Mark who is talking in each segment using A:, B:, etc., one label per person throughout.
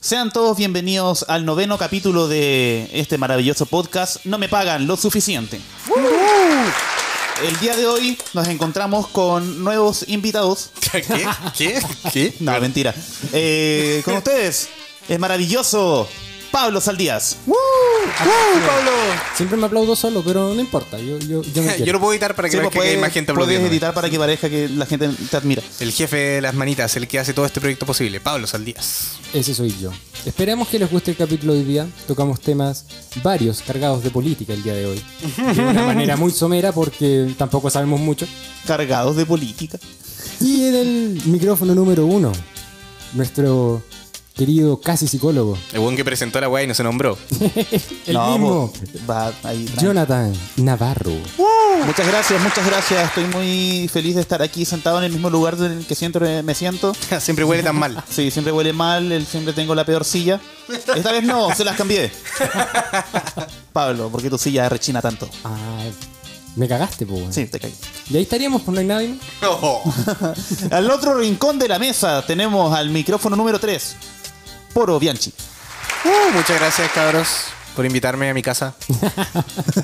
A: Sean todos bienvenidos al noveno capítulo de este maravilloso podcast No me pagan lo suficiente. El día de hoy nos encontramos con nuevos invitados.
B: ¿Qué? ¿Qué? ¿Qué?
A: No, mentira. Eh, con ustedes, el maravilloso Pablo Saldías.
B: Pablo!
C: Siempre me aplaudo solo, pero no importa. Yo, yo, yo me
B: Yo
C: quiero.
B: lo puedo editar para que
A: Sí,
B: no
A: pues,
B: que hay más gente
A: puedes
B: aplaudiendo.
A: editar para que parezca que la gente te admira.
B: El jefe de las manitas, el que hace todo este proyecto posible, Pablo Saldías.
C: Ese soy yo. Esperemos que les guste el capítulo de hoy día. Tocamos temas varios cargados de política el día de hoy. De una manera muy somera porque tampoco sabemos mucho.
A: Cargados de política.
C: Y en el micrófono número uno, nuestro querido casi psicólogo,
B: El buen que presentó la weá y no se nombró.
C: el
A: No,
C: mismo
A: pues, va ahí, tranqui.
C: Jonathan Navarro.
A: Muchas gracias, muchas gracias. Estoy muy feliz de estar aquí sentado en el mismo lugar en el que siempre me siento.
B: Siempre huele tan mal.
A: Sí, siempre huele mal, él siempre tengo la peor silla. Esta vez no, se las cambié. Pablo, ¿por qué tu silla rechina tanto?
C: Ah, me cagaste, po. weón.
A: Sí, te caí.
C: Y ahí estaríamos, pues no hay nadie.
B: Oh.
A: Al otro rincón de la mesa tenemos al micrófono número 3, Poro Bianchi.
B: Uh, muchas gracias, cabros, por invitarme a mi casa.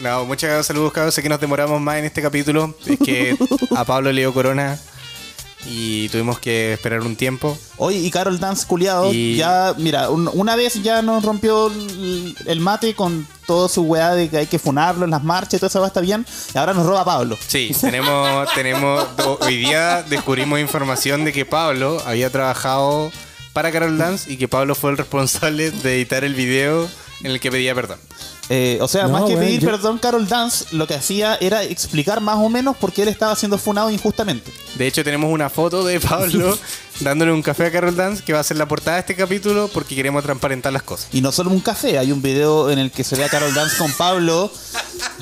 B: no, muchas saludos, cabros. Sé que nos demoramos más en este capítulo. Es que a Pablo le dio corona y tuvimos que esperar un tiempo.
A: Hoy y Carol Dance culiado,
B: Y-
A: ya, mira, un- una vez ya nos rompió el, el mate con todo su weá de que hay que funarlo en las marchas y todo eso va está bien. Y ahora nos roba Pablo.
B: Sí, tenemos, tenemos. do- Hoy día descubrimos información de que Pablo había trabajado para Carol Dance y que Pablo fue el responsable de editar el video en el que pedía perdón.
A: Eh, o sea,
C: No,
A: más que
C: weón,
A: pedir
C: yo-
A: perdón, Carol Dance lo que hacía era explicar más o menos por qué él estaba siendo funado injustamente.
B: De hecho, tenemos una foto de Pablo dándole un café a Carol Dance que va a ser la portada de este capítulo porque queremos transparentar las cosas.
A: Y no solo un café, hay un video en el que se ve a Carol Dance con Pablo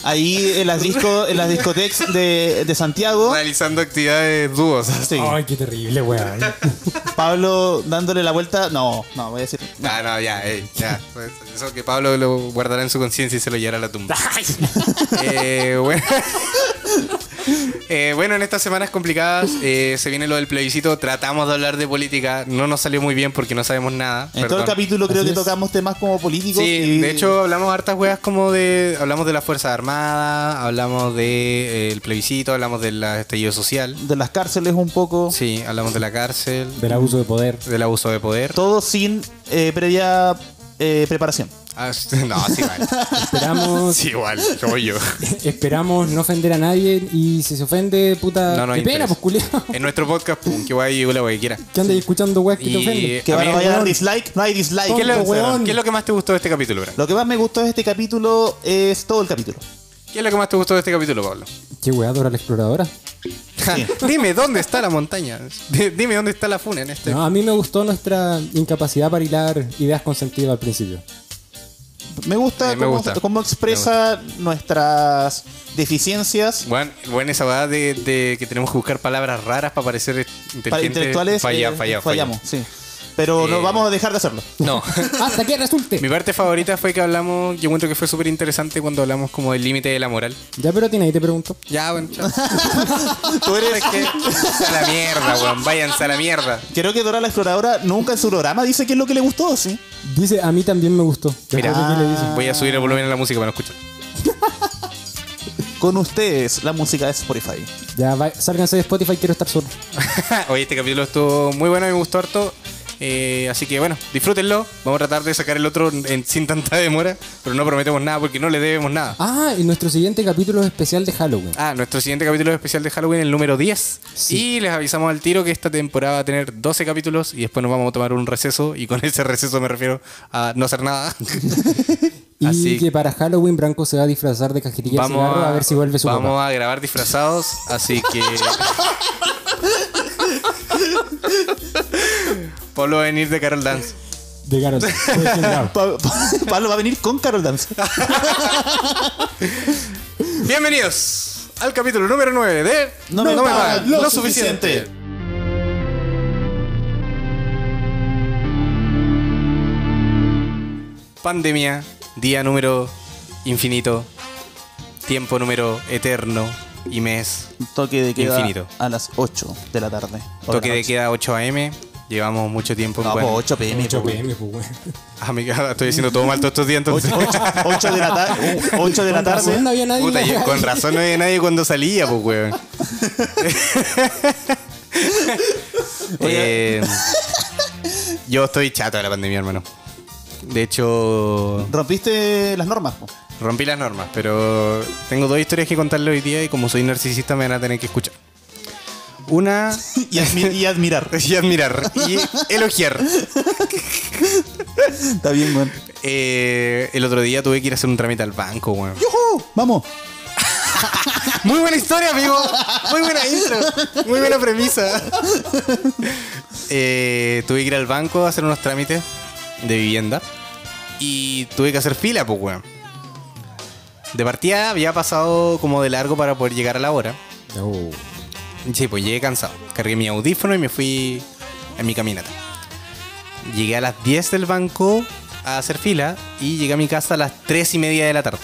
A: ahí en las, disco, en las discotecas de, de Santiago.
B: Realizando actividades dúos.
A: Sí,
C: Ay, qué terrible, weón.
A: Pablo dándole la vuelta. No, no, voy a decir.
B: No, no, ya, ey, ya. Pues, Eso que Pablo lo guardará en su conciencia y se lo llevará a la tumba. Eh, bueno. Eh, bueno, en estas semanas complicadas eh, se viene lo del plebiscito. Tratamos de hablar de política. No nos salió muy bien porque no sabemos nada.
A: En todo
B: Perdón.
A: el capítulo creo
C: Así
A: que
C: es.
A: tocamos temas como políticos.
B: Sí,
A: y-
B: de hecho hablamos hartas weas como de... Hablamos de la Fuerza Armada, hablamos del de, eh, el plebiscito, hablamos del estallido social.
A: De las cárceles un poco.
B: Sí, hablamos de la cárcel,
C: Del abuso de poder.
B: del abuso de poder.
A: Todo sin eh, previa eh, preparación.
B: Ah, no, sí, igual.
C: Esperamos
B: Sí, igual, como yo.
C: Esperamos no ofender a nadie y si se ofende, puta,
B: No, no hay
C: qué pena, pues
B: interés.
C: culiao.
B: En nuestro podcast, pum, que guay, la wey, quiera.
C: Que andes escuchando weas que
B: Y-
C: te ofenden.
A: Que
B: A
A: van
B: mí-
A: a vaya a dar
C: weón.
A: dislike, no hay dislike.
B: ¿Qué es, lo,
C: Tonto, weón.
B: qué es lo que más te gustó de este capítulo, Bran?
A: Lo que más me gustó de este capítulo es todo el capítulo.
B: ¿Qué es lo que más te gustó de este capítulo, Pablo?
C: Qué wea, Dora la exploradora.
B: Dime, ¿dónde está la montaña? D- Dime, ¿dónde está la funa en este?
C: No, a mí me gustó nuestra incapacidad para hilar ideas con sentido al principio.
A: Me gusta,
B: Eh, me
A: cómo,
B: gusta.
A: cómo expresa nuestras deficiencias
B: Bueno, bueno, esa verdad de, de que tenemos que buscar palabras raras para parecer inteligentes.
A: para intelectuales.
B: Falla,
A: eh,
B: falla,
A: fallamos, sí. Pero
B: Eh,
A: no vamos a dejar de hacerlo.
B: No.
C: ¡Hasta que resulte!
B: Mi parte favorita fue que hablamos, yo encuentro que fue súper interesante cuando hablamos como del límite de la moral.
C: Ya, pero tiene ahí te pregunto.
B: Ya, bueno, chao. Tú eres que... A la mierda, weón. Váyanse a la mierda.
A: Creo que Dora la Exploradora nunca en su programa dice qué es lo que le gustó, ¿sí?
C: Dice, a mí también me gustó. Después
B: Mira,
C: de que le dice.
B: voy a subir el volumen a la música para no escuchar.
A: Con ustedes, la música de Spotify.
C: Ya, va- sálganse de Spotify, quiero estar solo.
B: Oye, este capítulo estuvo muy bueno, me gustó harto. Eh, así que bueno, disfrútenlo. Vamos a tratar de sacar el otro en- sin tanta demora, pero no prometemos nada porque no le debemos nada.
C: Ah, y nuestro siguiente capítulo es especial de Halloween.
B: Ah, nuestro siguiente capítulo es especial de Halloween, el número 10.
C: Sí.
B: Y les avisamos al tiro que esta temporada va a tener 12 capítulos y después nos vamos a tomar un receso. Y con ese receso me refiero a no hacer nada.
C: y
B: así-
C: que para Halloween Branco se va a disfrazar de cajetilla de cigarro a, ver si vuelve su
B: vamos
C: papá.
B: a grabar disfrazados, así que. Pablo va a venir de Carol Dance.
C: De Garot.
A: Pa- pa- Pablo va a venir con Carol Dance.
B: Bienvenidos al capítulo número 9 de
A: No me pagan lo suficiente.
B: Pandemia, día número infinito, tiempo número eterno y mes.
A: Toque de queda
B: Infinito.
A: a las 8 de la tarde. Hora
B: Toque
A: de la
B: de
A: noche.
B: queda 8 a.m. Llevamos mucho tiempo en
A: No, pues
B: Guaní.
A: 8 pm.
C: Mucho
A: po.
C: PM, pues, weón.
B: Ah, mi cara, estoy diciendo todo mal todos estos días, entonces.
A: 8 de la tarde. 8 de la
C: Con razón No
A: tarde.
C: había nadie.
B: Puta, yo- con razón no había nadie cuando salía, pues, weón. Eh, yo estoy chato de la pandemia, hermano. De hecho,
A: Rompiste las normas. po.
B: rompí las normas, pero tengo dos historias que contarle hoy día y como soy narcisista me van a tener que escuchar. Una
A: Y, admi- y admirar.
B: y admirar y elogiar.
A: Está bien, weón.
B: Eh, el otro día tuve que ir a hacer un trámite al banco, weón.
A: ¡Yujú! Vamos.
B: Muy buena historia, amigo. Muy buena intro. Muy buena premisa. Eh, tuve que ir al banco a hacer unos trámites de vivienda. Y tuve que hacer fila, pues, weón. De partida había pasado como de largo para poder llegar a la hora.
C: Oh.
B: Sí, pues llegué cansado. Cargué mi audífono y me fui en mi caminata. Llegué a las 10 del banco a hacer fila y llegué a mi casa a las 3 y media de la tarde.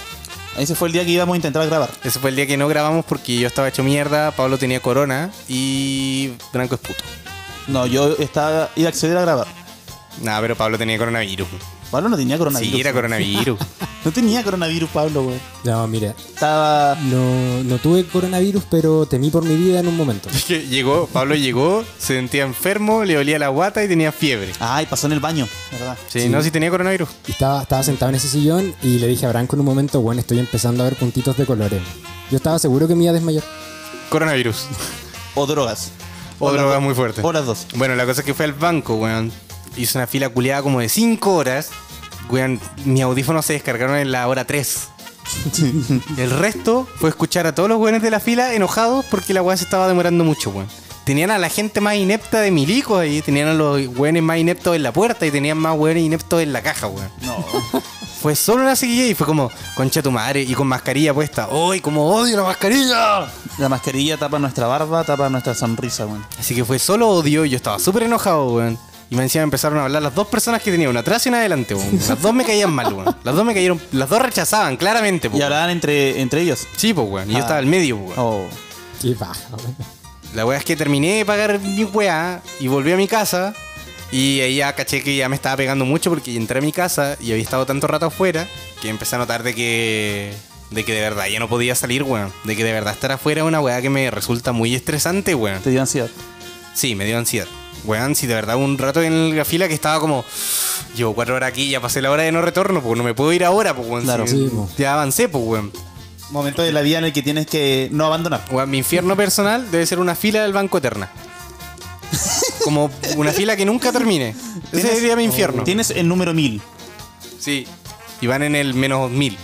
A: Ese fue el día que íbamos a intentar grabar.
B: Ese fue el día que no grabamos porque yo estaba hecho mierda, Pablo tenía corona y Branco es puto.
A: No, yo estaba iba a acceder a grabar.
B: Nada, pero Pablo tenía coronavirus.
A: Pablo no tenía coronavirus.
B: Sí, era coronavirus.
A: No tenía coronavirus, Pablo, weón.
C: No, mira,
A: Estaba.
C: no, no tuve coronavirus, pero temí por mi vida en un momento.
B: Es que llegó, Pablo llegó, se sentía enfermo, le olía la guata y tenía fiebre.
A: Ay, pasó en el baño, ¿verdad?
B: Sí, no, si tenía coronavirus.
C: Y estaba, estaba sentado en ese sillón y le dije a Branco en un momento, bueno, estoy empezando a ver puntitos de colores. Yo estaba seguro que me iba a desmayar.
B: Coronavirus.
A: O drogas.
B: O
A: las
B: drogas
A: dos.
B: muy fuertes.
A: O las dos.
B: Bueno, la cosa es que fue al banco, weón. Hice una fila culiada como de 5 horas. Weón, mis audífonos se descargaron en la hora 3. El resto fue escuchar a todos los weones de la fila enojados porque la weá se estaba demorando mucho, weón. Tenían a la gente más inepta de milicos ahí, tenían a los weones más ineptos en la puerta y tenían más weones ineptos en la caja, weón.
A: No.
B: Fue solo una seguida y fue como, concha tu madre, y con mascarilla puesta. ¡Uy, como odio la mascarilla!
A: La mascarilla tapa nuestra barba, tapa nuestra sonrisa, weón.
B: Así que fue solo odio, yo estaba súper enojado, weón. Y me encima empezaron a hablar las dos personas que tenía, una atrás y una adelante, weón. Las dos me caían mal, weón. Las dos me cayeron, las dos rechazaban, claramente, po,
A: Y
B: weón.
A: hablaban entre, entre ellos.
B: Sí, pues, weón. Y yo
A: Ah.
B: estaba al medio, po, weón.
A: Oh.
C: Qué baja, weón.
B: La weá es que terminé de pagar mi weá y volví a mi casa. Y ahí ya caché que ya me estaba pegando mucho porque entré a mi casa y había estado tanto rato afuera que empecé a notar de que. de que de verdad ya no podía salir, weón. De que de verdad estar afuera es una weá que me resulta muy estresante, weón.
A: Te dio ansiedad.
B: Sí, me dio ansiedad. Weón, si de verdad hubo un rato en la fila que estaba como. Llevo cuatro horas aquí, ya pasé la hora de no retorno, porque no me puedo ir ahora, pues, weón.
A: Claro.
B: si-
C: Sí, po.
B: ya avancé, pues, weón.
A: Momento de la vida en el que tienes que no abandonar.
B: Weón, mi infierno personal debe ser una fila del banco eterna. Como una fila que nunca termine. Ese sería mi infierno.
A: Tienes el número 1000.
B: Sí. Y van en el menos mil.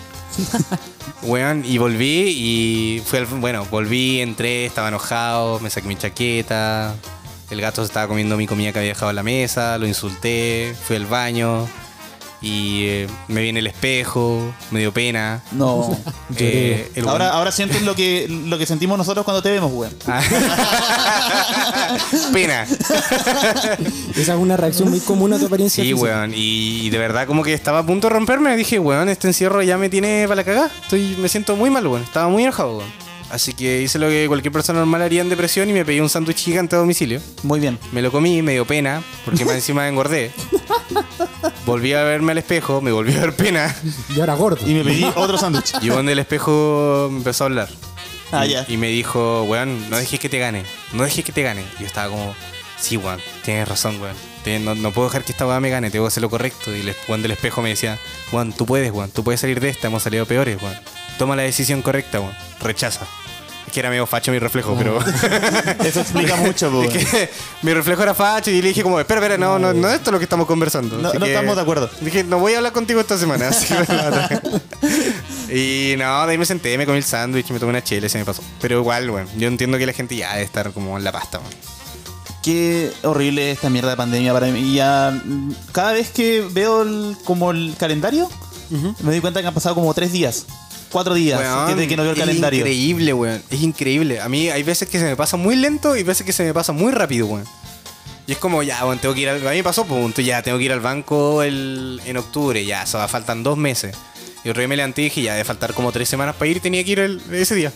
B: Weón, y volví y fue al- bueno, volví, entré, estaba enojado, me saqué mi chaqueta, el gato se estaba comiendo mi comida que había dejado en la mesa, lo insulté, fui al baño y eh, me vi en el espejo, me dio pena.
A: No.
C: Lloré.
B: Eh, el
A: ahora,
B: weón-
A: ahora sientes lo que, lo que sentimos nosotros cuando te vemos, weón.
B: Ah. pena.
C: Esa es una reacción muy común a tu apariencia.
B: Sí,
C: física.
B: weón. Y de verdad como que estaba a punto de romperme. Dije, weón, este encierro ya me tiene para la cagada. Estoy, me siento muy mal, weón. Estaba muy enojado, weón. Así que hice lo que cualquier persona normal haría en depresión y me pedí un sándwich gigante a domicilio.
A: Muy bien.
B: Me lo comí, me dio pena, porque más encima engordé. Volví a verme al espejo, me volvió a dar pena.
C: Y ahora gordo.
A: Y me pedí otro sándwich.
B: Y weón del espejo me empezó a hablar.
A: Ah,
B: y,
A: ya.
B: y me dijo, weón, no dejes que te gane. No dejes que te gane. Y yo estaba como, sí, weón, tienes razón, weón. Te- no, no puedo dejar que esta weá me gane, tengo que hacer lo correcto. Y el weón del espejo me decía, weón, tú puedes, weón, tú puedes salir de esta, hemos salido peores, weón. Toma la decisión correcta, weón. Rechaza. Es que era medio facho mi reflejo, pero...
A: Oh. Eso explica mucho, pues, weón.
B: es que mi reflejo era facho y le dije como, espera, espera, no, no, no, esto es lo que estamos conversando.
A: No-
B: Así
A: no
B: que-
A: estamos de acuerdo.
B: Dije, no voy a hablar contigo esta semana. así que me la traje. y no, de ahí me senté, me comí el sándwich, me tomé una chela y se me pasó. Pero igual, weón, yo entiendo que la gente ya debe estar como en la pasta, weón.
A: Qué horrible esta mierda de pandemia para mí. Y Ya, mm, cada vez que veo el- como el calendario, me doy cuenta que han pasado como tres días, cuatro días
B: Weón,
A: desde que no veo el
B: es
A: calendario.
B: increíble, weón. Es increíble. A mí hay veces que se me pasa muy lento y veces que se me pasa muy rápido, weón. Y es como, ya, weón, tengo que ir al... A mí me pasó, punto, ya, tengo que ir al banco el- en octubre, ya, o sea, faltan dos meses. Y otro día me levanté y dije, ya, de faltar como tres semanas para ir y tenía que ir el- ese día.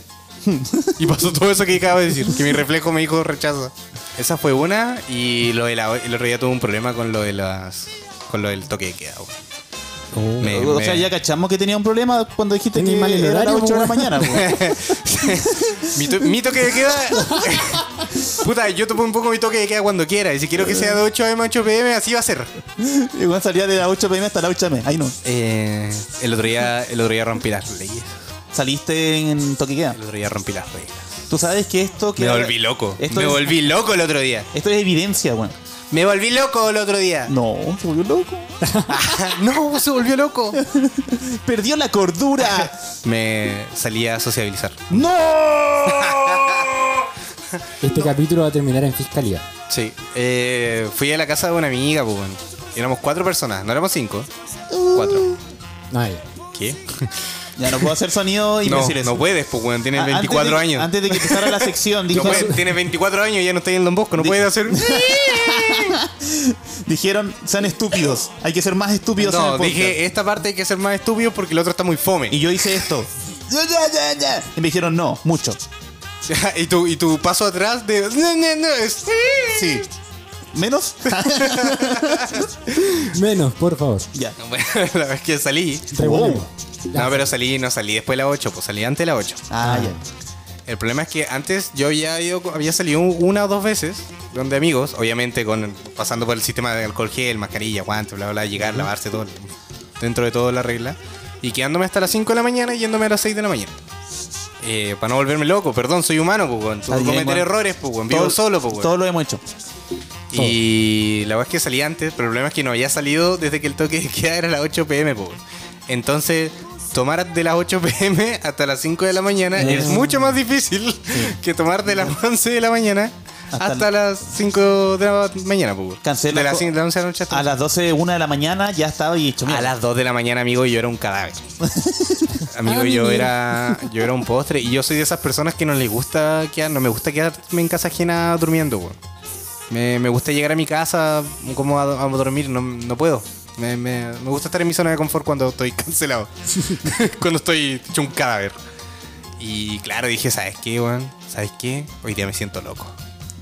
B: y pasó todo eso que acabo de decir, que mi reflejo me dijo rechaza. Esa fue una y lo de la, el otro día tuve un problema con lo de las con lo del toque de queda. weón. Me-
A: o
B: me-
A: sea, ya cachamos que tenía un problema cuando dijiste
C: Tenía
A: que
C: mal el
A: era
C: horario,
A: las 8 de la
C: weón.
A: mañana. weón.
B: mi, to- mi toque de queda. Puta, yo tomo un poco mi toque de queda cuando quiera. Y si quiero que sea de 8 a 8 pm, así va a ser.
A: Y weón salía de las 8 pm hasta las 8 am. Ahí no.
B: Eh, el, otro día, el otro día rompí las leyes.
A: Saliste en toque y queda.
B: El otro día rompí las reglas.
A: Tú sabes que esto que
B: Me volví loco.
A: Esto
B: Me
A: es,
B: volví loco el otro día.
A: Esto es evidencia, weón.
B: Me volví loco el otro día.
A: No, se volvió loco.
B: no, se volvió loco.
A: Perdió la cordura.
B: Me salí a sociabilizar.
A: ¡No!
C: Este capítulo va a terminar en fiscalía.
B: Sí. Eh, fui a la casa de una amiga, pues, bueno. Éramos cuatro personas, no éramos cinco. Cuatro.
C: Ah, ya.
B: Uh. ¿Qué?
A: Ya no puedo hacer sonido y
B: No,
A: decir eso.
B: no puedes, pues, weón. Tienes
A: Ah,
B: 24
A: antes de-
B: años.
A: Antes de que empezara la sección,
B: No
A: dijo-
B: puedes, tienes 24 años y ya no estás en Don Bosco. No
A: Di-
B: puedes hacer.
A: dijeron, sean estúpidos. Hay que ser más estúpidos en el
B: No,
A: podcast".
B: dije, eh, esta parte hay que ser más estúpido porque el otro está muy fome.
A: Y yo hice esto. Ya, ya, ya, ya. Y me dijeron, no, mucho.
B: y, tu, y tu paso atrás de. No, no, no, es-
A: Sí. ¿Menos?
C: Menos, por favor.
A: ya.
B: Bueno, la vez que salí.
C: Regulemos.
B: No, pero salí, no salí después de la 8, pues salí antes de la 8.
A: Ah, ya.
B: El problema es que antes yo había, ido, había salido una o dos veces donde amigos, obviamente con pasando por el sistema de alcohol gel, mascarilla, guantes, bla, bla, bla, llegar, lavarse todo, dentro de toda la regla, y quedándome hasta las 5 de la mañana y yéndome a las 6 de la mañana. Eh, para no volverme loco, perdón, soy humano, pues, weón. Puedo
A: Está bien,
B: cometer
A: weón.
B: errores, pues, weón. Vivo solo, pues, weón.
A: Todo lo hemos hecho.
B: Y la verdad es que salí antes, pero el problema es que no había salido desde que el toque de queda era a las 8 pm, po. Entonces, tomar de las 8 pm hasta las 5 de la mañana
A: Mm.
B: es mucho más difícil que tomar de las 11 de la mañana
A: Hasta
B: hasta, las 5 de la mañana, po.
A: Cancela
B: De las
A: co-
B: 5 de las 11 de la noche hasta
A: A las 12, una de la mañana ya estaba dicho.
B: a
A: mira.
B: las 2 de la mañana, amigo, yo era un cadáver. amigo,
C: Ah,
B: yo
C: mira.
B: era yo era un postre. Y yo soy de esas personas que no les gusta quedar, no me gusta quedarme en casa ajena durmiendo, weón. Me, me gusta llegar a mi casa como a, a dormir, no, no puedo. Me, me- me gusta estar en mi zona de confort cuando estoy cancelado. cuando estoy hecho un cadáver. Y claro, dije, ¿sabes qué, weón? ¿Sabes qué? Hoy día me siento loco.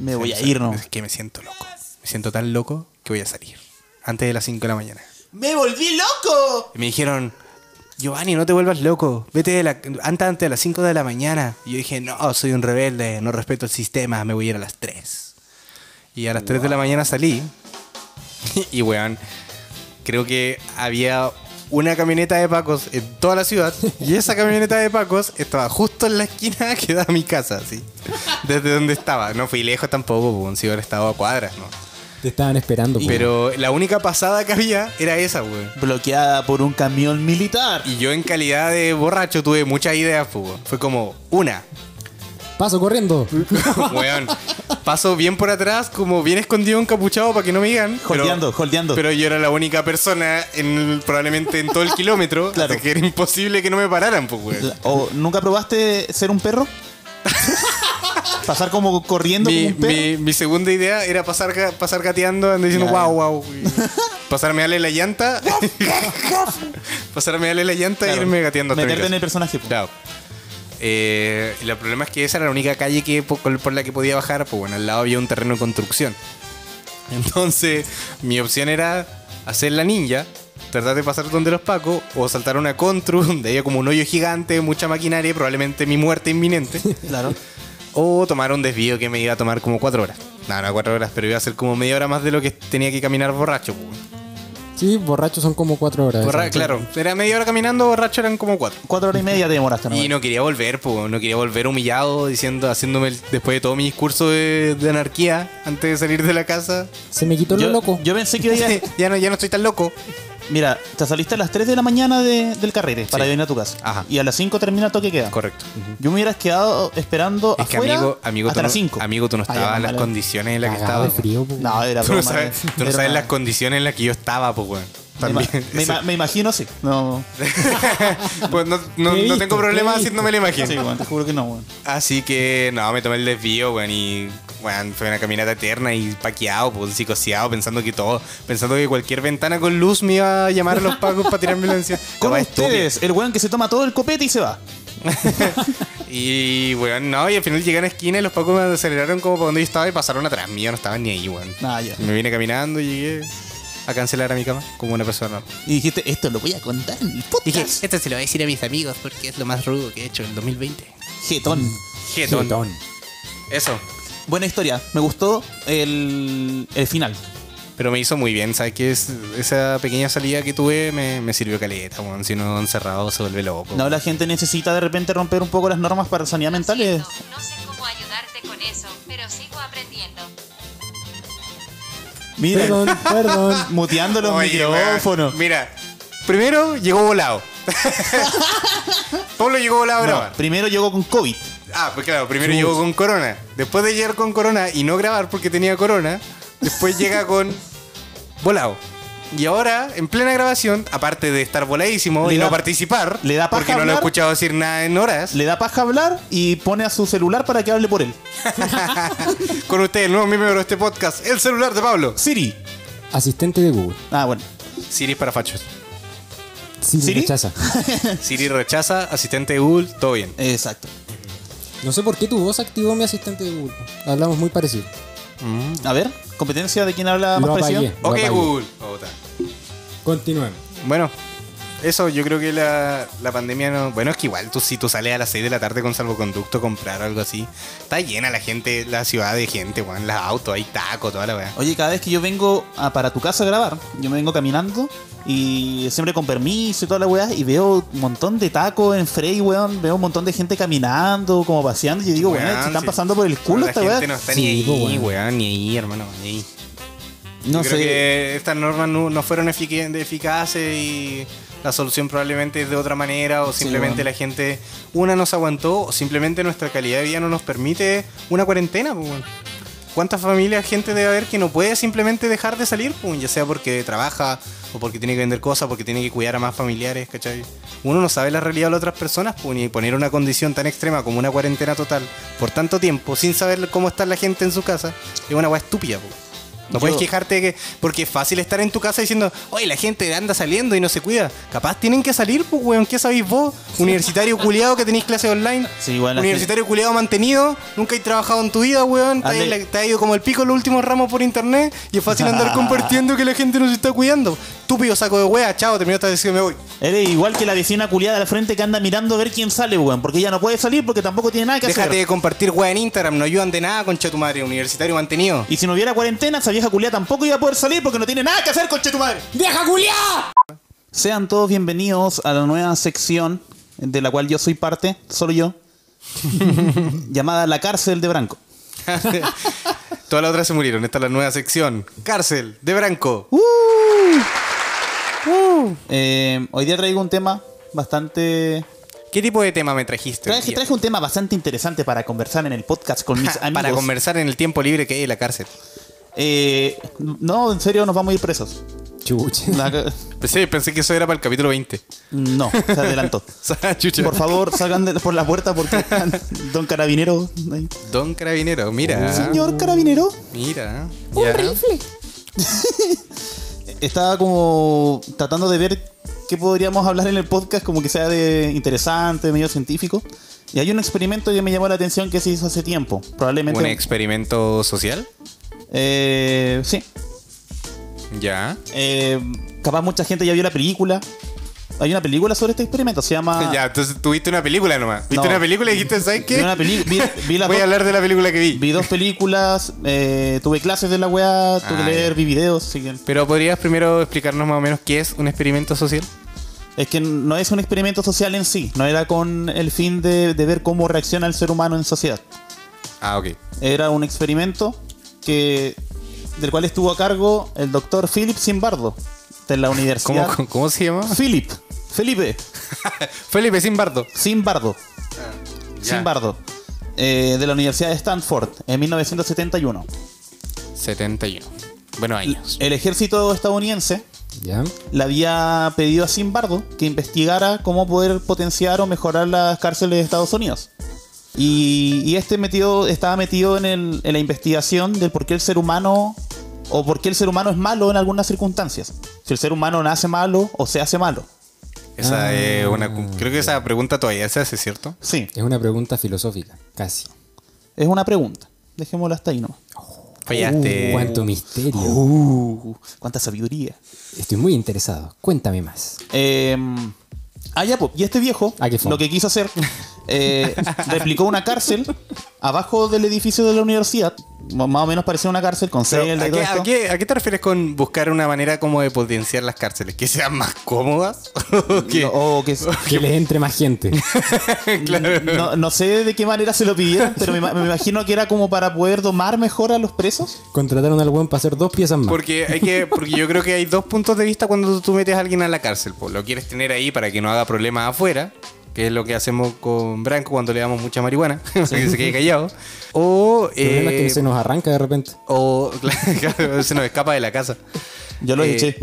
A: Me voy a ir, ¿no?
B: Es que me siento loco. Me siento tan loco que voy a salir. Antes de las 5 de la mañana.
A: ¡Me volví loco!
B: Y me dijeron, Giovanni, no te vuelvas loco, vete de la, antes, antes de las 5 de la mañana. Y yo dije, no, soy un rebelde, no respeto el sistema, me voy a ir a las 3. Y a las 3 de la mañana salí. y weón, creo que había una camioneta de Pacos en toda la ciudad. Y esa camioneta de Pacos estaba justo en la esquina que da a mi casa, así. Desde donde estaba. No fui lejos tampoco, pues, si hubiera estado a cuadras, ¿no?
C: Te estaban esperando. po.
B: Pero la única pasada que había era esa, weón.
A: Bloqueada por un camión militar.
B: Y yo en calidad de borracho tuve muchas ideas, pues, weón. Fue como una,
C: Paso corriendo.
B: weón. Paso bien por atrás, como bien escondido, encapuchado para que no me digan. pero-
A: Holdeando, holdeando.
B: Pero yo era la única persona en, probablemente en todo el kilómetro.
A: Claro.
B: Así que era imposible que no me pararan, pues, weón.
A: ¿O ¿Nunca probaste ser un perro? Pasar como corriendo
B: Mi,
A: como un perro.
B: mi- mi segunda idea era pasar, ga- pasar gateando, andando diciendo
A: Claro.
B: wow, wow. y Pasarme a la llanta. pasarme a la llanta
A: Claro.
B: e irme gateando. hasta mi
A: Meterte en
B: casa.
A: el personaje. po.
B: Claro. Eh, el problema es que esa era la única calle que, po- por, la que podía bajar, pues bueno, al lado había un terreno de construcción. Entonces, mi opción era hacer la ninja, tratar de pasar donde los pacos, o saltar una contru, donde había como un hoyo gigante, mucha maquinaria, probablemente mi muerte inminente,
A: Claro.
B: o tomar un desvío que me iba a tomar como cuatro horas. No, no cuatro horas, pero iba a ser como media hora más de lo que tenía que caminar borracho. pues.
C: Sí, borrachos son como cuatro horas.
B: Borra- claro, era media hora caminando, borracho eran como cuatro.
A: Cuatro horas y media te demoraste. ¿no?
B: Y no quería volver, po, no quería volver humillado, diciendo, haciéndome el- después de todo mi discurso de, de anarquía antes de salir de la casa.
C: Se me quitó
A: yo,
C: lo loco.
A: yo pensé que iba a-
B: ya, no, ya no estoy tan loco.
A: Mira, te saliste a las 3 de la mañana de- del carrete para
B: Sí.
A: venir a tu casa.
B: Ajá.
A: Y a las 5 termina el toque que queda.
B: Correcto.
A: Yo me hubieras quedado esperando
B: Es que
A: afuera
B: amigo, amigo,
A: hasta
B: tú no,
A: las 5.
B: amigo, tú no
A: Ah, ya,
B: estabas en las
A: vale.
B: condiciones en las que estaba.
C: Cagado de
B: po.
C: frío. po.
A: No, era
B: Tú
A: broma.
B: no sabes, tú no
A: era
B: sabes
A: una-
B: las condiciones en las que yo estaba, pues, weón.
A: me ima-
B: También.
A: Me, ima- me imagino, sí. No,
B: pues no, no- no tengo
C: Feíto,
B: problema
C: feíto.
B: haciéndome la imagen.
A: sí, bueno, te juro que no, bueno.
B: Así que no, me tomé el desvío, weón, y weón, fue una caminata eterna y paqueado, pues psicoseado, pensando que todo, pensando que cualquier ventana con luz me iba a llamar a los pagos para tirarme la encima.
A: Con
B: Estaba estúpido.
A: ustedes, el weón que se toma todo el copete y se va.
B: Y, weón, no, y al final llegué a una esquina y los pacos me aceleraron como para donde yo estaba y pasaron atrás mío, no estaban ni ahí, weón.
A: Ah, ya.
B: Me vine caminando y llegué a cancelar a mi cama como una persona.
A: Y dijiste, esto lo voy a contar en el podcast.
B: Dije, esto se lo voy a decir a mis amigos porque es lo más rudo que he hecho en el 2020.
A: Jetón.
B: Jetón.
C: Jetón.
B: Eso.
A: Mm. Buena historia. Me gustó el, el final.
B: Pero me hizo muy bien, ¿sabes qué? Es, esa pequeña salida que tuve me, me sirvió caleta, weón. Si uno encerrado se vuelve loco.
A: No, la gente necesita de repente romper un poco las normas para sanidad mental. eh.
D: Siento, No sé cómo ayudarte con eso, pero sigo aprendiendo.
A: Mira,
C: Perdón, perdón.
A: muteando los
B: Oye, weón,
A: micrófonos.
B: Mira, primero llegó volado. Pablo llegó volado a
A: No,
B: grabar.
A: primero llegó con COVID.
B: Ah, pues claro, primero llegó con corona. Después de llegar con corona y no grabar porque tenía corona, después llega con volado. Y ahora, en plena grabación, aparte de estar voladísimo
A: Le
B: y
A: da-
B: no participar,
A: le da paja
B: porque no lo he
A: hablar.
B: escuchado decir nada en horas,
A: Le da paja hablar y pone a su celular para que hable por él.
B: con usted, el nuevo miembro de este podcast, el celular de Pablo.
A: Siri.
C: Asistente de Google.
A: Ah, bueno.
B: Siri es para fachos.
C: Siri,
A: ¿Siri?
C: rechaza.
B: Siri rechaza, asistente de Google, todo bien.
A: Exacto.
C: No sé por qué tu voz activó mi asistente de Google. Hablamos muy parecido.
B: Mm,
A: A ver, competencia de quién habla más
C: Lo
A: parecido.
C: apagué.
B: Ok,
C: Guapa,
B: Google. Otra.
C: Continuemos.
B: Bueno, eso yo creo que la, la pandemia no. Bueno, es que igual tú si tú sales a las 6 de la tarde con salvoconducto a comprar o algo así, está llena la gente, la ciudad de gente, weón, las autos, hay tacos, toda la weá.
A: Oye, cada vez que yo vengo a- para tu casa a grabar, yo me vengo caminando y siempre con permiso y toda la weá, y veo un montón de tacos en Frey, weón, veo un montón de gente caminando, como paseando, y yo digo, weón,
B: Weón,
A: se están
B: sí.
A: pasando por el culo
B: la
A: esta
B: gente
A: weá.
B: no está
C: Sí,
B: ni ahí,
C: po, weón.
B: weón, ni ahí, hermano, ni ahí.
A: No
B: yo creo
A: sé.
B: que estas normas no, no fueron efic- eficaces y la solución probablemente es de otra manera o
A: Sí,
B: simplemente
A: weón.
B: la gente, una nos aguantó o simplemente nuestra calidad de vida no nos permite una cuarentena. Pues, weón. ¿Cuántas familias, gente debe haber que no puede simplemente dejar de salir? Pues, ya sea porque trabaja o porque tiene que vender cosas, porque tiene que cuidar a más familiares, ¿cachai? Uno no sabe la realidad de las otras personas pues, y poner una condición tan extrema como una cuarentena total por tanto tiempo sin saber cómo está la gente en su casa es una weá estúpida. Pues. No
A: Yo-
B: puedes quejarte de que. Porque es fácil estar en tu casa diciendo, oye, la gente anda saliendo y no se cuida. Capaz tienen que salir, pues, weón. ¿Qué sabéis vos? Universitario culiado que tenéis clases online.
A: Sí, igual la
B: Universitario culiado mantenido. Nunca hay trabajado en tu vida, weón. Te,
A: Ande-
B: has la- te ha ido como el pico el último ramo por internet. Y es fácil andar compartiendo que la gente no se está cuidando. Estúpido saco de wea, chao, terminaste de decir me voy.
A: Eres igual que la vecina culiada al frente que anda mirando a ver quién sale, weón, porque ella no puede salir porque tampoco tiene nada que
B: Déjate
A: hacer.
B: de compartir wea en Instagram, no ayudan de nada, concha tu madre, universitario mantenido.
A: Y si no hubiera cuarentena, esa vieja culiada tampoco iba a poder salir porque no tiene nada que hacer, conche tu madre.
C: ¡Vieja culiá!
A: Sean todos bienvenidos a la nueva sección de la cual yo soy parte, solo yo, llamada La cárcel de Branco.
B: Todas las otras se murieron. Esta es la nueva sección. Cárcel, de Branco.
A: Eh, hoy día traigo un tema bastante...
B: ¿Qué tipo de tema me trajiste? hoy
A: Traje,
B: día?
A: traje un tema bastante interesante para conversar en el podcast con mis amigos.
B: Para conversar en el tiempo libre que hay en la cárcel.
A: Eh, no, en serio, nos vamos a ir presos.
C: Chucha.
A: La ca-
B: Sí, pensé que eso era para el capítulo 20.
A: No, se adelantó.
B: Chucha.
A: Por favor, salgan de- por la puerta porque están Don Carabinero. ahí.
B: Don Carabinero, mira.
A: Señor Carabinero.
B: Mira. ya.
A: Estaba como tratando de ver qué podríamos hablar en el podcast, como que sea de interesante, medio científico. Y hay un experimento que me llamó la atención que se hizo hace tiempo. Probablemente.
B: ¿Un experimento social?
A: Eh, sí.
B: Ya.
A: Eh, capaz mucha gente ya vio la película. Hay una película sobre este experimento, se llama.
B: Ya, entonces tuviste una película nomás. Viste
A: No.
B: una película y dijiste, ¿sabes qué?
A: Vi una peli- vi- vi las
B: Voy a
A: dos-
B: hablar de la película que vi.
A: Vi dos películas, eh, tuve clases de la weá, tuve que
B: Ah,
A: leer,
B: ya.
A: vi videos. así que-
B: Pero podrías primero explicarnos más o menos qué es un experimento social.
A: Es que no es un experimento social en sí, no era con el fin de, de ver cómo reacciona el ser humano en sociedad.
B: Ah, ok.
A: Era un experimento que del cual estuvo a cargo el doctor Philip Simbardo de la
B: ¿Cómo,
A: universidad.
B: cómo- cómo se llama?
A: Philip, Felipe,
B: Felipe Simbardo.
A: Simbardo,
B: Ya.
A: Simbardo, eh, de la Universidad de Stanford en 1971.
B: 71. Bueno, años.
A: El ejército estadounidense
C: ¿Ya?
A: le había pedido a Simbardo que investigara cómo poder potenciar o mejorar las cárceles de Estados Unidos. Y, y este metido, estaba metido en, el- en la investigación del por qué el ser humano o por qué el ser humano es malo en algunas circunstancias. Si el ser humano nace malo o se hace malo.
B: Esa
C: Ah.
B: es una, cu- creo que esa pregunta todavía se hace, ¿cierto?
A: Sí,
C: Es una pregunta filosófica, casi.
A: es una pregunta. Dejémosla hasta ahí nomás.
B: Fallaste.
C: Uh, Cuánto misterio.
A: Uh, cuánta sabiduría.
C: Estoy muy interesado. Cuéntame más.
A: Eh, ah, ya, po. Y este viejo,
C: Ah, qué fome.
A: lo que quiso hacer, eh, replicó una cárcel abajo del edificio de la universidad. M- Más o menos parecía una cárcel con
B: Pero,
A: celda
B: ¿a,
A: y todo
B: qué,
A: esto.
B: a qué- a qué te refieres con buscar una manera como de potenciar las cárceles? ¿Que sean más cómodas? ¿O qué?
A: O oh, que-
C: Que les entre más gente.
B: claro.
A: no, no sé de qué manera se lo pidieron, pero me, ima- me imagino que era como para poder domar mejor a los presos.
C: Contrataron al buen para hacer dos piezas más.
B: Porque, hay que, porque yo creo que hay dos puntos de vista cuando tú metes a alguien a la cárcel. po. Lo quieres tener ahí para que no haga problemas afuera, que es lo que hacemos con Branco cuando le damos mucha marihuana, para que se quede callado. O,
C: El problema es
B: eh,
C: que se nos arranca de repente.
B: o claro, se nos escapa de la casa.
A: Yo lo
B: Eh,
A: eché.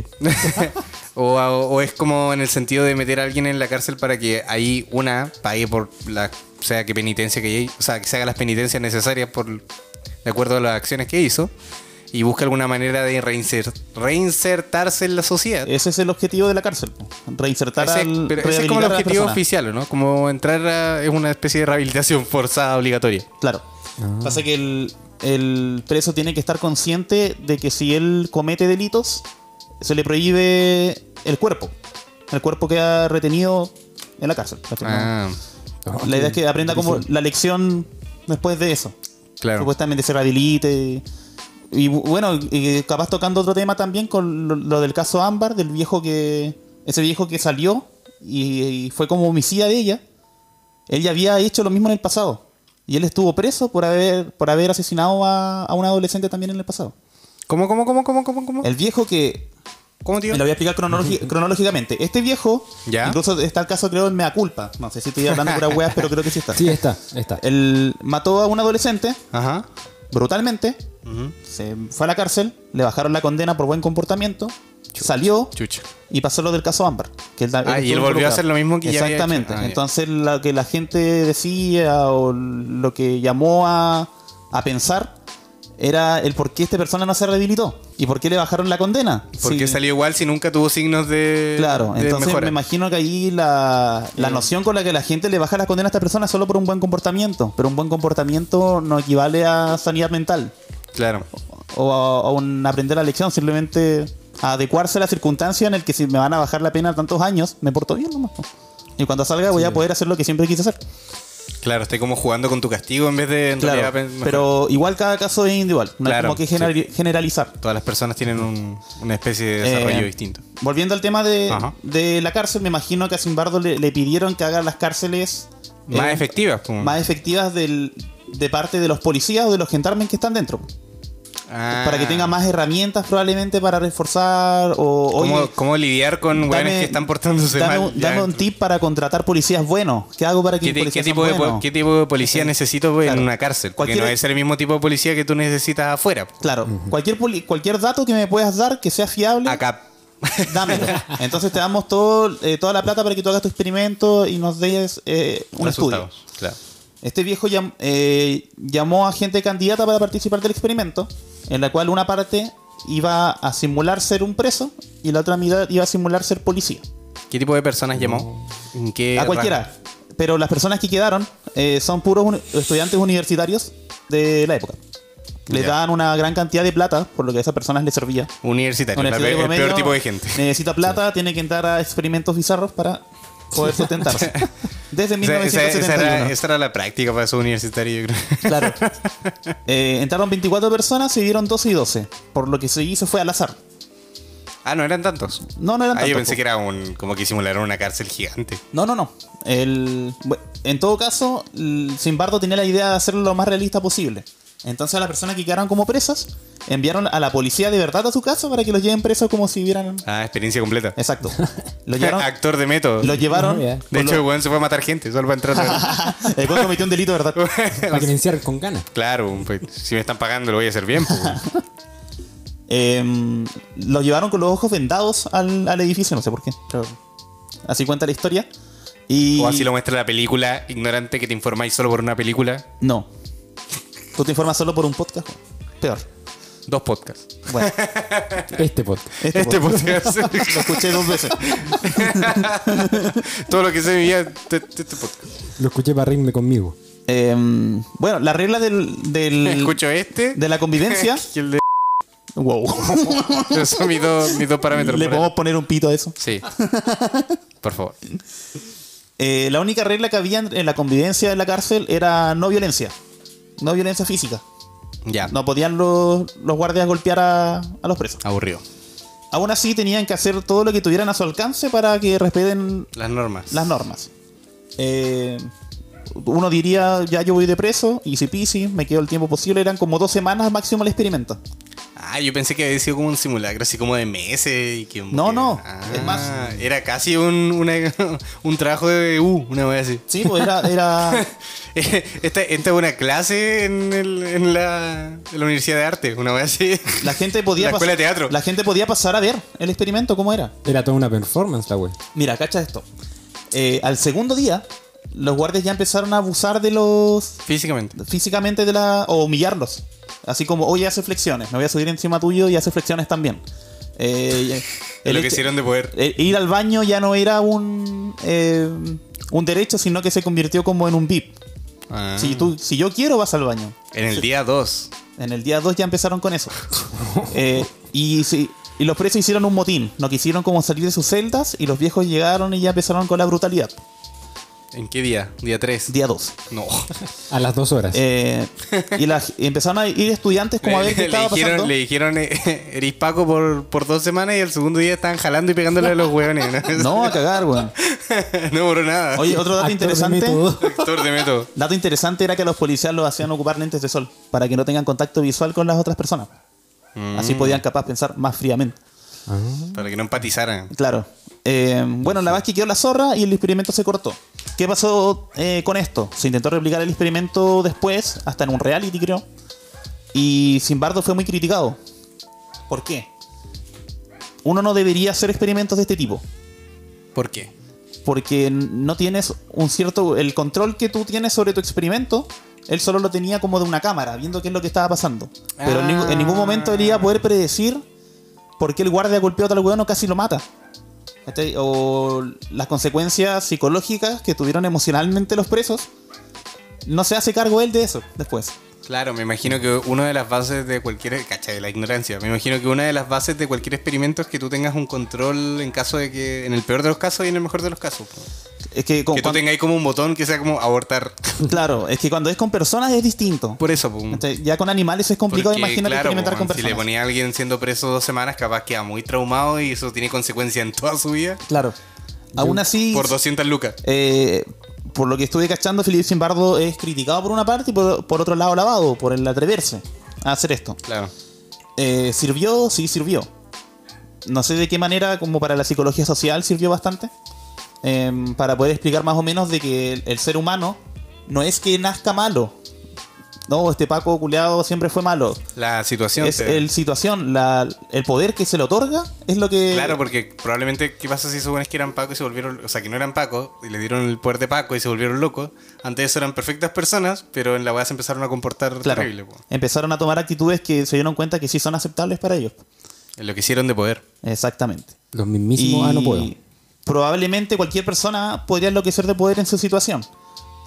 B: o, o es como en el sentido de meter a alguien en la cárcel para que ahí una pague por la o sea que penitencia que hay, o sea que se haga las penitencias necesarias por de acuerdo a las acciones que hizo y busque alguna manera de reinser- reinsertarse en la sociedad.
A: Ese es el objetivo de la cárcel, po. reinsertar
B: Ese,
A: al
B: pero ese es
A: rehabilitar a
B: como el
A: las
B: objetivo
A: personas.
B: oficial, ¿o ¿no? Como entrar a, es una especie de rehabilitación forzada obligatoria.
A: Claro. Pasa que el, el preso tiene que estar consciente de que si él comete delitos, se le prohíbe el cuerpo. El cuerpo queda retenido en la cárcel. ¿cachai?
B: Ah,
C: Oh,
A: la idea es que aprenda como
C: difícil.
A: la lección después de eso.
B: claro.
A: Supuestamente se rehabilite. Y bu- bueno, y capaz tocando otro tema también con lo, lo del caso Ámbar, del viejo que. Ese viejo que salió y, y fue como homicida de ella. Él ya había hecho lo mismo en el pasado. Y él estuvo preso por haber, por haber asesinado a, a un adolescente también en el pasado.
B: ¿Cómo, cómo, cómo, cómo, cómo, cómo?
A: El viejo que.
B: ¿Cómo, tío?
A: Me lo voy a explicar cronologi- cronológicamente. Este viejo.
B: ¿Ya?
A: Incluso está el caso, creo, en Mea Culpa. No sé si estoy hablando puras weas, pero creo que sí está.
C: Sí, está, está.
A: Él mató a un adolescente
B: Ajá.
A: brutalmente.
B: Ujú.
A: Se fue a la cárcel, le bajaron la condena por buen comportamiento, salió
B: Chucha.
A: y pasó lo del caso Ámbar. Que él,
B: Ah, y él
A: estuvo
B: volvió a
A: involucrado.
B: hacer lo mismo que ya había
A: Exactamente.
B: hecho. Ah, ya.
A: Entonces, lo que la gente decía o lo que llamó a, a pensar era el por qué esta persona no se rehabilitó y por qué le bajaron la condena.
B: ¿Por qué
A: Sí,
B: salió igual si nunca tuvo signos de.
A: Claro,
B: de
A: entonces
B: mejora?
A: me imagino que ahí la, la
B: Mm.
A: noción con la que la gente le baja la condena a esta persona es solo por un buen comportamiento, pero un buen comportamiento no equivale a sanidad mental.
B: Claro.
A: o a, a un aprender la lección, simplemente a adecuarse a la circunstancia en el que si me van a bajar la pena tantos años, me porto bien nomás. po. Y cuando salga voy a poder hacer lo que siempre quise hacer.
B: Claro, estoy como jugando con tu castigo en vez de. en
A: Claro,
B: realidad pen-
A: pero igual cada caso es individual, no
B: Claro,
A: es como que gener- generalizar.
B: Todas las personas tienen un- una especie de desarrollo
A: Eh,
B: distinto.
A: Volviendo al tema de,
B: Ajá.
A: de la cárcel, me imagino que a Simbardo le, le pidieron que haga las cárceles eh,
B: Más efectivas, como.
A: más efectivas del- de parte de los policías o de los gendarmes que están dentro.
B: Ah.
A: Para que tenga más herramientas probablemente para reforzar o...
B: ¿Cómo,
A: oye,
B: cómo lidiar con
A: Dame-
B: weones que están portándose
A: dame,
B: mal?
A: un-
B: Ya.
A: dame un tip para contratar policías buenos. ¿Qué hago para que mis
B: ¿Qué, ti- qué
A: policías
B: tipo de,
A: sean
B: po-
A: buenos?
B: qué tipo de policía necesito pues,
A: Claro.
B: en una cárcel? Porque
A: Cualquier-
B: no es el mismo tipo de policía que tú necesitas afuera.
A: Claro, cualquier, poli- cualquier dato que me puedas dar que sea fiable,
B: Acá.
A: dámelo. Entonces te damos todo, eh, toda la plata para que tú hagas tu experimento y nos des eh, un estudio.
B: resultados. Claro.
A: Este viejo llam- eh, llamó a gente candidata para participar del experimento, en la cual una parte iba a simular ser un preso y la otra mitad iba a simular ser policía.
B: ¿Qué tipo de personas llamó? ¿En qué
A: a
B: rango?
A: cualquiera. Pero las personas que quedaron eh, son puros uni- estudiantes universitarios de la época. Les
B: Ya.
A: daban una gran cantidad de plata, por lo que a esas personas les servía.
B: Universitario. la
A: Universitario
B: pe- el
A: promedio,
B: peor tipo de gente.
A: Necesita plata, tiene que entrar a experimentos bizarros para poder sustentarse. Desde
B: O sea, esa, esa era,
A: 1971.
B: esa era la práctica para esos universitarios, yo creo.
A: Claro. Eh, entraron 24 personas, se dieron 12 y 12. Por lo que se hizo fue al azar.
B: Ah, no eran tantos.
A: No, no eran
B: Ah, yo
A: tantos,
B: pensé
A: po.
B: que era un, como que simularon una cárcel gigante.
A: No, no, no. El, bu- en todo caso, el Simbardo tenía la idea de hacerlo lo más realista posible. Entonces a las personas que quedaron como presas, enviaron a la policía de verdad a su casa para que los lleven presos como si hubieran...
B: Ah, experiencia completa.
A: Exacto. Los llevaron...
B: Actor de método.
A: los llevaron
C: Oh, yeah.
B: De
A: con
B: hecho, el
A: los-
B: weón se fue a matar gente, solo para entrar.
A: el cual cometió un delito, de ¿verdad?
C: Para que me encierren con ganas.
B: claro, pues, si me están pagando lo voy a hacer bien. pues.
A: Em, lo llevaron con los ojos vendados al, al edificio, no sé por qué. pero así cuenta la historia. Y...
B: O así lo muestra la película, ignorante que te informáis solo por una película.
A: No. Tú te informas solo por un podcast. Peor.
B: Dos podcasts.
A: Bueno,
C: Este podcast.
A: este,
B: Este
A: podcast.
B: podcast.
A: Lo escuché dos veces.
B: Todo lo que se vivía este, este podcast.
C: Lo escuché para reírme conmigo.
A: Em, bueno, la regla del, del-
B: Escucho este.
A: Mm. de la convivencia.
B: Y el de...
A: wow.
B: Esos son mis dos, mis dos parámetros.
A: Le
B: por ahí.
A: podemos poner un pito a eso.
B: Sí. Por favor.
A: Eh, la única regla que había en en la convivencia en la cárcel era no violencia. No violencia física.
B: Ya.
A: No podían los, los guardias golpear a, a los presos.
B: Aburrido.
A: Aún así tenían que hacer todo lo que tuvieran a su alcance para que respeten
B: Las normas.
A: las normas. Eh, uno diría, ya yo voy de preso, easy peasy, me quedo el tiempo posible. Eran como dos semanas máximo el experimento.
B: Ah, yo pensé que había sido como un simulacro, así como de meses y que...
A: No, no,
B: Ah,
A: es más.
B: Era casi un, una- un trabajo de U, una vez así.
A: Sí, pues era... era
B: Esta, esta es una clase en, el- en la, en la Universidad de Arte, una vez así.
A: la gente podía
B: La escuela
A: pas-
B: de teatro.
A: La gente podía pasar a ver el experimento, cómo era.
C: Era toda una performance la wea.
A: Mira, cacha esto. Eh, al segundo día, los guardias ya empezaron a abusar de los.
B: Físicamente.
A: físicamente de la. o humillarlos. Así como, oye, hace flexiones, me voy a subir encima tuyo y hace flexiones también. Eh, el
B: lo que
A: hecho-
B: hicieron de poder.
A: eh, ir al baño ya no era un. eh, un derecho, sino que se convirtió como en un VIP.
B: Ah.
A: Si, tú, si yo quiero, vas al baño.
B: En el día 2.
A: En el día 2 ya empezaron con eso. Eh, y, sí, y los presos hicieron un motín. No quisieron como salir de sus celdas y los viejos llegaron y ya empezaron con la brutalidad.
B: ¿En qué día? Día 3.
A: Día 2.
B: No.
C: A las dos horas.
A: Eh, y la- y empezaron a ir estudiantes como a ver qué
B: le,
A: estaba pasando.
B: dijeron, le dijeron, eh, eres Paco por, por dos semanas y el segundo día estaban jalando y pegándole a los hueones. No,
A: No, a cagar, weón.
B: no por nada.
A: Oye, otro dato
C: Actor de
A: interesante.
C: método.
B: Actor de método.
A: Dato interesante era que a los policías los hacían ocupar lentes de sol para que no tengan contacto visual con las otras personas.
C: Mm.
A: Así podían capaz pensar más fríamente.
B: Para que no empatizaran.
A: Claro. Eh, bueno, la Vasqui quedó la zorra y el experimento se cortó. ¿Qué pasó eh, con esto? Se intentó replicar el experimento después, hasta en un reality, creo. Y Simbardo fue muy criticado. ¿Por qué? Uno no debería hacer experimentos de este tipo.
B: ¿Por qué?
A: Porque no tienes un cierto. El control que tú tienes sobre tu experimento, él solo lo tenía como de una cámara, viendo qué es lo que estaba pasando. Pero en, ningú- en ningún momento él iba a poder predecir por qué el guardia golpeó a tal weón o casi lo mata. ¿Cachai? O las consecuencias psicológicas que tuvieron emocionalmente los presos. No se hace cargo él de eso después.
B: Claro, me imagino que una de las bases de cualquier. Cacha, de la ignorancia. Me imagino que una de las bases de cualquier experimento es que tú tengas un control en caso de que. En el peor de los casos y en el mejor de los casos. po.
A: Es que, con-
B: Que tú
A: cuan-
B: tengas ahí como un botón que sea como abortar.
A: claro, es que cuando es con personas es distinto.
B: Por eso, po.
A: ¿Cachai? Ya con animales es complicado
B: Porque,
A: imaginar
B: claro,
A: experimentar
B: po,
A: con
B: si
A: personas.
B: le ponía a alguien siendo preso dos semanas, capaz queda muy traumado y eso tiene consecuencia en toda su vida.
A: Claro. Aún así.
B: Por 200 lucas.
A: Eh, por lo que estuve cachando, Felipe Simbardo es criticado por una parte y por, por otro lado lavado, por el atreverse a hacer esto.
B: Claro.
A: Eh, ¿Sirvió? Sí, sirvió. No sé de qué manera, como para la psicología social, sirvió bastante. Em, para poder explicar más o menos de que el, el ser humano no es que nazca malo. No, este Paco culeado siempre fue malo.
B: La situación.
A: Es
B: te-
A: el situación, la- el poder que se le otorga es lo que...
B: Claro, porque probablemente, ¿qué pasa si esos buenos que eran Paco y se volvieron, o sea, que no eran Paco y le dieron el poder de Paco y se volvieron locos? Antes de eso eran perfectas personas, pero en la weá se empezaron a comportar
A: Claro.
B: terrible, po.
A: Empezaron a tomar actitudes que se dieron cuenta que sí son aceptables para ellos.
B: En lo que hicieron de poder.
A: Exactamente.
C: Los mismísimos. Ah, no puedo.
A: Probablemente cualquier persona podría enloquecer de poder en su situación.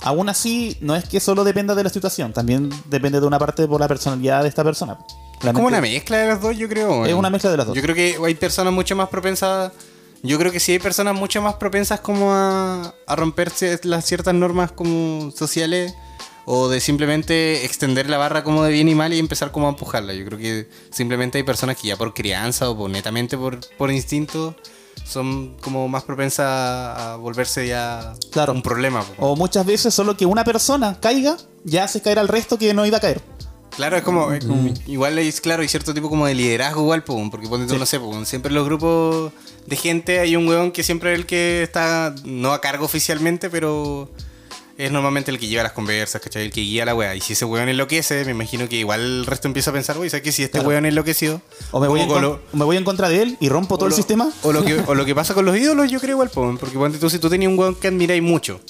A: Aún así, no es que solo dependa de la situación, también depende de una parte por la personalidad de esta persona.
B: Es como una
A: Realmente-
B: mezcla de las dos, yo creo.
A: Es
B: weón.
A: una mezcla de las dos.
B: Yo creo que hay personas mucho más propensas. Yo creo que sí hay personas mucho más propensas como a, a romper cier- las ciertas normas como sociales o de simplemente extender la barra como de bien y mal y empezar como a empujarla. Yo creo que simplemente hay personas que ya por crianza o por- netamente por, por instinto son como más propensas a volverse ya
A: Claro.
B: un problema. po.
A: O muchas veces solo que una persona caiga, ya hace caer al resto que no iba a caer.
B: Claro, es como. es
A: Mm.
B: como- Igual es, claro, hay cierto tipo como de liderazgo, igual, po, porque ponte tú, no sé, po, siempre en los grupos de gente hay un huevón que siempre es el que está no a cargo oficialmente, pero es normalmente el que lleva las conversas, ¿cachai? El que guía la wea. Y si ese huevón enloquece, me imagino que igual el resto empieza a pensar, uy, ¿sabes qué? Si este
A: Claro.
B: huevón enloqueció.
A: O me, voy en,
B: como
A: con-
B: con lo-
A: o me voy en contra de él y rompo todo
B: o
A: el
B: lo-
A: sistema.
B: O lo, que, o lo que pasa con los ídolos, yo creo igual, po, porque ponte tú, si tú tenías un weón que admiráis mucho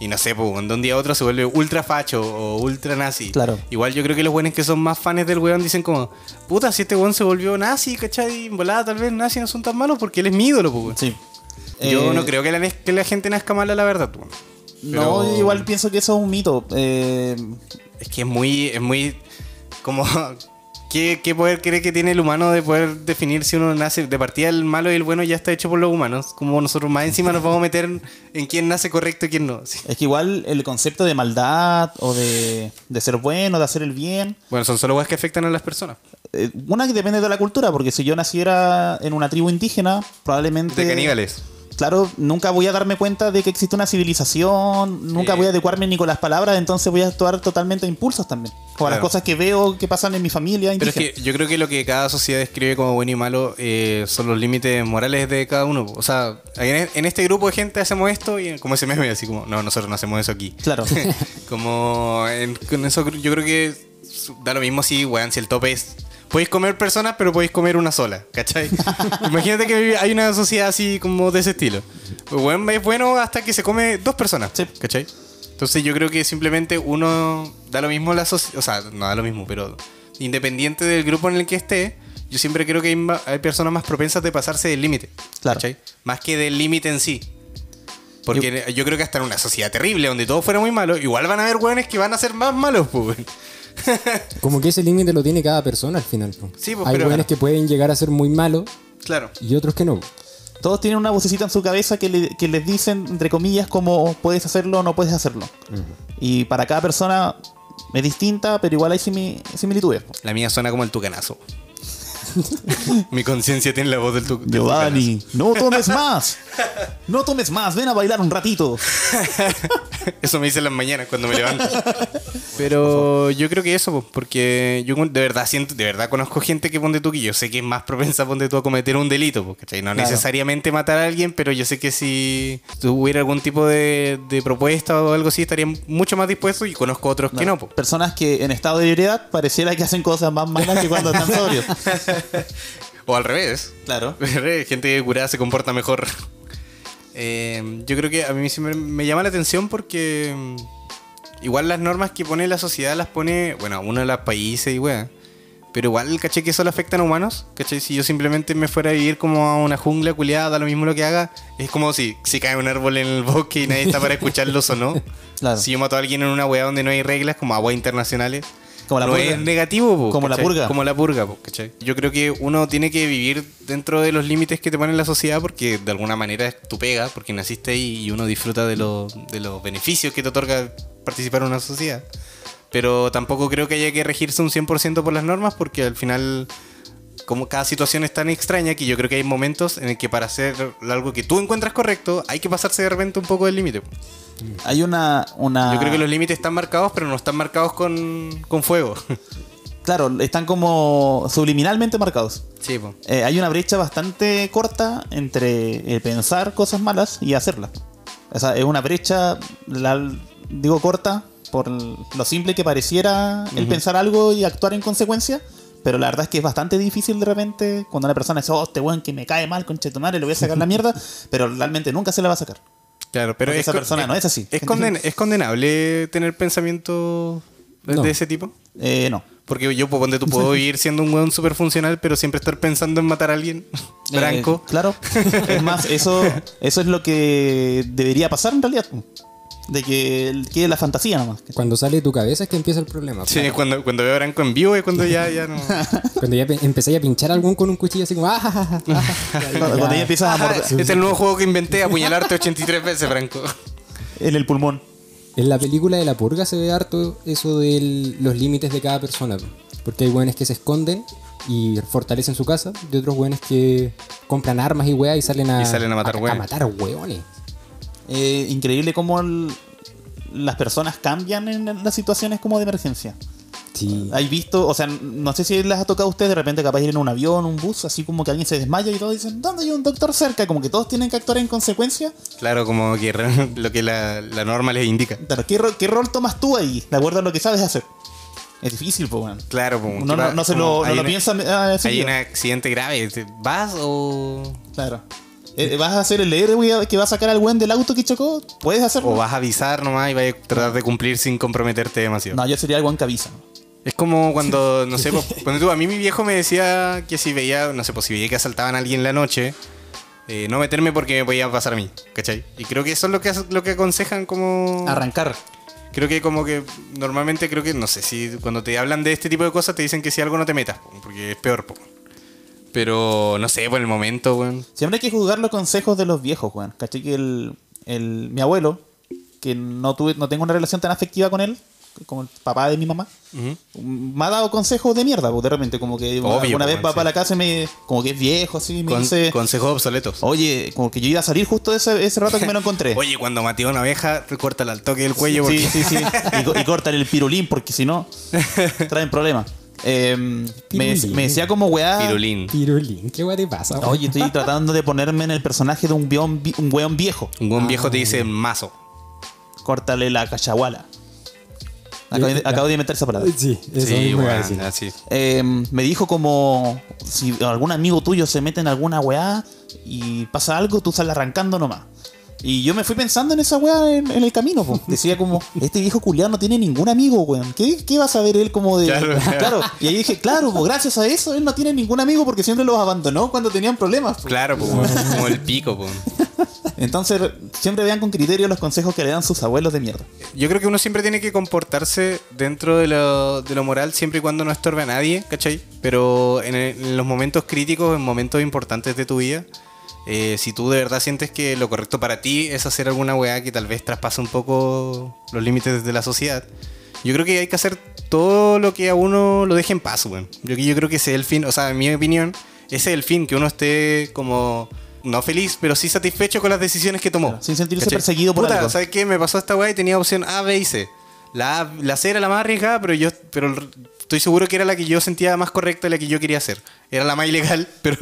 B: Y no sé, pues, weón, de un día a otro se vuelve ultra facho o ultra nazi.
A: Claro.
B: Igual yo creo que los buenos que son más fans del weón dicen como, puta, si este weón se volvió nazi, ¿cachai? En volada tal vez nazi no son tan malos porque él es mi ídolo, pues, weón.
A: Sí.
B: Yo
A: Eh,
B: no creo que la, que la gente nazca mala, la verdad, weón.
A: No,
B: Pero-
A: igual pienso que eso es un mito. Eh,
B: Es que es muy, es muy, como, ¿qué, qué poder cree que tiene el humano de poder definir si uno nace, de partida el malo y el bueno ya está hecho por los humanos? Como nosotros más encima nos vamos a meter en quién nace correcto y quién no. sí.
A: es que igual el concepto de maldad o de, de ser bueno, de hacer el bien,
B: Bueno, son solo weas que afectan a las personas.
A: eh, una que depende de la cultura, porque si yo naciera en una tribu indígena, probablemente...
B: De caníbales.
A: Claro, nunca voy a darme cuenta de que existe una civilización, nunca
B: Sí.
A: voy a adecuarme ni con las palabras, entonces voy a actuar totalmente a impulsos también. Con las
B: Claro.
A: cosas que veo que pasan en mi familia
B: Pero
A: indígena.
B: es que yo creo que lo que cada sociedad describe como bueno y malo eh, son los límites morales de cada uno. O sea, en, en este grupo de gente hacemos esto y como ese meme, así como, no, nosotros no hacemos eso aquí.
A: Claro.
B: Como en- con eso cr- yo creo que su- da lo mismo si, weón, si el tope es. Podéis comer personas, pero podéis comer una sola, ¿cachai? Imagínate que vive- hay una sociedad así como de ese estilo. Weón, es bueno hasta que se come dos personas,
A: Sí.
B: ¿cachai? Entonces yo creo que simplemente uno da lo mismo la sociedad, o sea, no da lo mismo, pero independiente del grupo en el que esté, yo siempre creo que hay, ma- hay personas más propensas de pasarse del límite,
A: Claro.
B: ¿cachai? Más que del límite en sí. Porque yo, creo que hasta en una sociedad terrible donde todo fuera muy malo, igual van a haber hueones que van a ser más malos, pues. weón.
C: Como que ese límite lo tiene cada persona al final. po.
B: Sí, pues,
C: Hay
B: pero-
C: weones que pueden llegar a ser muy malos
B: Claro.
C: y otros que no.
A: Todos tienen una vocecita en su cabeza que, le- que les dicen, entre comillas, como puedes hacerlo o no puedes hacerlo. Y para cada persona es distinta, pero igual hay simi- similitudes. po.
B: La mía suena como el tucanazo. Mi conciencia tiene la voz del, tu- del tucanazo.
A: Giovanni, no tomes más. No tomes más, ven a bailar un ratito.
B: Eso me dice en las mañanas cuando me levanto. Pero yo creo que eso, po, porque yo de verdad siento, de verdad conozco gente que ponte tú que yo sé que es más propensa ponte tú a cometer un delito, po, ¿cachai? No
A: Claro.
B: necesariamente matar a alguien, pero yo sé que si tuviera algún tipo de, de propuesta o algo así estaría mucho más dispuesto y conozco otros que no, po.
A: Personas que en estado de ebriedad pareciera que hacen cosas más malas que cuando están sobrios.
B: O al revés.
A: Claro.
B: Gente curada se comporta mejor. Eh, yo creo que a mí siempre me llama la atención porque mm, igual las normas que pone la sociedad las pone, bueno, uno de los países y weá. Pero igual, caché que solo afectan a humanos. Caché, si yo simplemente me fuera a vivir como a una jungla culiada, da lo mismo lo que haga. Es como si, si cae un árbol en el bosque y nadie está para escucharlos o no.
A: Claro.
B: Si yo mato a alguien en una weá donde no hay reglas, como aguas internacionales,
A: Como la
B: no
A: purga.
B: es negativo, po,
A: Como la
B: ¿cachai?
A: purga.
B: Como la purga, po, ¿cachai? Yo creo que uno tiene que vivir dentro de los límites que te pone la sociedad porque de alguna manera es tu pega, porque naciste ahí y uno disfruta de, los- de los beneficios que te otorga participar en una sociedad. Pero tampoco creo que haya que regirse un 100% por las normas porque al final como cada situación es tan extraña que yo creo que hay momentos en el que para hacer algo que tú encuentras correcto hay que pasarse de repente un poco del límite.
A: Hay una, una.
B: Yo creo que los límites están marcados, pero no están marcados con, con fuego.
A: Claro, están como subliminalmente marcados.
B: Sí, po.
A: Eh, hay una brecha bastante corta entre eh, pensar cosas malas y hacerlas. O sea, es una brecha, la- digo corta, por l- lo simple que pareciera el pensar algo y actuar en consecuencia. Pero la verdad es que es bastante difícil de repente cuando una persona dice, oh, este weón que me cae mal, conchetumare, le voy a sacar la mierda. Pero realmente nunca se la va a sacar.
B: Claro, pero
A: Porque esa
B: con-
A: persona no es así.
B: ¿Es, conden- es condenable tener pensamientos de,
C: No.
B: de ese tipo?
A: Eh, no.
B: Porque yo, pues, donde tú puedo vivir siendo un weón súper funcional, pero siempre estar pensando en matar a alguien
A: Eh,
B: blanco.
A: claro. Es más, eso, eso es lo que debería pasar en realidad. De que quede la fantasía nomás.
C: Cuando sale de tu cabeza es que empieza el problema. po.
B: Sí, cuando, cuando veo a Branco en vivo es cuando ya, ya no.
C: Cuando ya pe- empezáis a pinchar algún con un cuchillo así como... "Ah, ja, ja, ja, ah, ja", ya,
A: Cuando, cuando
C: ya.
A: ya empiezas a
B: Ajá,
A: morder
B: este es el nuevo juego que inventé, apuñalarte 83 veces, Branco.
A: en el pulmón.
C: En la película de la purga se ve harto eso de los límites de cada persona. po. Porque hay weones que se esconden y fortalecen su casa, de otros weones que compran armas y weas y salen a,
B: Y salen a matar
C: a,
B: weones.
C: matar weones.
A: Eh, increíble cómo el- las personas cambian en las situaciones como de emergencia.
C: Sí.
A: Hay visto, o sea, no sé si les ha tocado a ustedes de repente capaz ir en un avión, un bus, así como que alguien se desmaya y todos dicen, ¿dónde hay un doctor cerca? Como que todos tienen que actuar en consecuencia.
B: Claro, como que re- lo que la, la norma les indica.
A: Claro, ¿qué, ro- qué rol tomas tú ahí? De acuerdo a lo que sabes hacer. Es difícil, pues, bueno.
B: Claro, pues.
A: No, no, no se lo, no lo piensan. ah,
B: Hay
A: seguido.
B: un accidente grave. ¿Vas o.?
A: Claro. Eh, ¿Vas a hacer el héroe que va a sacar al weón del auto que chocó? ¿Puedes hacerlo?
B: O vas a avisar nomás y vas a tratar de cumplir sin comprometerte demasiado.
A: No, yo sería el weón que avisa.
B: Es como cuando, no sé, pues, ponte tú, a mí mi viejo me decía que si veía, no sé, pues si veía que asaltaban a alguien en la noche, eh, no meterme porque me podía pasar a mí, ¿cachai? Y creo que eso es lo que, lo que aconsejan como...
A: Arrancar.
B: Creo que como que normalmente creo que, no sé, si cuando te hablan de este tipo de cosas te dicen que si algo no te metas, po, porque es peor, po. Pero no sé, por el momento, weón.
A: Siempre hay que juzgar los consejos de los viejos, weón. Caché que el, el- mi abuelo, que no, tuve, no tengo una relación tan afectiva con él, como el papá de mi mamá,
B: Ujú.
A: me ha dado consejos de mierda, pues de repente, como que una-
B: Obvio,
A: alguna
B: pues,
A: vez va
B: sí.
A: para la casa y me. como que es viejo, así, me
B: Con-
A: dice.
B: consejos obsoletos.
A: Oye, como que yo iba a salir justo ese, ese rato que me lo encontré.
B: Oye, cuando maté a una abeja, córtala al toque del cuello porque...
A: Sí, sí, sí. Y, co- y cortan el pirulín porque si no, traen problemas. Eh, me,
C: Pirulín.
A: me decía como weá.
B: Pirulín.
C: Ah, Pirulín, ¿qué weá te pasa?
A: Oye, estoy tratando de ponerme en el personaje de un, weón vi- un weón viejo.
B: Un buen viejo te dice mazo.
A: Córtale la cachahuala. Acabo, de- acabo de inventar esa palabra.
C: Sí, eso
B: Sí,
C: mismo iba a
B: weón,
C: decir.
B: así.
A: Eh, me dijo como si algún amigo tuyo se mete en alguna weá y pasa algo, tú sales arrancando nomás. Y yo me fui pensando en esa weá en, en el camino, po. Decía como, este viejo culiado no tiene ningún amigo, weón. ¿Qué, qué va a saber él como de.
B: Claro, claro.
A: Y ahí dije, claro, pues gracias a eso él no tiene ningún amigo porque siempre los abandonó cuando tenían problemas. po".
B: Claro, po, weón, como el pico. po.
A: Entonces, siempre vean con criterio los consejos que le dan sus abuelos de mierda.
B: Yo creo que uno siempre tiene que comportarse dentro de lo, de lo moral, siempre y cuando no estorbe a nadie, ¿cachai? Pero en, el- en los momentos críticos, en momentos importantes de tu vida, eh, si tú de verdad sientes que lo correcto para ti es hacer alguna weá que tal vez traspasa un poco los límites de la sociedad, yo creo que hay que hacer todo lo que a uno lo deje en paz, weón. Yo, yo creo que ese es el fin, o sea, en mi opinión, ese es el fin, que uno esté como... No feliz, pero sí satisfecho con las decisiones que tomó.
A: Claro, sin sentirse perseguido por
B: Puta,
A: algo.
B: ¿sabes qué? Me pasó esta weá y tenía opción A, B y C. La, A- la C era la más arriesgada, pero yo pero el- estoy seguro que era la que yo sentía más correcta y la que yo quería hacer. Era la más ilegal, pero.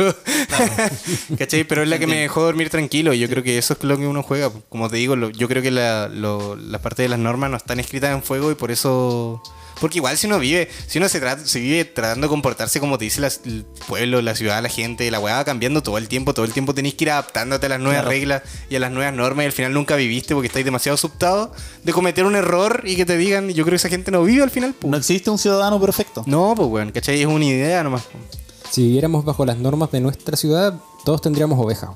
B: ¿Cachai? Pero es la que me dejó dormir tranquilo. y Yo creo que eso es lo que uno juega. Como te digo, lo- yo creo que la, lo- la parte de las normas no están escritas en fuego y por eso. Porque igual si uno vive, si uno se, trata- se vive tratando de comportarse como te dice la- el pueblo, la ciudad, la gente, la weá va cambiando todo el tiempo, todo el tiempo tenés que ir adaptándote a las nuevas
A: Claro.
B: reglas y a las nuevas normas y al final nunca viviste porque estáis demasiado subtados de cometer un error y que te digan, yo creo que esa gente no vive al final. po".
A: No existe un ciudadano perfecto.
B: No, pues weón, ¿cachai? Es una idea nomás. po.
C: Si viviéramos bajo las normas de nuestra ciudad, todos tendríamos ovejas.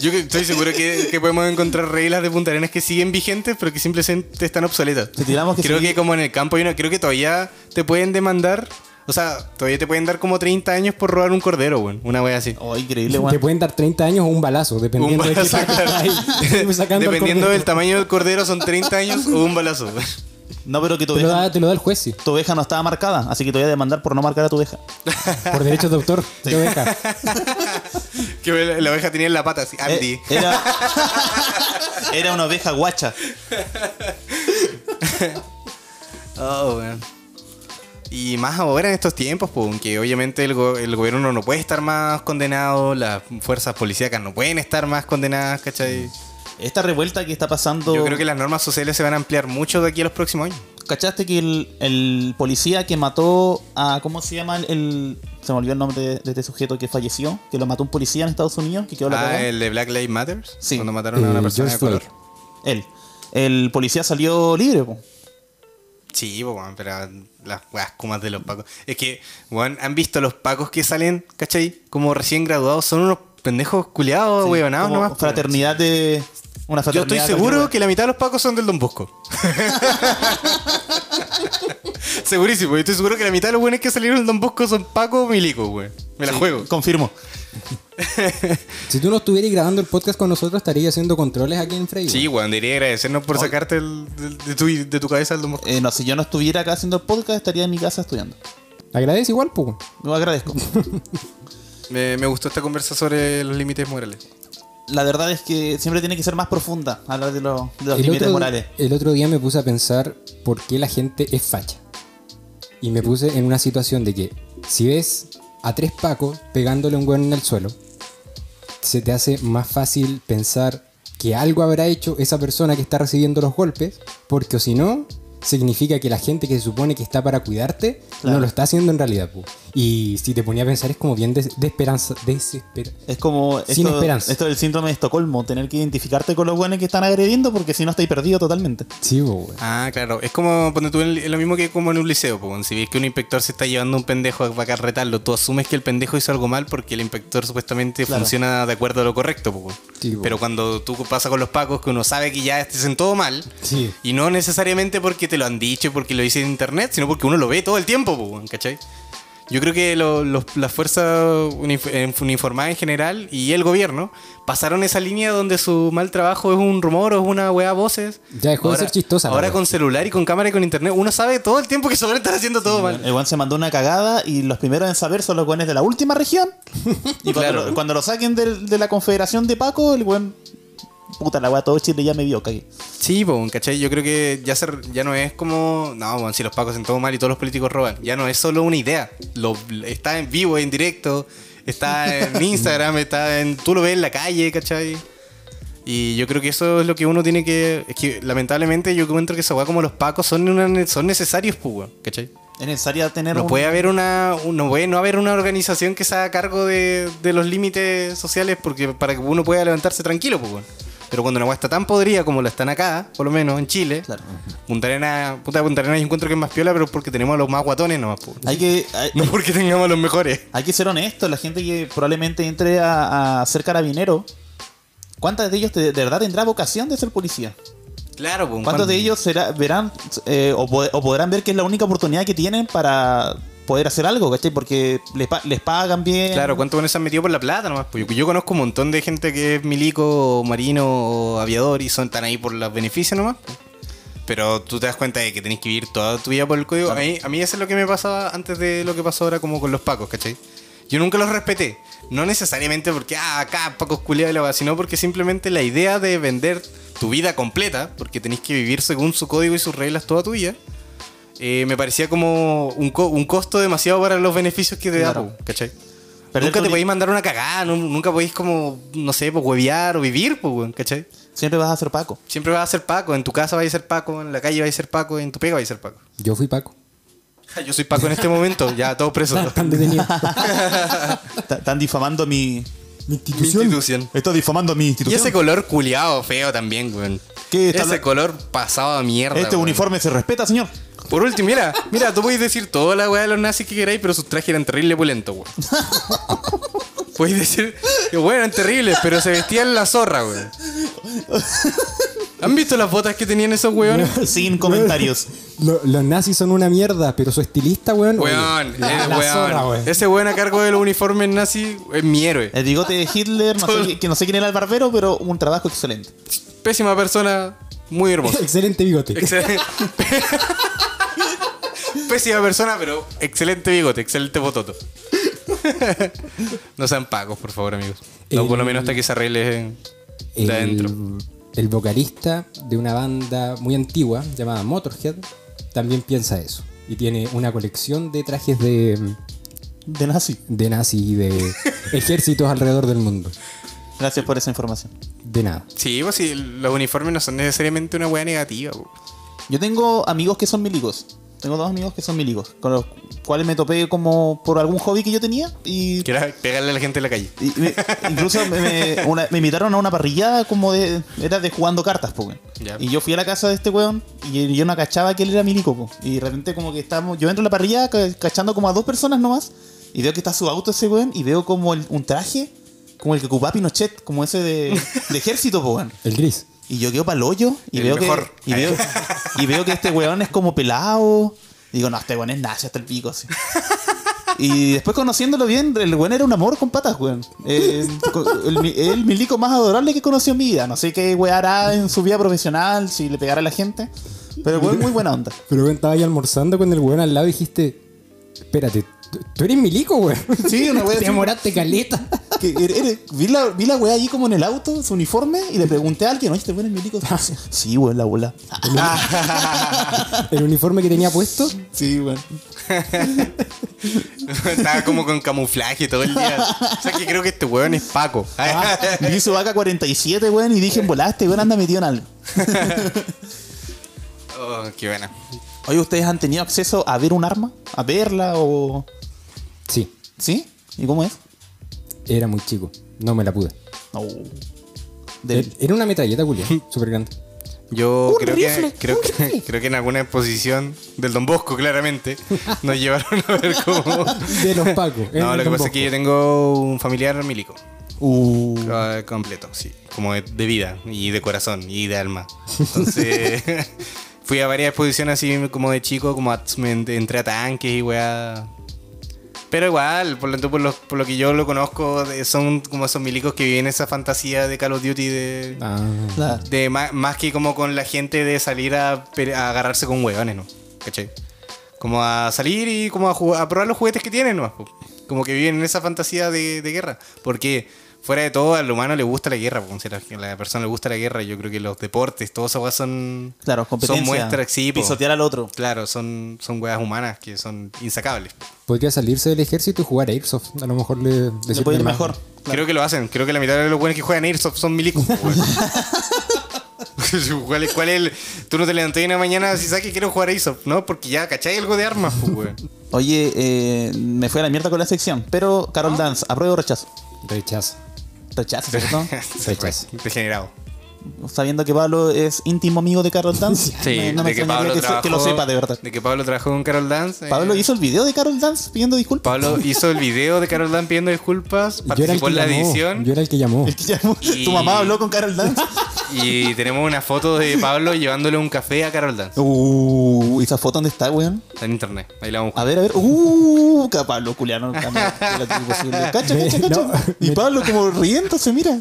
B: Yo que- estoy seguro que, que podemos encontrar reglas de Punta Arenas que siguen vigentes, pero que simplemente están obsoletas.
A: Si tiramos que
B: creo
A: sí.
B: que como en el campo hay una, creo que todavía te pueden demandar, o sea, todavía te pueden dar como 30 años por robar un cordero, weón, una wea así.
A: Oh, increíble,
C: Te
A: weón.
C: pueden dar 30 años o un balazo, dependiendo
B: Un
C: de qué
B: balazo,
C: tan-
B: claro.
C: Ay, estoy sacando al
B: Dependiendo del
C: cordero.
B: tamaño del cordero, son 30 años o un balazo.
A: No, pero que tu
C: Te lo,
A: oveja,
C: da, te lo da el juez, sí.
A: tu oveja no estaba marcada, así que te voy a demandar por no marcar a tu oveja.
C: Por derechos de autor, de oveja.
B: que la, la oveja tenía en la pata así, Andy.
A: Eh, Era, era una oveja guacha.
B: Oh, weón. Y más ahora en estos tiempos, pues, que obviamente el, go- el gobierno no puede estar más condenado, las fuerzas policíacas no pueden estar más condenadas, ¿cachai?
A: Esta revuelta que está pasando.
B: Yo creo que las normas sociales se van a ampliar mucho de aquí a los próximos años.
A: ¿Cachaste que el, el policía que mató a. ¿Cómo se llama? el- El, se me olvidó el nombre de, de este sujeto que falleció, que lo mató un policía en Estados Unidos, que quedó la
B: Ah,
A: cagada?
B: el de Black Lives Matter,
A: Sí.
B: cuando mataron a una
C: Eh,
B: persona
C: George
B: de color.
C: Floyd.
A: Él. El policía salió libre, po.
B: Sí, po, weón, pero las weas comas de los pacos. Es que, weón, han visto los pacos que salen, ¿cachai? Como recién graduados, son unos pendejos culiados, weonados
A: Como
B: Oh, ah, nomás. pues. po.
A: Fraternidad de. Una
B: Yo
A: fraternidad.
B: estoy seguro que la mitad de los pacos son del Don Bosco. Segurísimo, yo estoy seguro que la mitad de los weones que salieron del Don Bosco son pacos o milicos, weón. Me la juego.
A: Confirmo.
C: Si tú no estuvieras grabando el podcast con nosotros, estarías haciendo controles aquí en Frey.
B: Sí, weón, debería agradecernos por sacarte el- del- de, tu, de tu cabeza el Don Bosco.
A: Eh, no, si yo no estuviera acá haciendo el podcast, estaría en mi casa estudiando.
C: Agradece igual, pues.
A: Lo agradezco.
B: Me, me gustó esta conversa sobre los límites morales.
A: la verdad es que siempre tiene que ser más profunda hablar de, lo- de los
C: el
A: límites
C: otro,
A: morales.
C: el otro día me puse a pensar por qué la gente es facha. Y me puse en una situación de que si ves a tres pacos pegándole un weón en el suelo, se te hace más fácil pensar que algo habrá hecho esa persona que está recibiendo los golpes, porque o si no, significa que la gente que se supone que está para cuidarte
A: Claro.
C: no lo está haciendo en realidad. pu. Y si te ponía a pensar, es como bien des- de esperanza. Desespera.
A: Es como esto,
C: Sin esperanza.
A: esto del síndrome de Estocolmo, tener que identificarte con los buenos que están agrediendo porque si no estáis perdido totalmente.
C: Sí, po, weón.
B: Ah, claro. Es como ponte tú en el- es lo mismo que como en un liceo, po, weón. si ves que un inspector se está llevando a un pendejo a a retarlo, tú asumes que el pendejo hizo algo mal porque el inspector supuestamente
A: Claro.
B: funciona de acuerdo a lo correcto, po, weón.
C: Sí, po.
B: Pero cuando tú pasas con los pacos que uno sabe que ya estén todo mal,
C: Sí.
B: y no necesariamente porque te lo han dicho y porque lo dice en internet, sino porque uno lo ve todo el tiempo, po, weón, ¿cachai? Yo creo que lo- los- las fuerzas unif- eh, uniformadas en general y el gobierno pasaron esa línea donde su mal trabajo es un rumor o es una weá a voces.
C: Ya dejó de ser chistosa la
B: Ahora
C: weá.
B: con celular y con cámara y con internet, uno sabe todo el tiempo que sobre estar haciendo todo mal.
A: El buen se mandó una cagada y los primeros en saber son los buenos de la última región. Y cuando,
B: Claro.
A: lo, cuando lo saquen del- de la confederación de Paco, el buen. Puta la weá, todo Chile ya me vio, cagué.
B: Sí, po, ¿cachai? Yo creo que ya, se- ya no es como, no, bueno, si los pacos hacen todo mal y todos los políticos roban. Ya no es solo una idea. Lo, está en vivo, en directo, está en Instagram, está en. Tú lo ves en la calle, ¿cachai? Y yo creo que eso es lo que uno tiene que. Es que lamentablemente yo encuentro que esa weá como los pacos son, una- son necesarios, pues, weón, ¿cachai?
A: Es necesario tener
B: No
A: un-
B: puede haber una. un- No puede no haber una organización que se haga cargo de, de los límites sociales porque para que uno pueda levantarse tranquilo, pues weón. Pero cuando una weá está tan podrida como la están acá, por lo menos en Chile,
A: Claro.
B: Punta Arena, puta Punta Arena yo encuentro que es más piola, pero es porque tenemos a los más guatones nomás, pues.
A: Hay que, hay,
B: No porque tengamos a los mejores.
A: hay que ser honesto, la gente que probablemente entre a, a ser carabinero, ¿cuántas de ellos te- de verdad tendrá vocación de ser policía?
B: Claro, pues.
A: ¿Cuántos de ellos será- verán eh, o, po- o podrán ver que es la única oportunidad que tienen para poder hacer algo, ¿cachai? Porque les, pa- les pagan bien.
B: Claro, ¿cuántos buenos se han metido por la plata nomás? Pues yo, yo conozco un montón de gente que es milico, o marino, o aviador y son tan ahí por los beneficios nomás. pues. Pero tú te das cuenta de que tenés que vivir toda tu vida por el código. A mí, a mí eso es lo que me pasaba antes de lo que pasó ahora como con los pacos, ¿cachai? Yo nunca los respeté. No necesariamente porque, ah, acá pacos culiados y la va, sino porque simplemente la idea de vender tu vida completa, porque tenés que vivir según su código y sus reglas toda tu vida, eh, me parecía como un, co- un costo demasiado para los beneficios que te da,
A: Claro.
B: pues, ¿cachai?
A: Perder
B: nunca
A: tu li-
B: te podéis mandar una cagada, nu- nunca podéis como, no sé, pues huevear o vivir, pues, weón, ¿cachai?
A: Siempre vas a ser Paco.
B: Siempre vas a ser Paco, en tu casa vais a ser Paco, en la calle vais a ser Paco, en tu pega vais a ser Paco.
C: Yo fui Paco.
B: Yo soy Paco en este momento, ya todos presos.
C: Tan detenido.
A: Ta- Están difamando mi...
C: Mi
B: Mi institución.
A: Están difamando mi
B: Y
A: institución.
B: ese color culiado feo también, weón.
A: ¿Qué está
B: ese
A: la-
B: color pasado a mierda.
A: este
B: weón.
A: uniforme se respeta, señor.
B: Por último, mira, mira, tú podéis decir toda la weá de los nazis que queráis, pero sus trajes eran terrible pulentos, weón. podéis decir que bueno, eran terribles, pero se vestían la zorra, weón. ¿Han visto las botas que tenían esos weones?
A: Sin comentarios.
C: Lo- los nazis son una mierda, pero su estilista, weón. oye,
B: Weón,
C: la-
B: eh,
C: la
B: weón.
C: zorra, weón.
B: Ese weón a cargo de los uniformes nazi es mi héroe.
A: El bigote de Hitler, no sé, que no sé quién era el barbero, pero un trabajo excelente.
B: Pésima persona, muy hermosa.
C: Excelente bigote.
B: Excelente. Pésima persona, pero excelente bigote, excelente bototo. no sean pagos, por favor, amigos.
A: Eh,
B: No, por lo
C: El-
B: menos hasta que se arregle de adentro.
C: el vocalista de una banda muy antigua llamada Motorhead también piensa eso. Y tiene una colección de trajes de,
A: De nazi.
C: de nazis y de ejércitos alrededor del mundo.
A: Gracias por esa información.
C: De nada.
B: Sí, pues sí, los uniformes no son necesariamente una weá negativa. po.
A: Yo tengo amigos que son miligos. Tengo dos amigos que son miligos, con los cuales me topé como por algún hobby que yo tenía y
B: Que era pegarle a la gente en la calle.
A: Y me- incluso me, me- una- me invitaron a una parrillada como de. Era de jugando cartas, po, weón.
B: Ya.
A: Y yo fui a la casa de este weón y yo no cachaba que él era milico, po. Y de repente, como que estábamos. Yo entro a la parrillada ca- cachando como a dos personas nomás. Y veo que está su auto ese weón. Y veo como el- un traje, como el que ocupaba Pinochet, como ese de, de ejército, po, weón.
C: El gris.
A: Y yo quedo para el hoyo y
B: El
A: veo,
B: mejor.
A: Que, y, veo, y veo que este weón es como pelado. Y digo, no, este weón es nazi hasta el pico, así. Y después conociéndolo bien, el weón era un amor con patas, weón. Eh, co- el, mi- el milico más adorable que conoció en mi vida. No sé qué weá hará en su vida profesional, si le pegará a la gente. Pero el weón muy buena onda.
C: Pero weón, estaba ahí almorzando con el weón al lado y dijiste: Espérate, ¿tú- tú eres milico, weón.
A: Sí, una weá
C: Te
A: así.
C: enamoraste caleta.
A: Que er- er- vi, la, vi la weá allí como en el auto, su uniforme, y le pregunté a alguien, oye, este weón es milico. Sí, weón, la bola.
C: El uniforme que tenía puesto.
A: Sí, weón.
B: Estaba como con camuflaje todo el día. O sea que creo que este weón es Paco.
A: Vi su vaca 47, weón, y dije, volaste, weón, anda metido en algo.
B: Oh, qué buena.
A: Oye, ¿ustedes han tenido acceso a ver un arma? ¿A verla o,
C: Sí,
A: ¿Sí? ¿Y cómo es?
C: era muy chico. No me la pude. Eh,
A: No. Del-
C: Era una metralleta, culia, súper grande.
B: Yo
A: Un
B: creo,
A: rifle,
B: que, creo,
A: un
B: que,
A: rifle.
B: creo que en alguna exposición del Don Bosco, claramente, nos llevaron a ver cómo.
C: De los pacos. en
B: No, lo que
C: Don
B: pasa es que yo tengo un familiar milico.
A: Uh,
B: Ah, Completo, sí. Como de, de vida y de corazón y de alma. Entonces, fui a varias exposiciones así como de chico, como a- me en- entré a tanques y weá. Pero igual, por lo, por lo, por lo que yo lo conozco, de- son como esos milicos que viven esa fantasía de Call of Duty de...
C: Ah,
A: la-
B: de ma- más, que como con la gente de salir a, pele- a agarrarse con huevones, ¿no? ¿Cachai? Como a salir y como a, ju- a probar los juguetes que tienen, ¿no? Como que viven en esa fantasía de, de guerra. Porque fuera de todo, al humano le gusta la guerra. po. Si a la, a la persona le gusta la guerra, yo creo que los deportes, todas esas weas son.
A: claro, competencia.
B: Son muestras, sí, po.
A: Pisotear al otro.
B: Claro, son, son weas humanas que son insacables.
C: podría salirse del ejército y jugar a Airsoft. A lo mejor le, le
A: Le
C: sirve
A: puede ir
C: más.
A: mejor.
B: Creo que lo hacen. Creo que la mitad de los buenos que juegan Airsoft son milicos. po, weón. ¿Cuál es, ¿Cuál es el...? Tú no te levantas una mañana si sabes que quiero jugar Airsoft, ¿no? Porque ya, ¿cachai? Algo de armas, po, weón.
A: Oye, eh, me fue a la mierda con la sección. Pero, Carol Dance, ¿apruebo o rechazo?
C: Rechazo.
A: Rechazo, ¿cierto?
B: Se fue.
C: Rechazo.
B: Degenerado.
A: Sabiendo que Pablo es íntimo amigo de Carol Dance, me- no me extrañaría que, se- que lo sepa de verdad.
B: De que Pablo trabajó con Carol Dance. eh,
A: Pablo hizo el video de Carol Dance pidiendo disculpas.
B: Pablo hizo el video de Carol Dance pidiendo disculpas,
C: Yo era el
B: participó
C: que
B: en la
C: llamó,
B: edición
C: Yo era el que llamó.
A: El que llamó-
B: Y-
A: Tu mamá habló con Carol Dance.
B: y tenemos una foto de Pablo llevándole un café a Carol Dance.
A: uh, ¿esa foto dónde está, weón?
B: Está en internet, ahí la vamos a
A: A ver, a ver. Uh, ca- Pablo culiano. cambia, la tribu posible. Cacha, cacha,
C: Me-
A: cacha.
C: no,
A: y
C: me-
A: Pablo como riéndose, mira.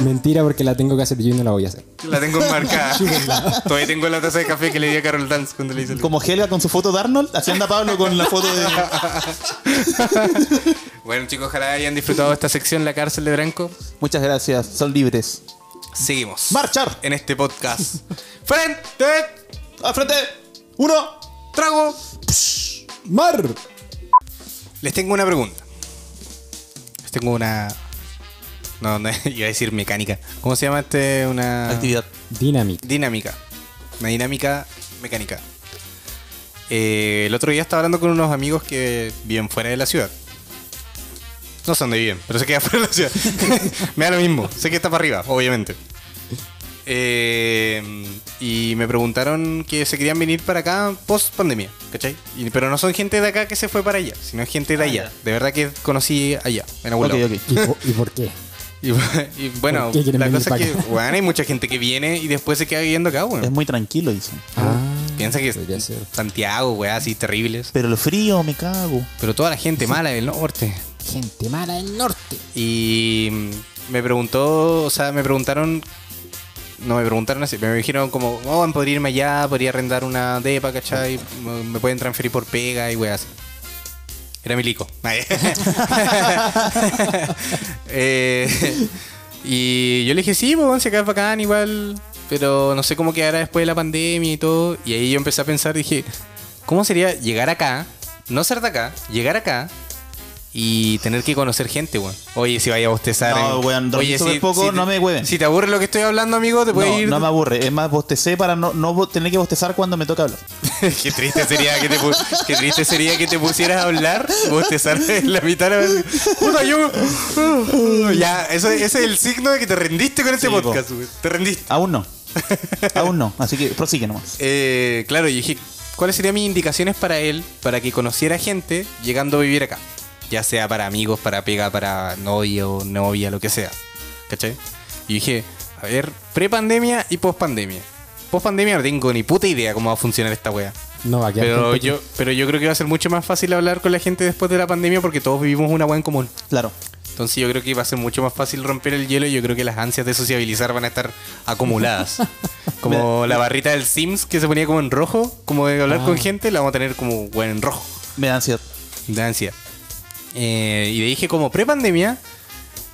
C: Mentira, porque la tengo que hacer yo y no la voy a hacer.
A: Ah.
B: buscar. La tengo enmarcada. Todavía tengo la taza de café que le di a Carol Dance cuando le hice el
A: Como Helga con su foto de Arnold, así anda Pablo con la foto de.
B: Bueno, chicos, ojalá hayan disfrutado esta sección La cárcel de Branco.
A: Muchas gracias, son libres.
B: Seguimos.
A: Marchar.
B: En este podcast. Frente,
A: ¡Al frente! ¡Uno!
B: trago.
C: ¡Mar!
B: Les tengo una pregunta. Les tengo una. No, no, iba a decir mecánica. ¿Cómo se llama este? Una.
A: Actividad.
C: Dynamic.
B: Dinámica. Una dinámica mecánica. Eh, el otro día estaba hablando con unos amigos que viven fuera de la ciudad. No sé dónde viven, pero se queda fuera de la ciudad. me da lo mismo. Sé que está para arriba, obviamente. Eh, y me preguntaron que se querían venir para acá post pandemia, ¿cachai? Y- pero no son gente de acá que se fue para allá, sino es gente de
A: Ah,
B: allá.
A: ya.
B: De verdad que conocí allá, en algún
A: Ok,
B: lado.
A: ok.
C: ¿Y, po- y por qué?
B: Y, y bueno,
C: ¿Por qué quieren
B: la
C: venir
B: cosa es
C: para
B: que,
C: acá?
B: bueno, hay mucha gente que viene y después se queda viviendo acá, bueno.
A: Es muy tranquilo, dicen.
B: Ah.
C: Ah.
B: Piensa que
C: Podría ser.
B: Santiago, weá, así terribles.
A: Pero lo frío me cago.
B: Pero toda la gente mala del norte.
C: Gente mala del norte.
B: Y mm, me preguntó, o sea, me preguntaron. No me preguntaron así, me dijeron como, oh, podría irme allá, podría arrendar una depa, ¿cachai? Me- Me pueden transferir por pega y weas. Era milico. Ay. Eh, y yo le dije, sí, pues, se acá es bacán igual, pero no sé cómo quedará después de la pandemia y todo. Y ahí yo empecé a pensar, dije, ¿cómo sería llegar acá, no ser de acá, llegar acá y tener que conocer gente, weón? Oye, si vaya a bostezar.
A: No,
B: en-
A: weón, dormí súper poco,
B: te-
A: no me hueven.
B: Si te aburre lo que estoy hablando, amigo, te puedes
A: No,
B: ir.
A: no me aburre. Es más, bostecé para no, no bo- tener que bostezar cuando me toca hablar.
B: qué triste sería que te pu- qué triste sería que te pusieras a hablar bostezar en la mitad de la- puta yo uh, ya eso- ese es el signo de que te rendiste con este
A: Sí, po.
B: podcast güey. te rendiste
A: Aún no. Aún no. Así que prosigue nomás.
B: Eh, claro y dije cuáles serían mis indicaciones para él para que conociera gente llegando a vivir acá ya sea para amigos para pega para novio novia lo que sea ¿cachai? y dije a ver pre pandemia y post pandemia post pandemia no tengo ni puta idea cómo va a funcionar esta wea
C: No va a quedar.
B: Pero
C: gente que-
B: yo, pero yo creo que va a ser mucho más fácil hablar con la gente después de la pandemia porque todos vivimos una hueá en común.
A: Claro.
B: Entonces yo creo que va a ser mucho más fácil romper el hielo y yo creo que las ansias de sociabilizar van a estar acumuladas. como la barrita del Sims que se ponía como en rojo, como de
C: Ah.
B: hablar con gente, la vamos a tener como bueno, en rojo
A: Me da ansiedad.
B: de ansia. Eh, y le dije como pre-pandemia,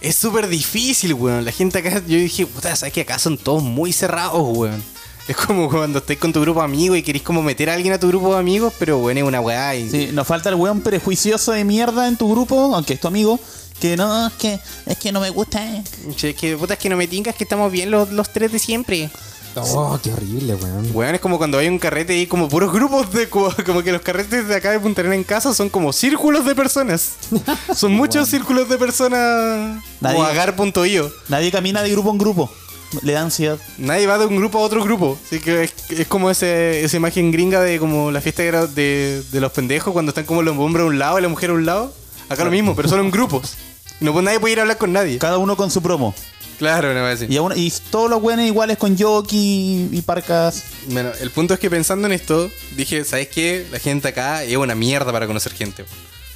B: es súper difícil, weón. La gente acá, yo dije, puta, ¿sabes que acá son todos muy cerrados, weón? Es como cuando estés con tu grupo de amigos y querés como meter a alguien a tu grupo de amigos, pero bueno, es una weá. Y,
A: Sí, nos falta el weón prejuicioso de mierda en tu grupo, aunque es tu amigo, que no, es que, es que no me gusta. eh.
B: Che, que puta, es que no me tingas que estamos bien los, los tres de siempre.
C: Oh, qué horrible, weón.
B: Weón, es como cuando hay un carrete y hay como puros grupos de. Como, como que los carretes de acá de Punta Arenas en casa son como círculos de personas. Son muchos círculos de personas.
A: Nadie-
B: O agar.io.
A: Nadie camina de grupo en grupo. Le da ansiedad.
B: Nadie va de un grupo a otro grupo. Así que es, es como ese, esa imagen gringa de como la fiesta de, gra- de- de los pendejos cuando están como los hombres a un lado y la mujer a un lado. Acá lo mismo, pero solo en grupos. Y no, pues, nadie puede ir a hablar con nadie.
A: Cada uno con su promo.
B: Claro, no así.
A: Y, aún- y todos los buenos iguales con Yoki y Parcas.
B: Bueno, el punto es que pensando en esto, dije, ¿sabes qué? La gente acá es una mierda para conocer gente.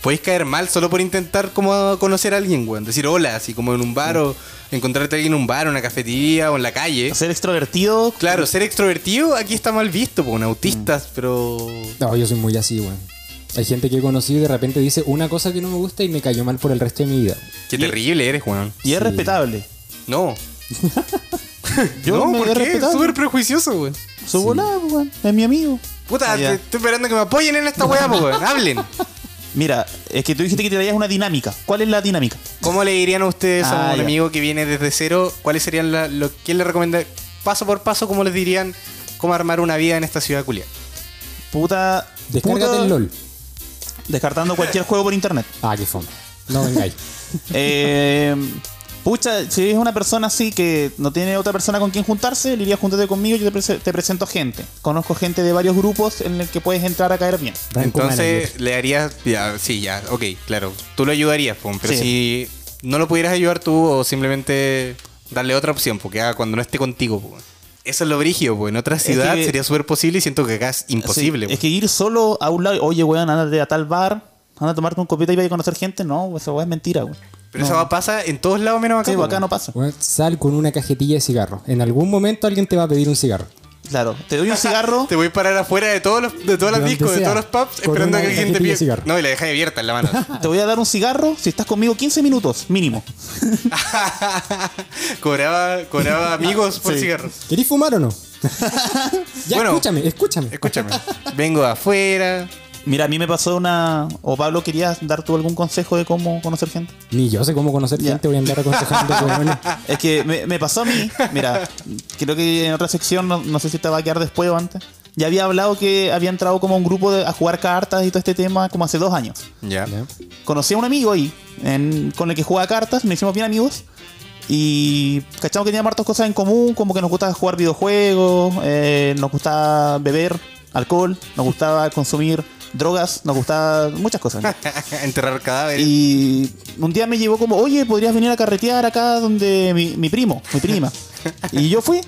B: Podéis caer mal solo por intentar como conocer a alguien, weón. Decir hola, así como en un bar o encontrarte a alguien en un bar, en una cafetería o en la calle.
A: Ser extrovertido.
B: Claro, ser extrovertido aquí está mal visto, con autistas, pero...
C: No, yo soy muy así, weón. Hay gente que he conocido y de repente dice una cosa que no me gusta y me cayó mal por el resto de mi vida.
B: Qué terrible eres, weón.
A: Y es
C: Sí.
A: respetable.
B: No.
A: Yo
B: no,
A: me
B: ¿por
A: he
B: qué?
A: respetado.
B: Súper prejuicioso, weón.
A: Su volada, pues, weón. Es mi amigo.
B: Puta,
A: Ah, ya.
B: te- estoy esperando que me apoyen en esta weá, po, weón. Hablen.
A: Mira, es que tú dijiste que te traías una dinámica. ¿Cuál es la dinámica?
B: ¿Cómo le dirían a ustedes a
A: Ah,
B: un
A: ya.
B: amigo que viene desde cero? ¿Cuáles serían la, lo quién le recomienda paso por paso cómo les dirían cómo armar una vida en esta ciudad culia?
A: Puta.
C: Descárgate
A: puta-
C: el LOL.
A: Descartando cualquier juego por internet.
C: Ah, qué fome. No vengáis.
A: Eh, pucha, si es una persona así que no tiene otra persona con quien juntarse, le diría júntate conmigo, yo te, prese- te presento gente. Conozco gente de varios grupos en el que puedes entrar a caer bien.
C: Franco
B: Entonces
C: manager.
B: le harías, ya, sí, ya, ok, claro, tú lo ayudarías, po, pero si no lo pudieras ayudar tú o simplemente darle otra opción, porque haga cuando no esté contigo, po. eso es lo brígido, po. en otra ciudad
A: que-
B: sería súper posible y siento que acá es imposible.
A: Sí, es
B: po.
A: que ir solo a un lado, oye, weón, andate a tal bar, anda a tomarte un copito y vaya a conocer gente, no, esa weá es mentira, weón.
B: pero eso va- pasa en todos lados menos acá.
A: Sí,
B: po,
A: acá no pasa.
C: Weón, sal con una cajetilla de cigarro. En algún momento alguien te va a pedir un cigarro.
A: Claro, te doy un cigarro.
B: Te voy a parar afuera de todos los, de todas las
C: De donde
B: discos, de
C: sea,
B: todos los pubs,
C: con
B: esperando a
C: una
B: que alguien te
C: cajetilla de
B: pida.
C: cigarro.
B: No, y la dejáis abierta en la mano.
A: Te voy a dar un cigarro si estás conmigo 15 minutos, mínimo.
B: cobraba, cobraba amigos por
A: Sí.
B: cigarros.
C: ¿Querís fumar o no? ya,
B: Bueno.
C: escúchame, escúchame.
B: Escúchame. Vengo de afuera.
A: Mira, a mí me pasó una. O Pablo, ¿querías dar tú algún consejo de cómo conocer gente?
C: Ni yo sé cómo conocer
A: Ya.
C: gente, voy a andar aconsejando, pues, weón.
A: Es que me, me pasó a mí, mira, creo que en otra sección, no, no sé si te va a quedar después o antes, ya había hablado que había entrado como un grupo de- a jugar cartas y todo este tema como hace dos años.
B: Ya.
C: Ya.
A: Conocí a un amigo ahí, en- con el que jugaba cartas, nos hicimos bien amigos y cachamos que teníamos hartas cosas en común, como que nos gustaba jugar videojuegos, eh, nos gustaba beber alcohol, nos gustaba consumir drogas, nos gustaba muchas cosas. ¿no?
B: Enterrar cadáveres.
A: Y un día me llevó como, oye, podrías venir a carretear acá donde mi, mi primo, mi prima. y yo fui.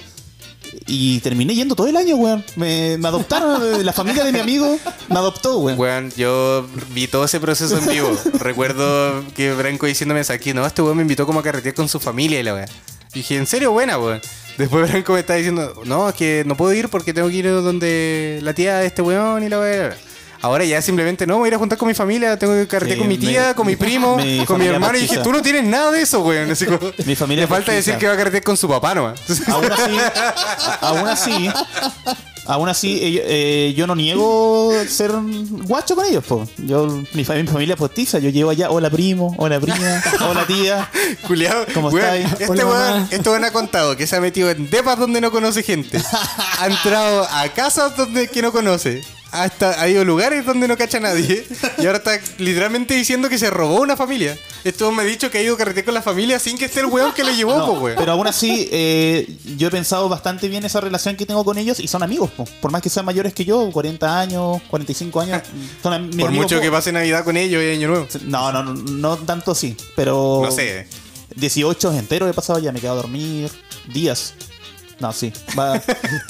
A: Y terminé yendo todo el año, weón. Me, me adoptaron, eh, la familia de mi amigo me adoptó, weón.
B: Weón, yo vi todo ese proceso en vivo. Recuerdo que Branco diciéndome aquí, no, este weón me invitó como a carretear con su familia y la weá. Y dije, ¿en serio buena, weón? Después Branco me estaba diciendo, no, es que no puedo ir porque tengo que ir donde la tía de este weón y la weá. Ahora ya simplemente no, voy a ir a juntar con mi familia, tengo que carretear
A: Sí,
B: con mi
A: mi-
B: tía, con mi primo,
A: mi
B: con mi
A: familia
B: hermano. Y dije,
A: postiza.
B: tú no tienes nada de eso, weón. Así como,
A: Mi familia
B: Le falta
A: postiza.
B: decir que va a carretear con su papá nomás.
A: Aún así, aún así, aún así, eh, eh, yo no niego ser guacho con ellos, po. Yo, mi, fa- mi familia es postiza, yo llevo allá, hola primo, hola prima, hola tía.
B: Culeado,
A: ¿Cómo
B: weón,
A: estáis?
B: este
C: Hola,
B: weón,
C: mamá.
B: este weón ha contado que se ha metido en depas donde no conoce gente. Ha entrado a casas donde que no conoce. Hasta ha ido a lugares donde no cacha a nadie. Y ahora está literalmente diciendo que se robó una familia. Este weón me ha dicho que ha ido a carretear con la familia sin que esté el weón que le llevó,
A: No,
B: po, weón.
A: pero aún así, eh, yo he pensado bastante bien esa relación que tengo con ellos y son amigos, po. por más que sean mayores que yo, 40 años, 45 años, son am- mis
B: Por
A: amigos,
B: mucho
A: po.
B: que pase Navidad con ellos y Año Nuevo.
A: No, no, no, no tanto así, pero...
B: No sé.
A: 18 enteros he pasado ya, me he quedado a dormir, días. No, sí, va-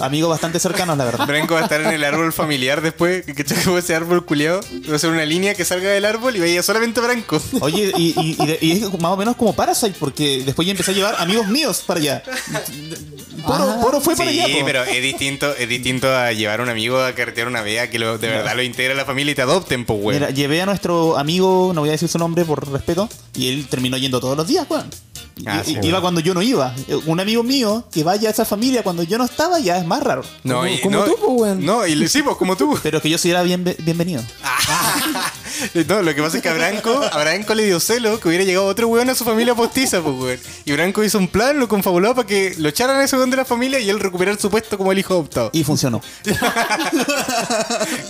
A: amigos bastante cercanos, la verdad.
B: Branco va a estar en el árbol familiar después. Que chaco como ese árbol culeado. Va a ser una línea que salga del árbol y veía solamente Branco.
A: Oye, y, y- y de- y es más o menos como Parasite, porque después yo empecé a llevar amigos míos para allá. Poro, Poro fue para
B: Ah, sí,
A: allá. po.
B: pero es distinto, es distinto a llevar a un amigo a carretear una vea que lo- de verdad lo integra a la familia y te adopten, pues, güey.
A: Mira, llevé a nuestro amigo, no voy a decir su nombre por respeto, y él terminó yendo todos los días, weón. Y-
B: Ah, sí,
A: y-
B: weón.
A: iba cuando yo no iba. Eh, Un amigo mío que vaya a esa familia cuando yo no estaba ya es más raro.
B: No,
C: como-
B: y-
C: como
B: no,
C: tú, pues, güey.
B: No, y le sí, pues, como tú.
A: Pero que yo sí era bien- bienvenido.
B: No, lo que pasa es que a Branco, a Branco le dio celo que hubiera llegado otro weón a su familia postiza, pues weón. Y Branco hizo un plan, lo confabuló para que lo echaran a ese weón de la familia y él recuperar su puesto como el hijo adoptado.
A: Y funcionó.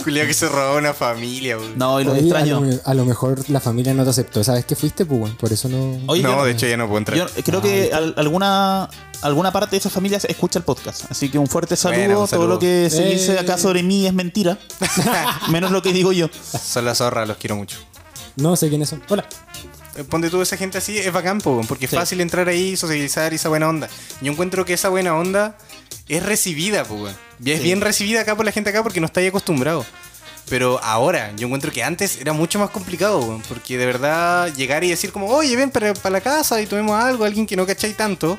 B: Culiao que se robaba una familia, weón.
A: No, y lo
C: Oye,
A: extraño.
C: A lo, a lo mejor la familia no te aceptó. ¿Sabes que fuiste, pues, weón? Por eso no.
A: Oye,
B: No,
A: yo-
B: de hecho ya no puedo entrar.
A: Yo creo que al- alguna, alguna parte de esas familias escucha el podcast. Así que un fuerte saludo.
B: Bueno, un saludo.
A: Todo lo que se dice acá sobre mí es mentira. Menos lo que digo yo.
B: Son las zorras, los quiero mucho.
C: No sé quiénes son. Hola.
B: Eh, Ponte tú esa gente así, es bacán, po, weón, porque es
A: Sí.
B: fácil entrar ahí, socializar y esa buena onda. Yo encuentro que esa buena onda es recibida, po, weón. Y es
A: Sí.
B: bien recibida acá por la gente acá porque no está ahí acostumbrado. Pero ahora, yo encuentro que antes era mucho más complicado, weón, porque de verdad llegar y decir como, oye, ven para, para la casa y tomemos algo, alguien que no cacháis tanto,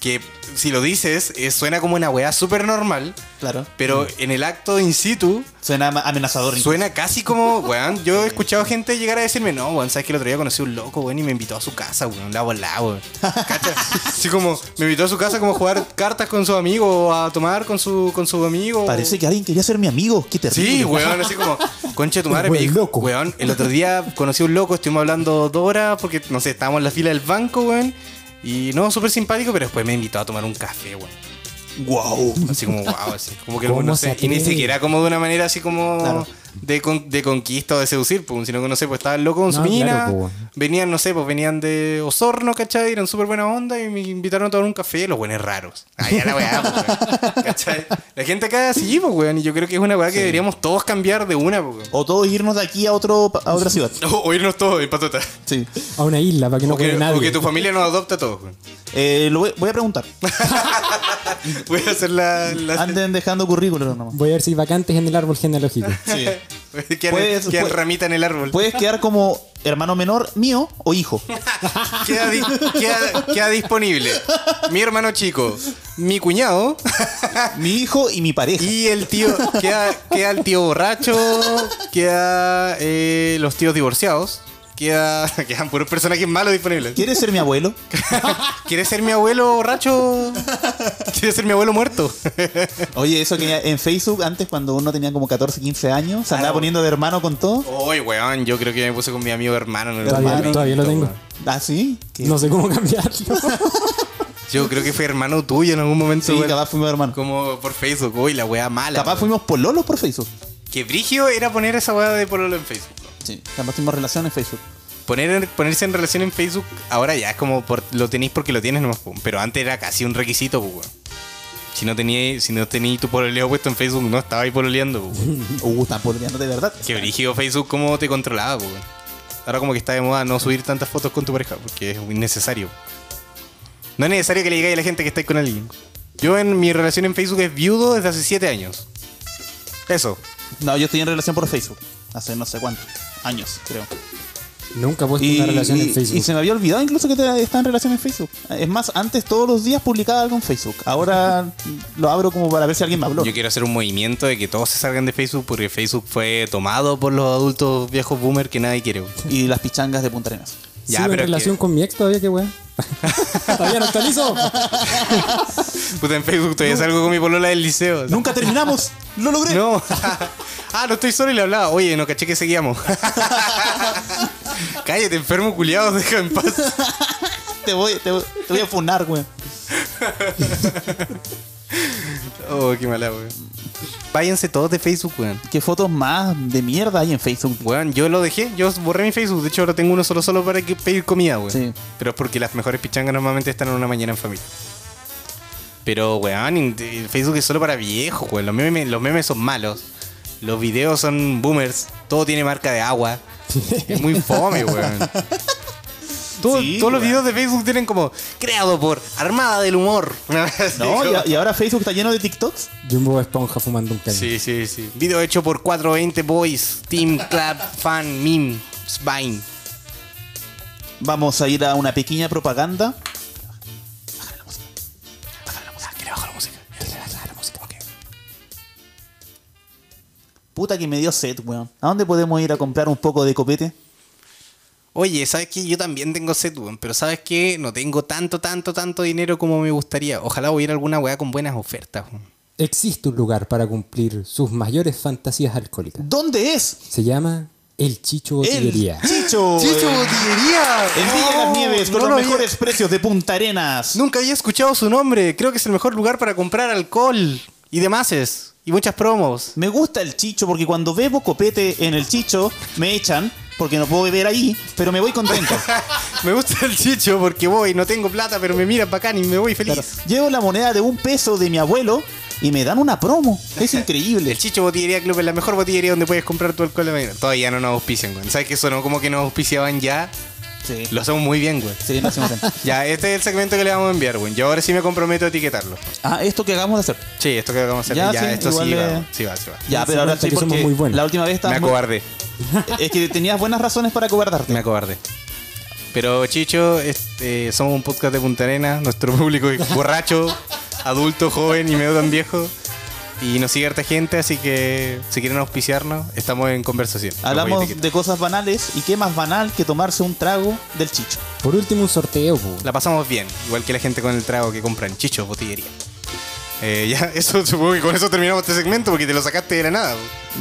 B: que si lo dices, eh, suena como una weá súper normal,
A: Claro.
B: pero en el acto in situ,
A: Suena ama- amenazador.
B: Suena casi como, weón, yo he escuchado gente llegar a decirme, no, weón, sabes que el otro día conocí a un loco, weón, y me invitó a su casa, weón, la volá, weón. ¿Cachas? Así como, me invitó a su casa como a jugar cartas con su amigo, o a tomar con su, con su amigo.
A: Parece que alguien quería ser mi amigo. Qué terrible.
B: Sí, weón, así como, concha de tu madre, me
C: Weón,
B: dijo,
C: loco.
B: weón, el otro día conocí a un loco, estuvimos hablando dos horas, porque, no sé, estábamos en la fila del banco, weón, y no, súper simpático, pero después me invitó a tomar un café, weón.
A: Wow.
B: Así como, wow, así. Como que
C: ¿Cómo
B: no
C: se
B: sé, Y ni
C: atreve?
B: siquiera como de una manera así como
A: Claro.
B: de, con- de conquista o de seducir, pues, sino que no sé, pues estaban locos con su
C: No, claro,
B: mina.
C: pues, bueno.
B: venían, no sé, pues venían de Osorno, ¿cachai? Eran súper buena onda y me invitaron a tomar un café, los buenos raros. Ahí a la weá, pues, weón. ¿cachai? La gente acá sí, pues, weón. Y yo creo que es una weá que deberíamos todos cambiar de una, pues, weón.
A: O todos irnos de aquí a, otro, a otra ciudad.
B: O, o irnos todos en patota.
A: Sí.
C: A una isla para que no
B: o, que,
C: quede nadie.
B: o que tu familia nos adopta a todos, weón.
A: Eh, lo voy, voy a preguntar.
B: Voy a hacer la. la...
A: Anden dejando currículos nomás.
C: Voy a ver si hay vacantes en el árbol genealógico.
A: Sí.
B: Quedan,
A: Puedes-
B: quedan
A: puedes-
B: ramita en el árbol.
A: Puedes quedar como hermano menor mío o hijo.
B: queda, di- queda- queda disponible mi hermano chico, mi cuñado
A: Mi hijo y mi pareja.
B: y el tío. Queda, queda el tío borracho, queda eh, los tíos divorciados, queda, quedan puros personajes malos disponibles.
A: ¿Quieres ser mi abuelo?
B: ¿Quieres ser mi abuelo borracho? ¿Quieres ser mi abuelo muerto?
A: Oye, eso que en Facebook antes cuando uno tenía como 14, 15 años, se andaba
B: Claro.
A: poniendo de hermano con todo.
B: Uy, weón, yo creo que me puse con mi amigo hermano. no era
C: Todavía,
B: hermano.
C: todavía lo tengo.
A: Ah, sí. ¿Qué?
C: No sé cómo cambiarlo.
B: Yo creo que fue hermano tuyo en algún momento.
A: Sí,
B: weón.
A: capaz fuimos hermanos.
B: Como por Facebook, uy, la weá mala.
A: Capaz
B: weón.
A: fuimos pololos por Facebook.
B: Que brigio era poner esa weá de pololo en Facebook.
A: Sí, capaz tuvimos relación en Facebook.
B: Poner, ponerse en relación en Facebook ahora ya es como por- lo tenéis porque lo tienes nomás, pum. pero antes era casi un requisito, pues, weón. Si no tenías si no tení tu pololeo puesto en Facebook, no estaba ahí pololeando, pues, weón.
A: Uh, están pololeando de verdad.
B: Qué brígido Facebook, cómo te controlaba, pues, weón. Ahora como que está de moda no subir tantas fotos con tu pareja, porque es innecesario. No es necesario que le digáis a la gente que estáis con alguien. Yo en mi relación en Facebook es viudo desde hace 7 años. Eso.
A: No, yo estoy en relación por Facebook. Hace no sé cuántos años, creo.
C: Nunca he puesto pues, una relación en Facebook.
A: y se me había olvidado incluso que te- está en relación en Facebook. Es más, antes todos los días publicaba algo en Facebook. Ahora lo abro como para ver si alguien me habló.
B: Yo quiero hacer un movimiento de que todos se salgan de Facebook porque Facebook fue tomado por los adultos viejos boomer que nadie quiere. weón.
A: Y las pichangas de Punta Arenas.
B: Ya,
C: Sigo en
B: pero es
C: relación
B: que-
C: con mi ex todavía, qué weón. todavía no actualizo.
B: Puta, en Facebook todavía salgo con mi polola del liceo.
A: ¡Nunca terminamos! ¡Lo logré!
B: No. ah, no estoy solo y le hablaba. Oye, no caché que seguíamos. Cállate, enfermo culiado, deja en paz.
A: Te voy, te, voy- te voy a funar, güey.
B: Oh, qué mala, weón. Váyanse todos de Facebook, weón.
A: ¿Qué fotos más de mierda hay en Facebook?
B: Weón, yo lo dejé, yo borré mi Facebook. De hecho, ahora tengo uno solo solo para que pedir comida, weón.
A: Sí.
B: Pero es porque las mejores pichangas normalmente están en una mañana en familia. Pero, weón, in- el Facebook es solo para viejos, weón. Los memes, los memes son malos. Los videos son boomers. Todo tiene marca de agua. Es muy fome, weón. Todo-
A: Sí,
B: todos los
A: weón.
B: videos de Facebook tienen como creado por Armada del Humor.
A: No,
B: Así
A: y, a-
B: como-
A: y ahora Facebook está lleno de TikToks.
C: Y un Bob Esponja fumando un caño.
B: Sí, sí, sí. Video hecho por 420 Boys, Team Club, Fan, Meme, Spine.
A: Vamos a ir a una pequeña propaganda. Puta que me dio sed, weón. ¿A dónde podemos ir a comprar un poco de copete?
B: Oye, ¿sabes qué? Yo también tengo sed, weón, pero ¿sabes qué? No tengo tanto, tanto, tanto dinero como me gustaría. Ojalá hubiera alguna weá con buenas ofertas, weón.
C: Existe un lugar para cumplir sus mayores fantasías alcohólicas.
A: ¿Dónde es?
C: Se llama El Chicho Botillería.
A: El Chicho.
B: ¡Chicho
A: eh,
B: Botillería!
A: En Villa Las Nieves, con
B: No
A: los
B: lo había-
A: mejores precios de Punta Arenas.
B: Nunca había escuchado su nombre. Creo que es el mejor lugar para comprar alcohol y demás. Y muchas promos.
A: Me gusta el chicho porque cuando bebo copete en el chicho, me echan, porque no puedo beber ahí, pero me voy contento.
B: Me gusta el chicho porque voy, no tengo plata, pero me miran bacán y me voy feliz.
A: Claro. Llevo la moneda de un peso de mi abuelo y me dan una promo. Es increíble.
B: El Chicho Botillería Club es la mejor botillería donde puedes comprar tu alcohol. de manera- Todavía no nos auspician, güey. ¿Sabes que eso no? Como que nos auspiciaban ya.
A: Sí.
B: Lo hacemos muy bien, güey.
A: Sí, no hacemos tanto.
B: Ya, este es el segmento que le vamos a enviar, güey. Yo ahora sí me comprometo a etiquetarlo.
A: Ah, esto que acabamos de hacer.
B: Sí, esto que vamos a hacer.
A: Ya,
B: Ya,
A: sí,
B: esto sí
A: igual,
B: va,
A: eh,
B: sí va, sí va.
A: Ya,
C: Me
A: pero ahora
C: hace cuenta
A: sí
C: que somos
A: porque
C: muy buenos.
A: la última vez
B: Me
A: estabas muy-
B: acobardé,
A: es que tenías buenas razones para
B: me
A: acobardarte.
B: acobardé. Pero Chicho, este, somos un podcast de Punta Arenas. Nuestro público es borracho, adulto, joven y medio tan viejo. Y nos sigue harta gente, así que si quieren auspiciarnos, estamos en conversación. Los voy a
A: Hablamos
B: etiquetar.
A: de cosas banales y qué más banal que tomarse un trago del chicho.
C: Por último, un sorteo. po.
B: La pasamos bien, igual que la gente con el trago que compran chichos, botillería. Eh, ya, eso supongo que con eso terminamos este segmento porque te lo sacaste de la nada.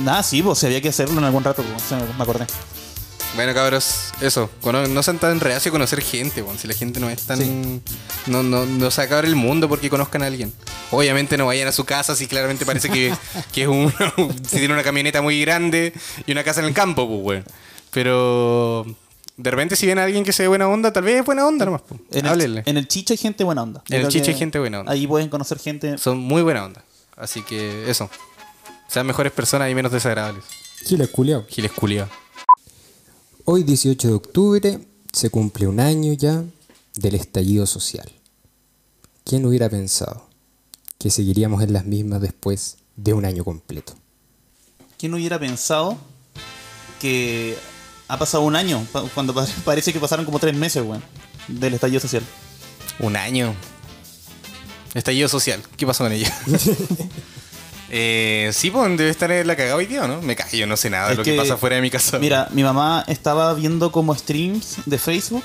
A: Ah, sí, pues si había que hacerlo en algún rato, pues, se me me acordé.
B: Bueno, cabros, eso. cono- no sean tan reacios a conocer gente, weón, si la gente no es tan. No, no, no se acaba el mundo porque conozcan a alguien. Obviamente no vayan a su casa si claramente parece que, que es un. si tiene una camioneta muy grande y una casa en el campo, pues, weón. Pero. De repente, si ven a alguien que se ve buena onda, tal vez es buena onda nomás, pues.
A: En el,
B: Háblenle.
A: en el chicho hay gente buena onda.
B: En el
A: creo
B: chicho
A: que
B: hay gente buena onda.
A: Ahí pueden conocer gente.
B: Son muy buena onda. Así que eso. Sean mejores personas y menos desagradables.
C: Chile, culiao.
B: Giles culiao.
C: Hoy 18 de octubre se cumple un año ya del estallido social. ¿Quién hubiera pensado que seguiríamos en las mismas después de un año completo?
A: ¿Quién hubiera pensado que ha pasado un año? pa- Cuando pa- parece que pasaron como tres meses, weón. Del estallido social.
B: Un año. Estallido social. ¿Qué pasó con ella? eh, sí, pues debe estar en la cagada hoy día, ¿o ¿no? Me callo, no sé nada de
A: Es
B: lo que,
A: que-
B: pasa fuera de mi casa. Ah,
A: Mira, mi mamá estaba viendo como streams de Facebook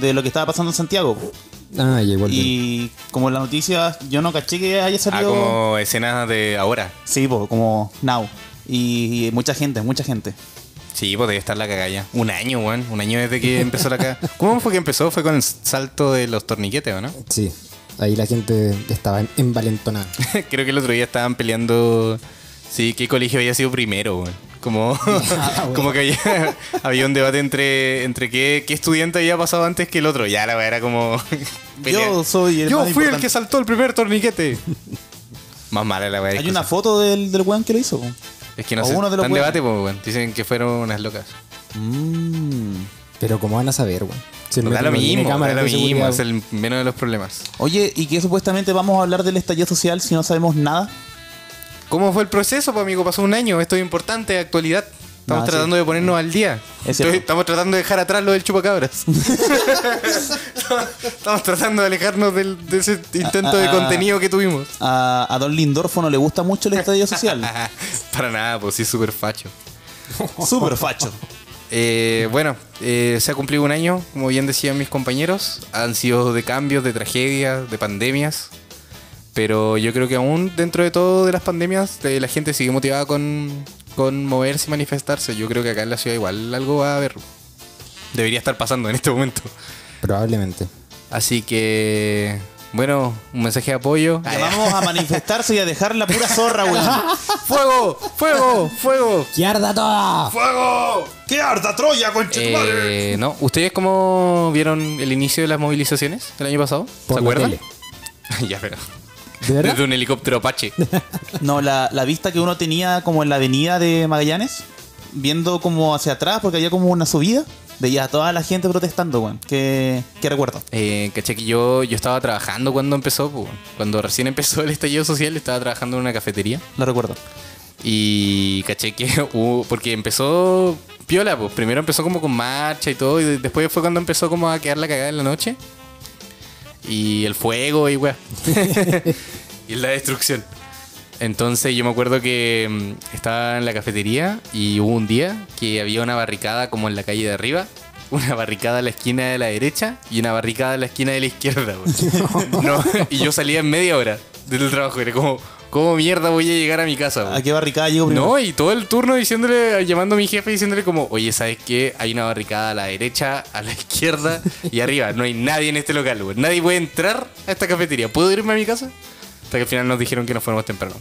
A: de lo que estaba pasando en Santiago.
C: Ah, ya igual. bien.
A: Y como la noticia, yo no caché que haya
B: Ah,
A: salido.
B: como escenas de ahora.
A: Sí, po, como now. Y, y mucha gente, mucha gente.
B: Sí, pues debe estar la cagada ya. Un año, weón. Un año desde que empezó la cagada. ¿Cómo fue que empezó? Fue con el salto de los torniquetes, ¿o no?
C: Sí, ahí la gente estaba envalentonada.
B: Creo que el otro día estaban peleando. Sí, qué colegio había sido primero, weón. Como,
A: Ah,
B: como que había, había un debate entre, entre qué, qué estudiante había pasado antes que el otro. Ya la weá era como. pelea.
A: Yo soy el
B: Yo
A: más
B: fui el
A: importante.
B: que saltó el primer torniquete. Más mala la weá.
A: Hay una foto del, del weón que lo hizo. po.
B: Es que no
A: o
B: sé.
A: uno de los
B: Están
A: weones.
B: debate, pues, weón. Dicen que fueron unas locas.
A: Mm.
C: Pero como van a saber, weón? Si el
B: No, da
C: metro
B: lo
C: no tiene
B: mismo, da
C: cámaras
B: lo
C: de
B: mismo.
C: seguridad,
B: Es el menos de los problemas.
A: Oye, ¿y que supuestamente vamos a hablar del estallido social si no sabemos nada?
B: ¿Cómo fue el proceso, pues, amigo? Pasó un año, esto es importante, actualidad. Estamos
A: Ah, sí.
B: tratando de ponernos al día.
A: Es cierto.
B: Estoy- estamos tratando de dejar atrás lo del chupacabras. estamos tratando de alejarnos del- de ese intento de
A: Ah, ah,
B: contenido que tuvimos.
A: A, a Don Lindorfo no le gusta mucho el estallido social.
B: Ah, Para nada, pues sí, súper facho.
A: Súper facho.
B: Eh, bueno, eh, se ha cumplido un año, como bien decían mis compañeros. Han sido de cambios, de tragedias, de pandemias. Pero yo creo que aún dentro de todo de las pandemias, eh, la gente sigue motivada con, con moverse y manifestarse. Yo creo que acá en la ciudad igual algo va a haber. Debería estar pasando en este momento.
C: Probablemente.
B: Así que, bueno, un mensaje de apoyo.
A: Llamamos a manifestarse y a dejar la pura zorra, weón.
B: ¡Fuego! ¡Fuego! ¡Fuego!
C: ¡Que arda toda!
B: ¡Fuego!
A: ¡Qué harta Troya, conchetumare!
B: Eh, no, ¿ustedes cómo vieron el inicio de las movilizaciones del año pasado? ¿Se
C: Por la
B: acuerdan?
C: tele.
B: ya, pero.
C: ¿De verdad?
B: Desde un helicóptero Apache.
A: No, la, la vista que uno tenía como en la avenida de Magallanes, viendo como hacia atrás, porque había como una subida, veía a toda la gente protestando, weón. Qué, qué recuerdo.
B: Eh, caché que yo, yo estaba trabajando cuando empezó, po. cuando recién empezó el estallido social, estaba trabajando en una cafetería.
A: Lo recuerdo.
B: Y caché que hubo- porque empezó piola, pues. Primero empezó como con marcha y todo, y de- después fue cuando empezó como a quedar la cagada en la noche. Y el fuego y weá. y la destrucción. Entonces yo me acuerdo que mm, estaba en la cafetería y hubo un día que había una barricada como en la calle de arriba. Una barricada a la esquina de la derecha y una barricada a la esquina de la izquierda. güey. No, y yo salía en media hora del trabajo. Era como, ¿Cómo mierda voy a llegar a mi casa? weón?
A: ¿A qué barricada llego primero?
B: No, y todo el turno diciéndole, llamando a mi jefe diciéndole como, oye, ¿sabes qué? Hay una barricada a la derecha, a la izquierda y arriba. No hay nadie en este local, güey. Nadie puede entrar a esta cafetería. ¿Puedo irme a mi casa? Hasta que al final nos dijeron que nos fuéramos temprano.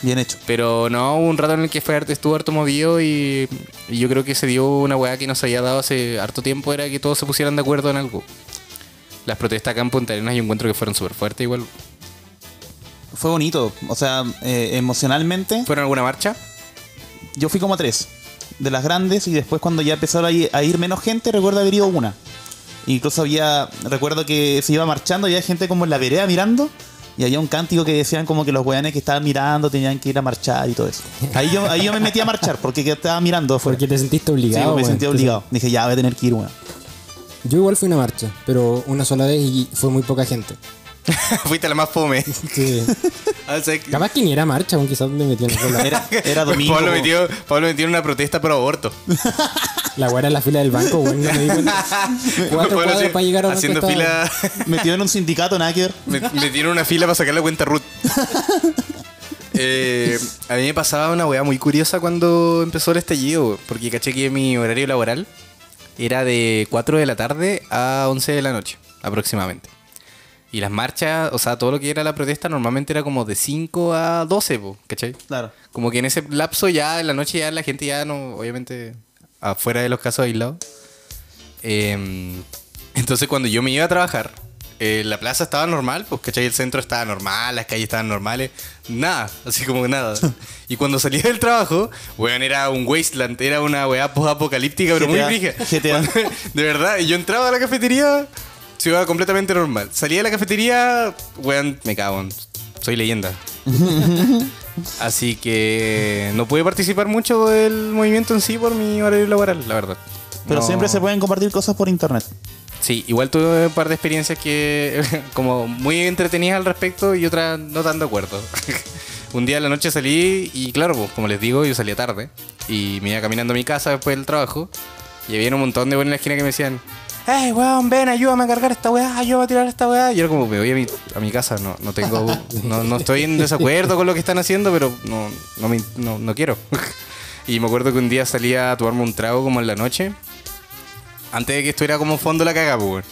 A: Bien hecho.
B: Pero no, hubo un rato en el que fue harto, estuvo harto movido y, y yo creo que se dio una weá que nos había dado hace harto tiempo, era que todos se pusieran de acuerdo en algo. Las protestas acá en Punta Arenas yo encuentro que fueron súper fuertes igual.
A: Fue bonito. O sea, eh, emocionalmente,
B: ¿Fueron a alguna marcha?
A: yo fui como a tres. De las grandes y después cuando ya empezaron a ir, a ir menos gente, recuerdo haber ido a una. Incluso había, recuerdo que se iba marchando y había gente como en la vereda mirando. Y había un cántico que decían como que los weones que estaban mirando tenían que ir a marchar y todo eso. Ahí yo, ahí yo me metí a marchar porque que estaba mirando afuera.
C: Porque te sentiste obligado.
A: Sí, me
C: weón.
A: sentía obligado. Dije, ya voy a tener que ir, weón.
C: Yo igual fui a una marcha, pero una sola vez y fue muy poca gente.
B: Fuiste la más fome.
C: Sí.
B: Ah, ¿sabes qué?
C: Capaz que ni era marcha, aunque quizás me metí en otro lado.
A: Era, era domingo.
B: Pablo metió, Pablo metió en una protesta pro aborto.
C: La weá era la fila del banco, weón. no me di cuenta. Cuatro
B: Pablo
C: cuadras
B: hacía-
C: para llegar a donde
B: haciendo
C: estaba.
B: fila,
A: Metido en un sindicato, nada que ver.
B: me, metieron una fila para sacar la cuenta Ruth. Eh, a mí me pasaba una weá muy curiosa cuando empezó el estallido, weón, porque caché que mi horario laboral era de 4 de la tarde a 11 de la noche, aproximadamente. Y las marchas, o sea, todo lo que era la protesta normalmente era como de 5 a 12, po, ¿cachai?
A: Claro.
B: Como que en ese lapso ya, en la noche ya la gente ya no, obviamente, afuera de los casos aislados. Eh, entonces cuando yo me iba a trabajar, eh, la plaza estaba normal, pues, ¿cachai? El centro estaba normal, las calles estaban normales, nada, así como que nada. y cuando salía del trabajo, weón, era un wasteland, era una weá apocalíptica, pero
A: GTA.
B: muy fija.
A: GTA.
B: De verdad, y yo entraba a la cafetería, ciudad completamente normal. Salía de la cafetería, weón, me cago, en- soy leyenda. Así que no pude participar mucho del movimiento en sí por mi horario laboral, la verdad.
A: Pero
B: No.
A: siempre se pueden compartir cosas por internet.
B: Sí, igual tuve un par de experiencias que como muy entretenidas al respecto y otras no tan de acuerdo. un día en la noche salí y claro, pues, como les digo, yo salía tarde y me iba caminando a mi casa después del trabajo y había un montón de buenas en la esquina que me decían, hey, weón, ven, ayúdame a cargar esta weá, ayúdame a tirar esta weá. Y era como, me voy a mi, a mi casa, no, no tengo, no, no estoy en desacuerdo con lo que están haciendo, pero no, no, me- no, no quiero. y me acuerdo que un día salía a tomarme un trago como en la noche antes de que estuviera como fondo la caga, pues. weón.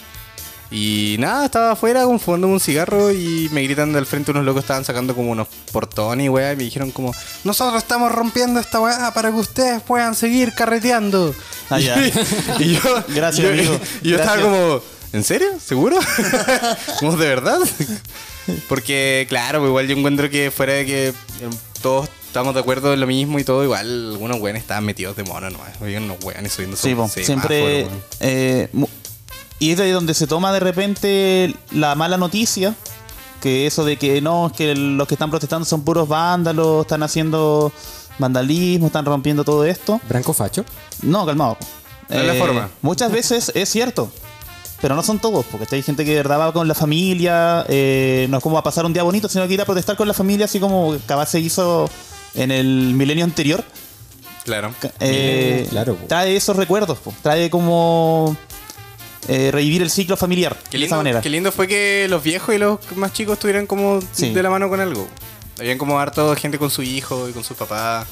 B: Y nada, estaba afuera con fumando un cigarro y me gritan del frente unos locos estaban sacando como unos portones, weá, y me dijeron como, nosotros estamos rompiendo esta weá para que ustedes puedan seguir carreteando.
A: Ah, ya.
B: y yo,
A: Gracias,
B: yo-
A: amigo.
B: y yo estaba
A: Gracias.
B: como, ¿en serio? ¿Seguro? ¿Cómo de verdad? Porque, claro, pues, igual yo encuentro que fuera de que eh, todos estamos de acuerdo en lo mismo y todo, igual algunos weones estaban metidos de mono nomás. Había unos weones subiendo
A: Sí, po.
B: semáforos,
A: siempre.
B: weón.
A: eh, mu- y es de ahí donde se toma de repente la mala noticia, que eso de que no, es que el- los que están protestando son puros vándalos, están haciendo vandalismo, están rompiendo todo esto.
C: Branco Facho.
A: No, calmado. Eh,
B: No es la forma.
A: Muchas veces es cierto. Pero no son todos, porque hay gente que de verdad va con la familia, eh, no es como a pasar un día bonito, sino que ir a protestar con la familia, así como Cabá se hizo en el milenio anterior.
B: Claro.
A: Eh,
C: Milenio, claro, po.
A: Trae esos recuerdos, po. trae como eh, revivir el ciclo familiar
B: Qué
A: de esa
B: lindo,
A: manera.
B: qué lindo fue que los viejos y los más chicos estuvieran como
A: Sí.
B: de la mano con algo. Habían como harto gente con su hijo y con su papá.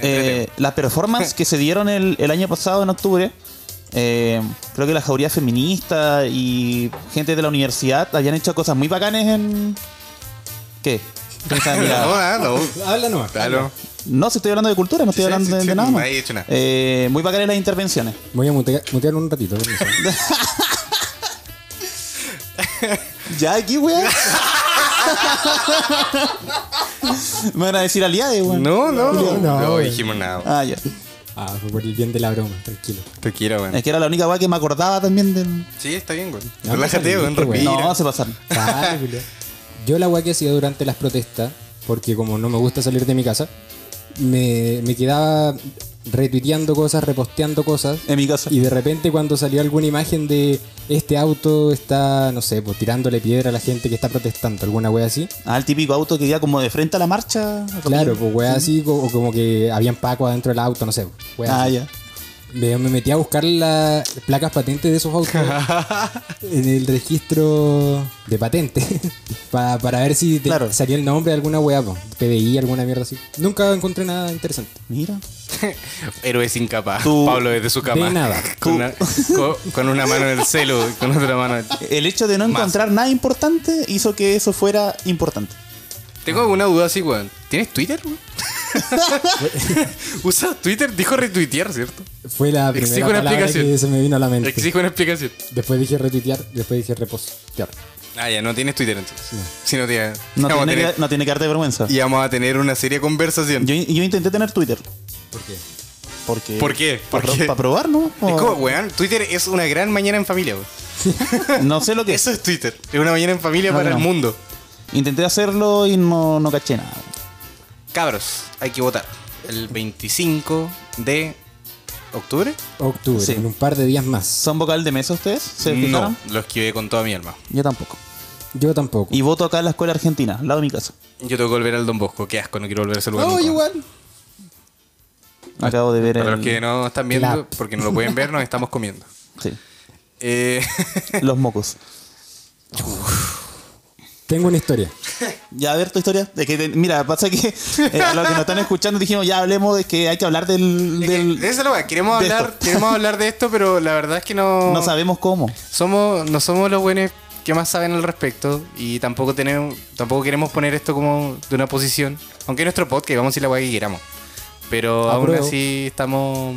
B: Entrete.
A: Eh, las performances que se dieron el, el año pasado en octubre, eh, creo que la jauría feminista y gente de la universidad habían hecho cosas muy bacanes en... ¿Qué? Esa mirada.
B: no, no, no.
C: Habla nomás.
B: Claro.
A: No, si estoy hablando de cultura, no estoy
B: Sí,
A: hablando
B: sí,
A: de,
B: sí,
A: de nada.
B: no
A: más.
B: he dicho nada.
A: Eh, muy bacanes las intervenciones.
C: Voy a mutear, mutear un ratito. permiso.
A: Ya aquí, weón. Me van a decir aliade, weón.
B: No, no, no,
C: No, no, güey.
B: dijimos nada.
A: Ah, ya.
C: Ah, fue por el bien de la broma, tranquilo.
B: Te quiero,
A: Es
B: weón.
A: que era la única weá que me acordaba también del.
B: Sí, está bien, güey.
C: No,
B: Relájate,
C: no,
B: güey.
C: no,
B: Respira.
A: No, se pasaron.
C: Dale, culiao. Yo la weá que hacía durante las protestas, porque como no me gusta salir de mi casa, me, me quedaba retuiteando cosas, reposteando cosas.
A: En mi casa.
C: Y de repente cuando salió alguna imagen de este auto está, no sé, pues tirándole piedra a la gente que está protestando, alguna wea así.
A: Ah, el típico auto que iba como de frente a la marcha.
C: pues, Claro, pues wea así, co- o como que habían paco adentro del auto, no sé. wea
A: Ah,
C: así.
A: ya.
C: Me, me metí a buscar las placas patentes de esos autos en el registro de patente pa- para ver si te-
A: Claro.
C: salía el nombre de alguna weá, po, PDI, alguna mierda así. Nunca encontré nada interesante.
A: Mira.
B: Héroe sin capa.
A: Tú-
B: Pablo desde su cama.
C: de nada.
B: Con una, co- con una mano en el celo, y con otra mano.
A: El hecho de no
B: Más.
A: encontrar nada importante hizo que eso fuera importante.
B: Tengo alguna duda así, weón. ¿Tienes Twitter, weón? ¿Usas Twitter? Dijo retuitear, ¿cierto?
C: Fue la
B: Exijo
C: primera
B: una
C: palabra
B: explicación.
C: que se me vino a la mente.
B: Exijo una explicación.
C: Después dije retuitear, después dije repostear.
B: Ah, ya, no tienes Twitter entonces. Si no tienes.
A: No,
B: vamos a
A: tiene,
B: tener-
A: que, no tiene que darte vergüenza.
B: Y vamos a tener una seria conversación.
A: Yo, yo intenté tener Twitter.
C: ¿Por qué?
A: Porque,
B: ¿Por qué? ¿Por
A: para,
B: qué?
A: para probar, ¿no?
B: Es
A: O-
B: como, weón, Twitter es una gran mañana en familia, weón.
A: no sé lo que es.
B: Eso es Twitter. Es una mañana en familia
A: No,
B: para
A: no.
B: el mundo.
A: Intenté hacerlo y no, no caché nada.
B: Cabros, hay que votar. El 25 de octubre.
C: Octubre,
A: Sí.
C: en un par de días más.
A: ¿Son vocal de mesa ustedes? ¿Se
B: No,
A: fijaron?
B: lo esquivé con toda mi alma.
A: Yo tampoco.
C: Yo tampoco.
A: Y voto acá en la escuela argentina, al lado de mi casa.
B: Yo tengo que volver al Don Bosco, qué asco, no quiero volver a ese
A: Oh,
B: lugar.
C: No,
B: nunca.
C: igual.
A: Acabo de ver
B: Para
A: el-
B: los que no están viendo,
C: Clap.
B: porque no lo pueden ver, nos estamos comiendo.
A: sí,
B: Eh,
A: los mocos.
C: Tengo una historia.
A: Ya, a ver tu historia. De que te- mira, pasa que eh, a los que nos están escuchando dijimos, ya hablemos de que hay que hablar del... del-
B: esa es la weá, queremos
A: de
B: hablar,
A: esto.
B: queremos hablar de esto, pero la verdad es que no,
A: no sabemos cómo.
B: somos, no somos los buenos que más saben al respecto y tampoco tenemos, tampoco queremos poner esto como de una posición, aunque es nuestro podcast vamos a decir la weá que queramos, pero
A: Ah,
B: aún
C: Apruebo.
B: así estamos,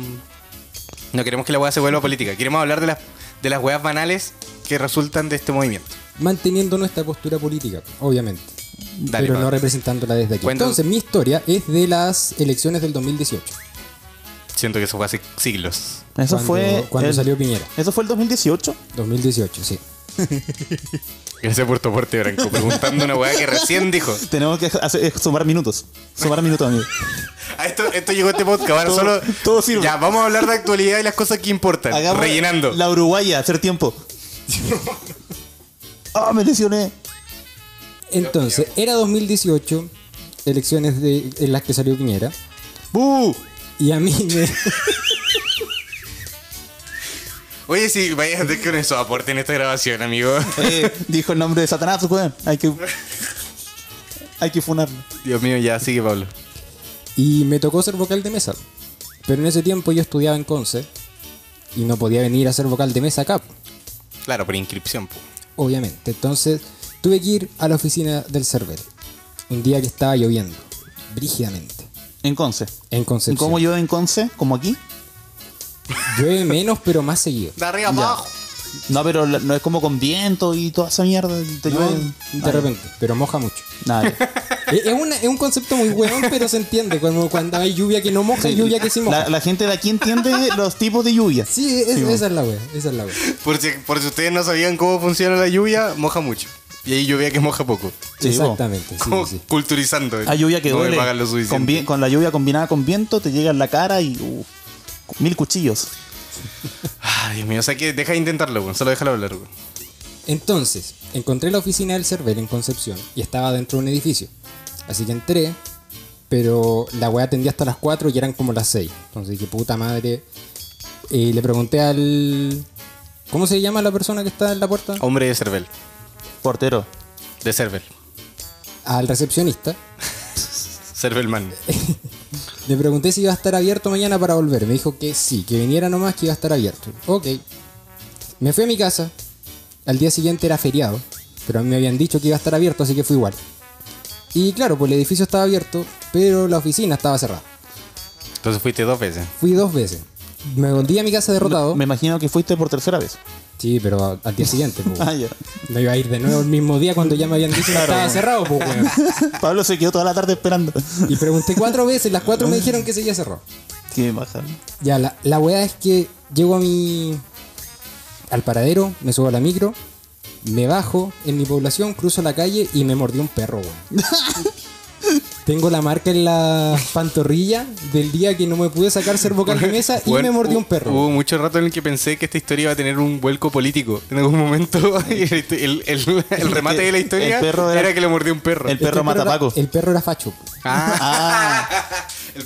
B: no queremos que la weá se vuelva política, queremos hablar de las, de las weas banales que resultan de este movimiento.
C: Manteniendo nuestra postura política, obviamente.
B: Dale,
C: pero no
B: Pablo.
C: representándola desde aquí.
B: Cuenta-
C: Entonces, mi historia es de las elecciones del 2018.
B: Siento que eso fue hace siglos.
A: Eso
C: cuando,
A: fue...
C: Cuando
A: el-
C: salió Piñera.
A: Eso fue el 2018.
C: 2018, sí.
B: Gracias por tu aporte, Branco. Preguntando una weá que recién dijo.
A: Tenemos que hacer- eh, sumar minutos. Sumar minutos, amigo.
B: A esto, esto llegó este podcast. Ahora
A: Todo-
B: solo.
A: todo sirve.
B: Ya, vamos a hablar de actualidad y las cosas que importan.
A: Hagamos
B: rellenando.
A: La Uruguaya, hacer tiempo. Ah, me lesioné.
C: Entonces, era 2018, elecciones de, en las que salió Piñera.
B: ¡Bu!
C: Y a mí me.
B: Oye, si vayas a hacer con eso aporte en esta grabación, amigo.
A: Eh, dijo el nombre de Satanás, weón. Hay que... Hay que funarlo.
B: Dios mío, ya sigue, Pablo.
C: Y me tocó ser vocal de mesa. Pero en ese tiempo yo estudiaba en Conce y no podía venir a ser vocal de mesa acá,
B: Claro, por inscripción, pu.
C: obviamente. Entonces tuve que ir a la oficina del server. Un día que estaba lloviendo, brígidamente,
A: En Conce.
C: en Concepción.
A: ¿Cómo yo en Conce? ¿Como aquí?
C: Llueve menos, pero más seguido.
B: De
A: Ya.
B: arriba abajo.
A: No, pero la- no es como con viento y toda esa mierda. y Te
C: No,
A: llueve. Ah,
C: de repente, pero moja mucho.
A: Nada. ya.
C: Es, es una- es un concepto muy hueón, pero se entiende. Como cuando hay lluvia que no moja y lluvia que sí moja.
A: La, la gente de aquí entiende los tipos de lluvia.
C: Sí, es- esa es la wea. Esa es la wea.
B: Por si, por si ustedes no sabían cómo funciona la lluvia, moja mucho. Y hay lluvia que moja poco.
A: Sí,
C: Exactamente. sí,
B: Como
C: sí, sí.
B: culturizando.
A: Hay Ah, lluvia que
B: no me
A: duele.
B: pagan lo suficiente.
A: Con, vi- con la lluvia combinada con viento te llega en la cara y uh, mil cuchillos.
B: Ah, Dios mío, o sea que deja de intentarlo, weón. Solo déjalo hablar, weón.
C: Entonces, encontré la oficina del server en Concepción y estaba dentro de un edificio. Así que entré, pero la weá atendía hasta las 4 y eran como las 6. Entonces dije, puta madre. Eh, le pregunté al. ¿Cómo se llama la persona que está en la puerta?
B: Hombre de Cervel.
A: Portero.
B: De Cervel.
C: Al recepcionista.
B: Cervelman.
C: Le pregunté si iba a estar abierto mañana para volver. Me dijo que sí, que viniera nomás, que iba a estar abierto. Ok. Me fui a mi casa. Al día siguiente era feriado, pero a mí me habían dicho que iba a estar abierto, así que fui igual. Y claro, pues el edificio estaba abierto, pero la oficina estaba cerrada.
B: Entonces fuiste dos veces.
C: Fui dos veces. Me volví a mi casa derrotado.
A: Me imagino que fuiste por tercera vez.
C: Sí, pero a- al día siguiente,
B: Oh.
C: pues.
A: Ah, ya.
C: No iba a ir de nuevo el mismo día cuando ya me habían dicho que estaba cerrado, pues, weón.
A: Pablo se quedó toda la tarde esperando.
C: Y pregunté cuatro veces, las cuatro me dijeron que seguía cerrado.
A: Qué baja.
C: Ya, la, la weá es que llego a mi. al paradero, me subo a la micro, me bajo en mi población, cruzo la calle y me mordió un perro, weón. Tengo la marca en la pantorrilla del día que no me pude sacar ser vocal de mesa y
B: Bueno,
C: me mordió
B: hu-
C: un perro.
B: Hubo mucho rato en el que pensé que esta historia iba a tener un vuelco político. En algún momento, y el, el- el- el remate de la historia
A: El perro
B: era,
A: era-
B: que le mordió un perro.
A: el
B: El,
C: Es que
A: perro mata
C: era-
A: Paco.
C: El perro era facho.
A: Ah,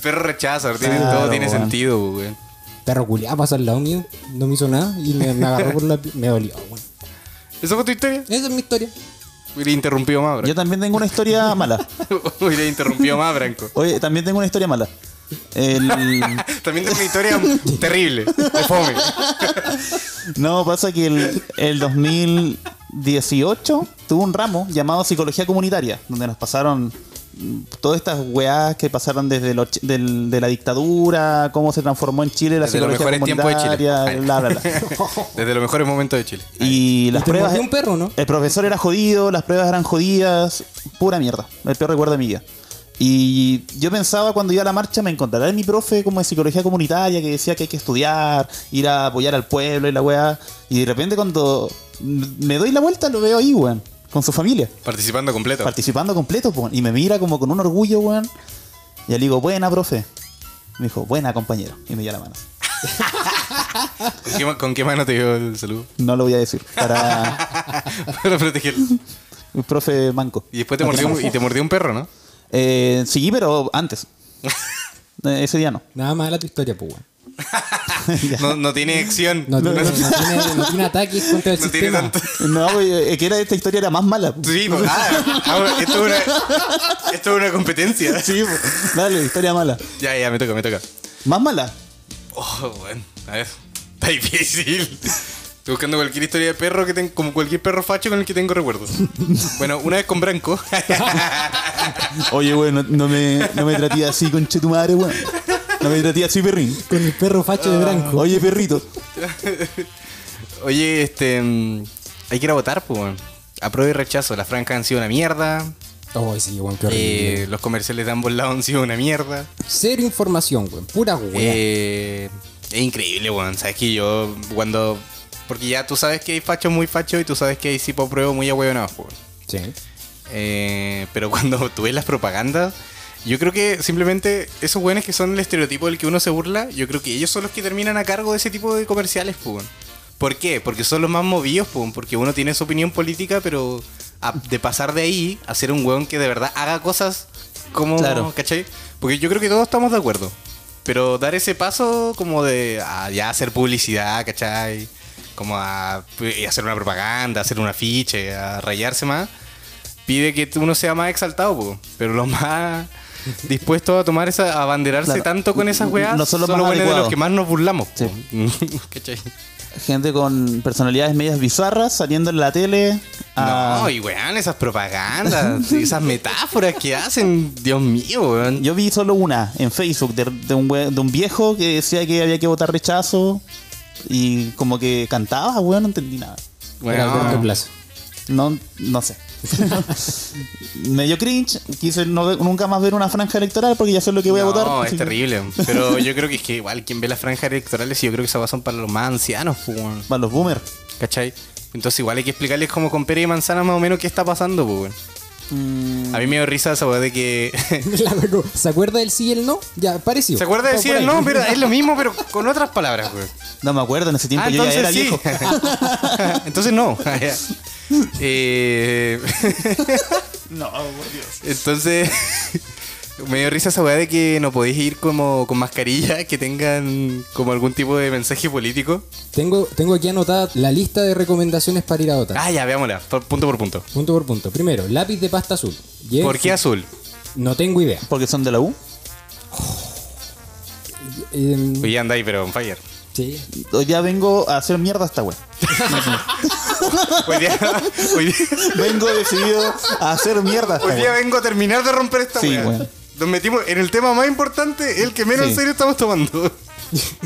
B: perro rechaza, tiene,
A: Claro,
B: todo tiene
A: weón.
B: sentido, weón.
C: perro culiado pasó al lado mío, no me hizo nada y me, me agarró por la pi- Me dolió, weón.
B: ¿Eso fue tu historia?
C: Esa es mi historia.
B: Hubiera interrumpido más,
A: Yo
B: Branco.
A: también tengo una historia mala.
B: Hubiera interrumpido más, Branco.
A: Oye, también tengo una historia mala. El-
B: También tengo una historia terrible. De fome.
A: no, pasa que el, el 2018 tuve un ramo llamado Psicología Comunitaria, donde nos pasaron mm, todas estas weás que pasaron desde lo, del- de la dictadura, cómo se transformó en Chile la
B: Desde los
A: psicología
B: mejores tiempos de Chile.
A: comunitaria,
B: Ay.
A: bla, bla, bla.
B: Desde los mejores momentos de Chile.
A: Y las
C: te
A: pruebas.
C: mordió un perro, ¿no?
A: El profesor era jodido, las pruebas eran jodidas, pura mierda. El peor recuerdo de mi vida. Y yo pensaba cuando iba a la marcha me encontrará mi profe como de psicología comunitaria que decía que hay que estudiar, ir a apoyar al pueblo y la weá. Y de repente cuando me doy la vuelta lo veo ahí, weón, con su familia,
B: Participando completo.
A: participando completo, weón. Y me mira como con un orgullo, weón. Y le digo, buena, profe. Me dijo, buena, compañero. Y me dio la mano.
B: ¿Con qué, ma- con qué mano te dio el saludo?
A: No lo voy a decir. Para
B: Para protegerlo.
A: el profe Manco.
B: Y después te
A: No
B: mordió,
A: tiene
B: un- y te mordió un perro, ¿no?
A: Eh, sí, pero antes. Eh, Ese día no.
C: Nada mala tu historia, pues, weón.
B: Ah, No, no tiene acción.
C: No,
B: No,
C: tiene- no tiene, no tiene ataques contra el
B: no tiene
C: sistema.
B: tanto.
A: No, güey, eh, que era esta historia era más mala.
B: Sí, pues, ah, ahora, esto, es una, esto es una competencia.
A: Sí, pues, dale, historia mala.
B: Ya, ya, me toca, me toca.
A: Más mala.
B: Oh, bueno, a ver. Está difícil. Estoy buscando cualquier historia de perro que tengo, como cualquier perro facho con el que tengo recuerdos. Bueno, una vez con Branco.
A: Oye, güey, no, no me, no me traté así, conche tu madre, güey. No me traté así, perrín.
C: Con el perro facho
B: Ah.
C: de Branco.
A: Oye, perrito.
B: Oye, este. mm, Hay que ir a votar, pues, weón. Apruebo y rechazo. Las francas han sido una mierda.
C: Oh, sí, weón, qué horrible.
B: eh, los comerciales de ambos lados han sido una mierda.
C: Cero información, weón. Pura weá.
B: Eh, es increíble, weón. Sabes que yo cuando. Porque ya tú sabes que hay fachos muy fachos y tú sabes que hay cipo pruebo muy ahueonados, weón.
C: sí.
B: Eh, pero cuando tú ves las propagandas, yo creo que simplemente esos weones que son el estereotipo del que uno se burla, yo creo que ellos son los que terminan a cargo de ese tipo de comerciales, pues. weón. ¿Por qué? Porque son los más movidos, pues, weón, porque uno tiene su opinión política, pero a- de pasar de ahí a ser un weón que de verdad haga cosas como,
A: Claro.
B: ¿cachai? Porque yo creo que todos estamos de acuerdo. Pero dar ese paso como de a ya hacer publicidad, ¿cachai? Como a eh, hacer una propaganda, hacer un afiche, a rayarse más pide que uno sea más exaltado, po. pero los más dispuestos a tomar esa, a abanderarse
A: Claro.
B: tanto con esas weas,
A: No son
B: son
A: los
B: los,
A: más
B: buenos de
A: adecuados.
B: los que más nos burlamos. po. ¿Cachai?
A: Gente con personalidades medias bizarras saliendo en la tele. a-
B: No, y weón, esas propagandas, esas metáforas que hacen, Dios mío, weón.
A: Yo vi solo una en Facebook de, de un, we- de un viejo que decía que había que votar rechazo. Y como que cantaba, güey, no entendí nada.
C: Era Alberto
B: Weón,
C: Plaza.
A: No, no sé. Me dio cringe. Quise no ve- nunca más ver una franja electoral porque ya sé lo que voy a
B: no,
A: votar.
B: es
A: así que-
B: terrible. Pero yo creo que es que igual quien ve las franjas electorales, yo creo que esas weas son para los más ancianos, po, weón.
A: Para los boomers.
B: ¿Cachai? Entonces igual hay que explicarles como con pera y manzana más o menos qué está pasando, po, weón.
A: Mm.
B: A mí me dio risa esa wea de que
C: La sacó. ¿Se acuerda del sí y el no? Ya, parecido.
B: ¿Se
A: Oh,
B: acuerda de
C: Va
B: decir
C: por ahí.
B: el no? Pero es lo mismo, pero con otras palabras, güey.
A: No me acuerdo, en ese tiempo
B: Ah,
A: yo ya
B: entonces
A: era
B: sí.
A: viejo.
B: entonces no. Eh,
A: No, por Dios.
B: entonces, me dio risa esa weá de que no podéis ir como con mascarilla, que tengan como algún tipo de mensaje político.
C: Tengo, tengo aquí anotada la lista de recomendaciones para ir a votar.
B: Ah, ya, veámosla, por- punto por punto.
C: Punto por punto. Primero, lápiz de pasta azul. Lleven
B: ¿Por
C: su-
B: qué azul?
C: No tengo idea.
A: Porque son de la U.
C: Em,
B: Oye, anda ahí, pero on fire.
C: sí.
A: Hoy ya vengo a hacer mierda esta wea.
B: Hoy día, hoy día-
A: Vengo decidido a hacer mierda esta
B: hoy día
A: wea.
B: vengo a terminar de romper esta
A: Sí,
B: weá.
A: weón.
B: Nos metimos en el tema más importante, el que menos
A: Sí.
B: en serio estamos tomando.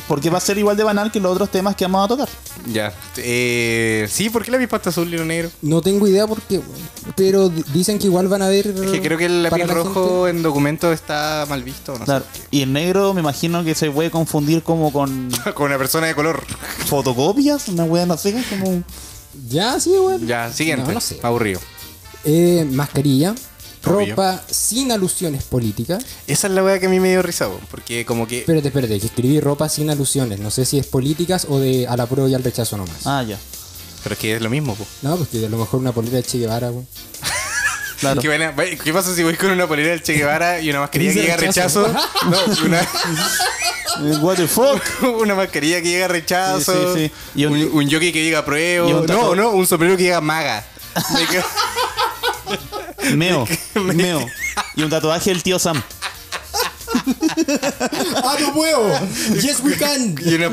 A: Porque va a ser igual de banal que los otros temas que vamos a tocar.
B: Ya. Eh, sí, ¿por qué la pasta azul y no negro?
C: No tengo idea por qué. weón. Pero di- dicen que igual van a ver.
B: Es que creo que el lápiz
C: para la
B: rojo en documento está mal visto. No
A: Claro. Y el negro me imagino que se puede confundir como con
B: sé. Con una persona de color.
A: fotocopias, una wea no sé, como
C: gente. Ya, sí, weón.
B: Ya, siguiente.
C: No, no sé.
B: Aburrido.
C: Eh, mascarilla.
B: Obvio.
C: Ropa sin alusiones políticas.
B: Esa es la weá que a mí me dio risa, weón, porque como que...
C: Espérate, espérate, que escribí ropa sin alusiones. No sé si es políticas o de a la prueba y al rechazo nomás.
A: Ah, ya.
B: Pero es que es lo mismo, po.
C: No, porque a lo mejor una política de Che Guevara, weón.
A: Claro.
B: ¿Qué, buena- ve- ¿Qué pasa si voy con una polera del Che Guevara y una mascarilla que
C: Dice
B: diga
C: rechazo.
B: rechazo? No, una...
A: Eh, What the fuck?
B: Una mascarilla que llega rechazo.
A: Sí, sí, sí. Y un-
B: un, un jockey que llega pruebo.
A: y un
B: no,
A: tatu-
B: no, un sombrero que llega maga. Me quedo-
A: Meo, meo. Y un tatuaje del tío Sam.
C: ¡Ah, no puedo! ¡Yes, we can!
B: y, una-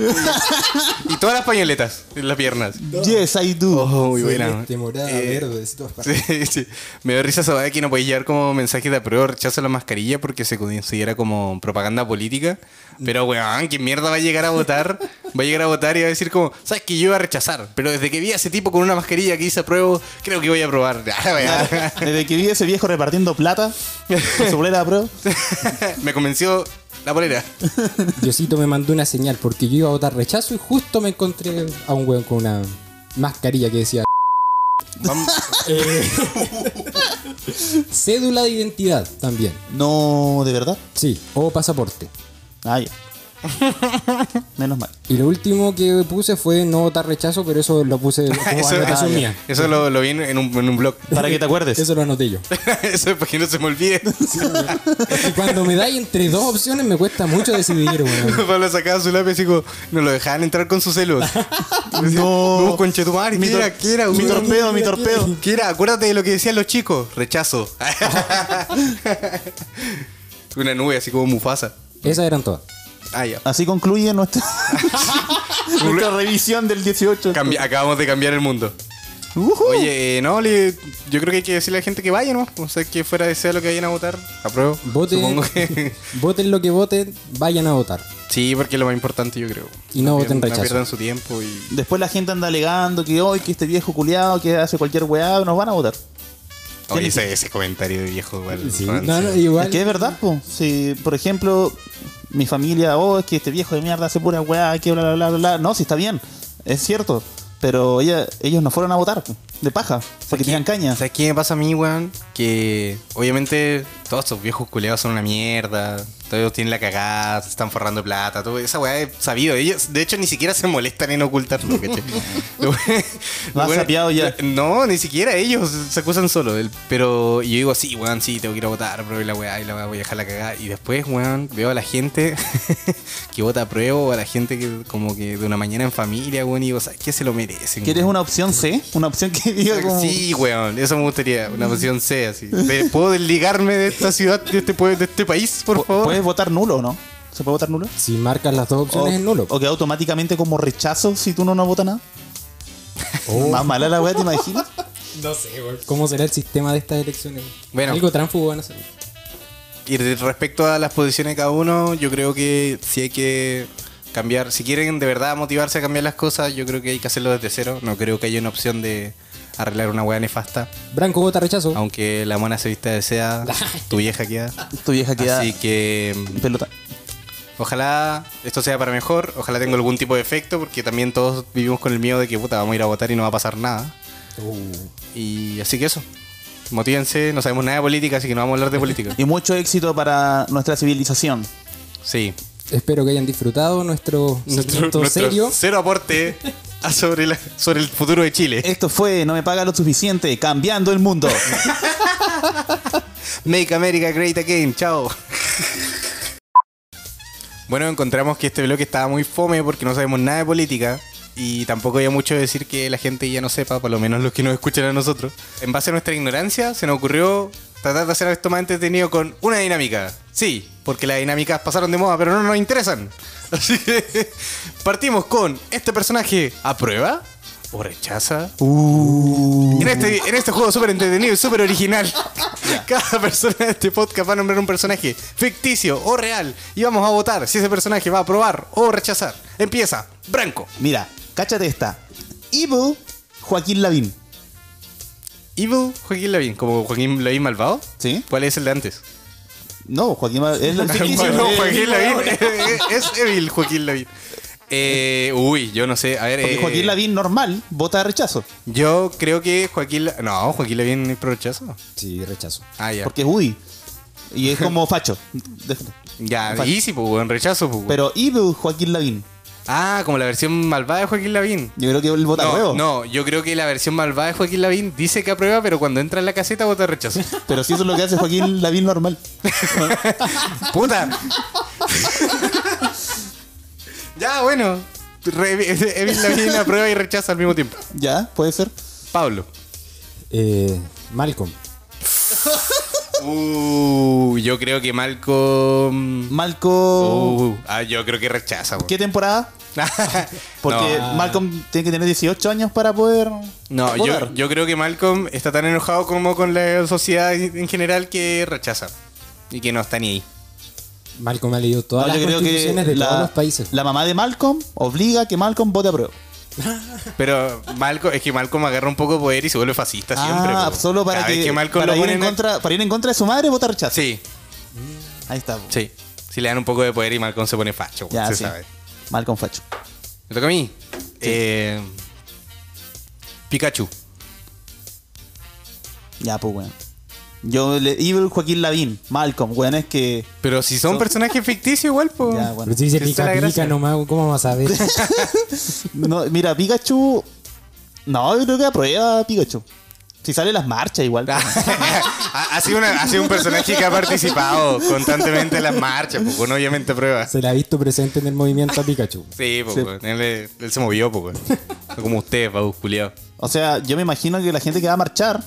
B: y todas las pañoletas en las piernas.
A: Yes, I do.
B: muy buena.
C: Celeste, este morada,
B: Eh,
C: verde, de todas partes.
B: Sí, sí. Me da risa esa weá que no podéis llevar como mensaje de apruebo o rechazo a la mascarilla porque se considera como propaganda política. Pero weón, ¿qué mierda va a llegar a votar? Va a llegar a votar y va a decir como, sabes que yo iba a rechazar, pero desde que vi a ese tipo con una mascarilla que hice apruebo, creo que voy a probar. Ah, weón.
A: Desde que vi a ese viejo repartiendo plata, con su bolera, bro.
B: Me convenció la polera.
C: Diosito me mandó una señal porque yo iba a votar rechazo y justo me encontré a un weón con una mascarilla que decía Eh,
B: Vam-
C: cédula de identidad también.
A: No, de verdad.
C: Sí, o pasaporte.
A: Ah, ya. Menos mal.
C: Y lo último que puse fue no votar rechazo, pero eso lo puse como
B: Eso,
C: anotación
B: ah,
C: mía.
B: eso lo, lo vi en en un, en un blog.
A: Para que te acuerdes.
C: Eso lo anoté yo.
B: Eso es para que no se me olvide.
C: Y cuando me dais entre dos opciones me cuesta mucho decidir, weón.
B: Pablo sacaba su lápiz y dijo, no lo dejaban entrar con sus celos.
A: No.
B: no conchetumare, ¿qué
A: tor-
B: era? ¿Qué era?
A: mi
B: weón?
A: torpedo, mi torpedo.
B: ¿Qué era? Acuérdate de lo que decían los chicos. Rechazo. Una nube así como Mufasa.
C: Esas eran todas.
B: Ah, ya.
A: Así concluye nuestra, nuestra revisión del 18.
B: Cambi- acabamos de cambiar el mundo.
A: Ujú.
B: Oye, eh, no, le- yo creo que hay que decirle a la gente que vaya, ¿no? O sea, que fuera de sea lo que vayan a votar. Apruebo.
C: Voten,
B: Supongo que...
C: voten lo que voten, vayan a votar.
B: Sí, porque es lo más importante, yo creo.
C: Y no
B: pier-
C: voten rechazo.
B: No pierdan su tiempo y...
A: Después la gente anda alegando que hoy que este viejo culiado que hace cualquier weá, nos van a votar.
B: Oye, ese, ese comentario de viejo igual. Francia.
C: No, no, igual.
A: Es que es verdad, po. Si, por ejemplo, mi familia, oh, es que este viejo de mierda hace pura weá, que bla, bla, bla, bla, bla. No, sí está bien, es cierto. Pero ella- ellos no fueron a votar, po, de paja, porque tenían caña.
B: ¿Sabes qué me pasa a mí, weón? Que obviamente todos estos viejos culeados son una mierda. Todos tienen la cagada, se están forrando plata. Todo, esa weá es sabido. Ellos, de hecho, ni siquiera se molestan en ocultarlo, ¿cachai? Lo we- lo
A: Vas
B: bueno-
A: sapeado ya.
B: No, ni siquiera ellos se acusan solo. El- Pero y yo digo, sí, weón, sí, tengo que ir a votar, pero la weá, y la weá, voy a dejar la cagada. Y después, weón, veo a la gente que vota a prueba, o a la gente que como que de una mañana en familia, weón, y digo, ¿sabes qué se lo merecen?
A: ¿Quieres
B: weón?
A: una opción C? Una opción que diga como...
B: Sí, weón, eso me gustaría, una opción C así. Pe- ¿Puedo desligarme de esta ciudad, de este, pue- de este país, por favor?
A: Puedes votar nulo, ¿no? ¿Se puede votar nulo?
C: Si marcas las dos
A: O,
C: opciones es nulo.
A: o que automáticamente como rechazo si tú no, no votas nada. Más mala la weá, ¿te imaginas?
C: No sé, weón. ¿Cómo será el sistema de estas elecciones?
B: Bueno.
C: Algo tránfugo van a ser.
B: Y de- respecto a las posiciones de cada uno, yo creo que si hay que cambiar, si quieren de verdad motivarse a cambiar las cosas, yo creo que hay que hacerlo desde cero. No creo que haya una opción de arreglar una weá nefasta.
C: Branco vota
A: Uh.
C: rechazo.
B: Aunque la mona se vista de seda, tu vieja queda.
A: Tu vieja queda
B: Así que
A: pelota.
B: Ojalá esto sea para mejor, ojalá tenga algún tipo de efecto, porque también todos vivimos con el miedo de que puta, vamos a ir a votar y no va a pasar nada.
C: Uh.
B: Y así que eso. Motívense, no sabemos nada de política, así que no vamos a hablar de política.
A: Y mucho éxito para nuestra civilización.
B: Sí.
C: Espero que hayan disfrutado nuestro segmento serio.
B: cero aporte a sobre, la- sobre el futuro de Chile.
A: Esto fue No me paga lo suficiente, cambiando el mundo.
B: Make America Great Again, chao. Bueno, encontramos que este bloque estaba muy fome porque no sabemos nada de política y tampoco había mucho que decir que la gente ya no sepa, por lo menos los que nos escuchan a nosotros. En base a nuestra ignorancia, se nos ocurrió tratar de hacer esto más entretenido con una dinámica. Sí, porque las dinámicas pasaron de moda, pero no nos interesan. Así que partimos con este personaje aprueba o rechaza. En este, en este juego súper entretenido y súper original, cada persona de este podcast va a nombrar un personaje ficticio o real y vamos a votar si ese personaje va a aprobar o rechazar. Empieza, Branco.
A: Mira, cáchate esta. Evil Joaquín Lavín.
B: Evil Joaquín Lavín, como Joaquín Lavín malvado.
A: Sí.
B: ¿Cuál es el de antes?
A: No, Joaquín Ma- es el ficticio.
B: Bueno,
A: eh,
B: Joaquín Lavín es Evil Joaquín Lavín. Eh, uy, yo no sé. A ver,
A: porque
B: eh,
A: Joaquín Lavín normal vota de rechazo.
B: Yo creo que Joaquín. La- No, Joaquín Lavín es pro rechazo.
C: Sí, rechazo.
B: Ah, ya.
A: Porque es Woody. Y es como facho. De-
B: Ya,
A: Fa-
B: easy, pues, buen rechazo, pues.
A: Pero Evil Joaquín Lavín.
B: Ah, como la versión malvada de Joaquín Lavín.
A: Yo creo que él vota
B: No,
A: huevo.
B: no, yo creo que la versión malvada de Joaquín Lavín dice que aprueba, pero cuando entra en la caseta vota rechazo.
A: Pero si eso es lo que hace Joaquín Lavín normal.
B: ¡Puta! Ya, bueno. Re- Evil Lavigne aprueba y rechaza al mismo tiempo.
A: ¿Ya? ¿Puede ser?
B: Pablo.
C: Eh, Malcolm.
B: Uh, yo creo que Malcolm.
A: Malcolm...
B: Uh, ah, yo creo que rechaza, weón.
A: ¿Qué temporada? Porque
B: Porque
A: Malcolm tiene que tener 18 años para poder.
B: no,
A: votar.
B: yo, yo creo que Malcolm está tan enojado como con la sociedad en general que rechaza. Y que no está ni ahí.
C: Malcolm ha leído todas
A: No,
C: las
A: yo creo que
C: constituciones de
A: la,
C: todos los países.
A: la mamá de Malcolm obliga a que Malcolm vote a prueba.
B: Pero Malcolm, es que Malcolm agarra un poco de poder y se vuelve fascista siempre.
A: Ah,
B: po.
A: solo para
B: Cada
A: que,
B: vez Malcolm
A: para,
B: lo
A: ir
B: ponen
A: en contra, para ir en contra de su madre vota rechazo.
B: Sí,
A: Ahí está. po.
B: sí. Si le dan un poco de poder y Malcolm se pone facho,
A: Ya,
B: se
A: sí.
B: sabe.
A: Malcolm Facho.
B: Me toca a mí. Eh, Pikachu.
A: Ya, pues, weón. Yo, le, Evil Joaquín Lavín, Malcolm, weón, es que.
B: Pero si son personajes ficticios igual, pues.
A: Ya, bueno.
C: Pero si dice
B: Esa es la
C: pica pica
B: gracia.
C: nomás, ¿cómo vas a ver?
A: No, mira, Pikachu. No, yo creo que aprueba a Pikachu. Si sale las marchas igual.
B: ha, ha sido una- ha sido un personaje que ha participado constantemente en las marchas, pues bueno, obviamente prueba.
C: Se la ha visto presente en el movimiento a Pikachu.
B: Sí, pues,
A: Sí.
B: weón, él, él se movió, pues. weón. No Como ustedes, Pabus culiao.
A: O sea, yo me imagino que la gente que va a marchar,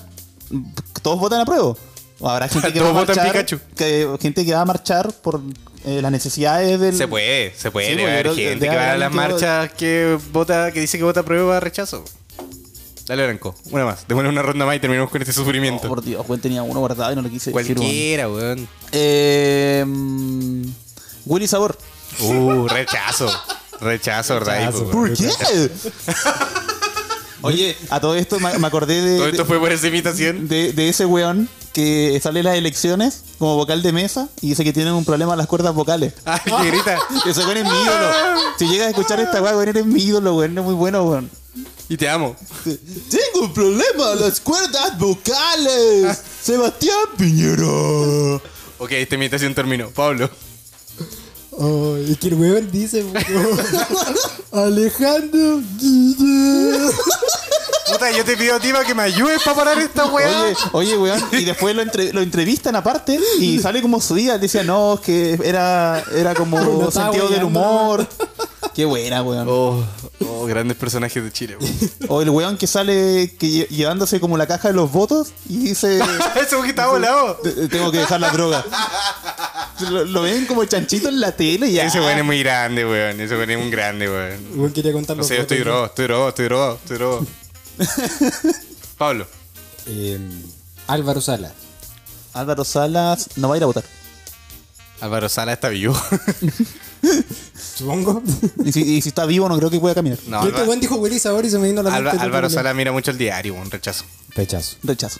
A: todos votan a prueba. O habrá gente que va a
B: Todos votan
A: marchar,
B: Pikachu.
A: que- gente que va a marchar por eh, las necesidades del.
B: Se puede, se puede.
A: Sí,
B: debe
A: pues, yo
B: haber
A: creo que
B: gente
A: debe
B: que va a
A: haber
B: las
A: alguien que
B: marchas que vota, que dice que vota prueba rechazo. Dale, Branco. Una más. Démosle una ronda más y terminamos con este
A: Oh,
B: sufrimiento.
A: por Dios, Juan tenía uno guardado y no lo quise decir. weón.
B: Cualquiera, weón.
A: Eh, mm, Willy Sabor.
B: Uh, rechazo. Rechazo, Ray.
C: Rechazo.
B: pues, weón.
A: qué? Oye, a todo esto me, me acordé de,
B: Todo esto fue por esa imitación.
A: de, de ese weón que sale en las elecciones como vocal de mesa y dice que tienen un problema en las cuerdas vocales.
B: Ay, Ah, que grita.
A: Ese weón es mi ídolo. Si llegas a escuchar esta weá, weón, eres mi ídolo, weón. Es muy bueno, weón.
B: Y te amo.
A: Tengo un problema, las cuerdas vocales. Sebastián Piñero.
B: Ok, esta imitación terminó. Pablo.
C: Oh, y que el weón dice, Alejandro Guille.
B: Puta, yo te pido a ti para que me ayudes para parar esta weá.
A: Oye, oye, weón. Y después lo, entre- lo entrevistan aparte y sale como su día. Decía, no, es que era, era como
C: No estaba
A: sentido del
C: weyando.
A: humor. Qué buena, weón.
B: Oh, oh, grandes personajes de Chile. weón.
A: O el weón que sale que lle- llevándose como la caja de los votos y dice...
B: Eso que está volado.
A: "Te- Tengo que dejar la droga. Lo, lo ven como chanchito en la tele y ya.
B: Ese weón es muy grande, weón. Ese weón es un grande, weón.
C: El weón quería contar
B: No
C: los
B: sé, yo estoy
C: votos.
B: drogado, estoy drogado, estoy drogado, estoy drogado. Pablo.
C: Eh, Álvaro Sala.
A: Álvaro Salas no va a ir a votar.
B: Álvaro Sala está vivo.
C: Supongo.
A: Y si, y si está vivo, no creo que pueda caminar.
B: No,
C: y este
B: Alba-
C: weón dijo Willy Sabor y se me vino a la
B: Alba-
C: mente.
B: Álvaro Sala mira mucho el diario, un rechazo.
C: Rechazo.
A: Rechazo.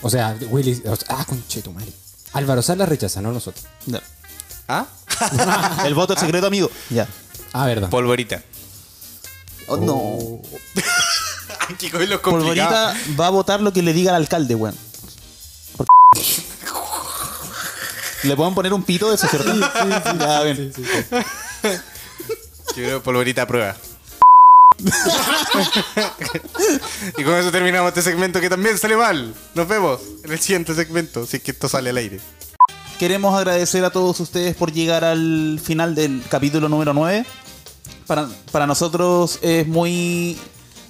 C: O sea, Willy. o sea, ah, conchetumare. Álvaro Sala rechaza, no nosotros.
A: No.
B: ¿Ah?
A: El voto es secreto, amigo. Ya.
C: Ah, verdad.
B: Polvorita.
A: Oh, no.
B: Ay, qué con los
A: Polvorita
B: complicados.
A: va a votar lo que le diga el alcalde, weón. Por- Le pueden poner un pito de eso, ¿cierto? Ya, bien.
C: Sí, sí.
B: Yo creo polvorita a prueba. y con eso terminamos este segmento que también sale mal. Nos vemos en el siguiente segmento, si es que esto sale al aire.
A: Queremos agradecer a todos ustedes por llegar al final del capítulo número 9. Para, para nosotros es muy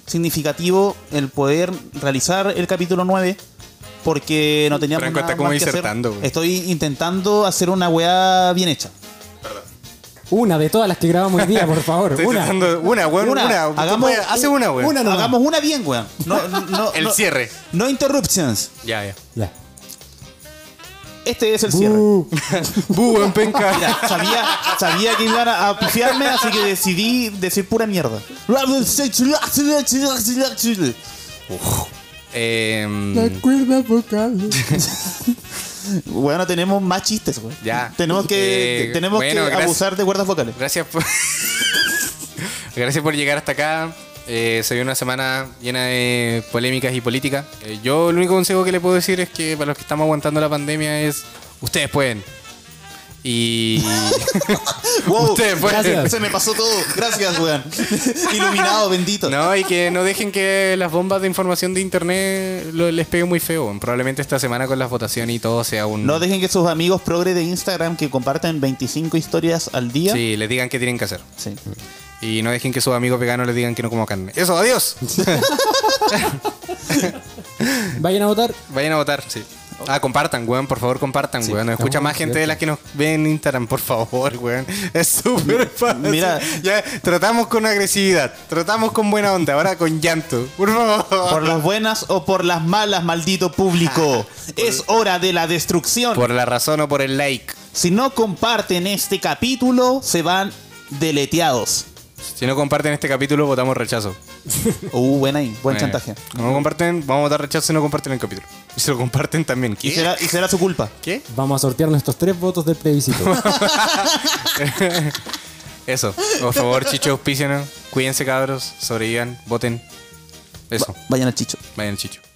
A: significativo el poder realizar el capítulo 9 porque no teníamos
B: Franco
A: nada
B: está como
A: más que hacer.
B: disertando, güey.
A: Estoy intentando hacer una weá bien hecha.
C: Una de todas las que grabamos hoy día, por favor.
B: Estoy
C: una.
B: tratando- una, weón,
A: Una.
B: una. Tú
A: Hagamos
B: puedes- hace una, weón.
C: una. nomás.
A: Hagamos una bien, weón. No, no- no-
B: El
A: no-
B: cierre.
A: No interruptions.
B: Ya, ya.
C: Ya.
A: Este es el cierre.
C: Uh,
B: Bu, weón, penca.
A: Mira, sabía, sabía que iban a, a pifiarme, así que decidí decir pura mierda.
C: la
B: Em,
C: cuerda vocal.
A: Bueno, tenemos más chistes, güey.
B: Ya.
A: Tenemos que,
B: Eh,
A: tenemos
B: bueno,
A: que
B: gracias.
A: abusar de cuerdas vocales.
B: Gracias por. Gracias por llegar hasta acá. Eh, se vio una semana llena de polémicas y política. Eh, yo el único consejo que le puedo decir es que para los que estamos aguantando la pandemia es ustedes pueden.
E: Y.
A: Wow,
E: Usted fue.
C: Gracias.
A: se me pasó todo. Gracias, weón. Iluminado, bendito.
E: No, y que no dejen que las bombas de información de internet lo- les pegue muy feo. weón. Probablemente esta semana con las votaciones y todo sea un.
A: No dejen que sus amigos progre de Instagram que comparten 25 historias al día.
E: Sí, les digan qué tienen que hacer.
A: Sí.
E: Y no dejen que sus amigos veganos les digan que no como carne. Eso, adiós.
C: Vayan a votar.
E: Vayan a votar, sí. Ah, compartan, weón, por favor, compartan, weón. Nos escucha
C: estamos
E: más gente de la que nos ve en Instagram, por favor, weón. Es súper fácil.
A: mira.
E: Ya, tratamos con agresividad, tratamos con buena onda, ahora con llanto. Por favor.
A: Por las buenas o por las malas, maldito público. es hora de la destrucción.
E: Por la razón o por el like.
A: Si no comparten este capítulo, se van deleteados.
E: Si no comparten este capítulo, votamos rechazo.
A: Uh, buen ahí, buen
E: Eh,
A: chantaje.
E: Como no comparten, vamos a votar rechazo si no comparten el capítulo. Y si lo comparten también.
A: Y
E: ¿Qué?
A: será, y será su culpa.
E: ¿Qué?
C: Vamos a sortear nuestros tres votos del plebiscito.
E: Eso. Por favor, chicho, auspícianos. Cuídense, cabros. Sobrevivan, voten. Eso.
A: Va- vayan a Chicho.
E: Vayan, chicho.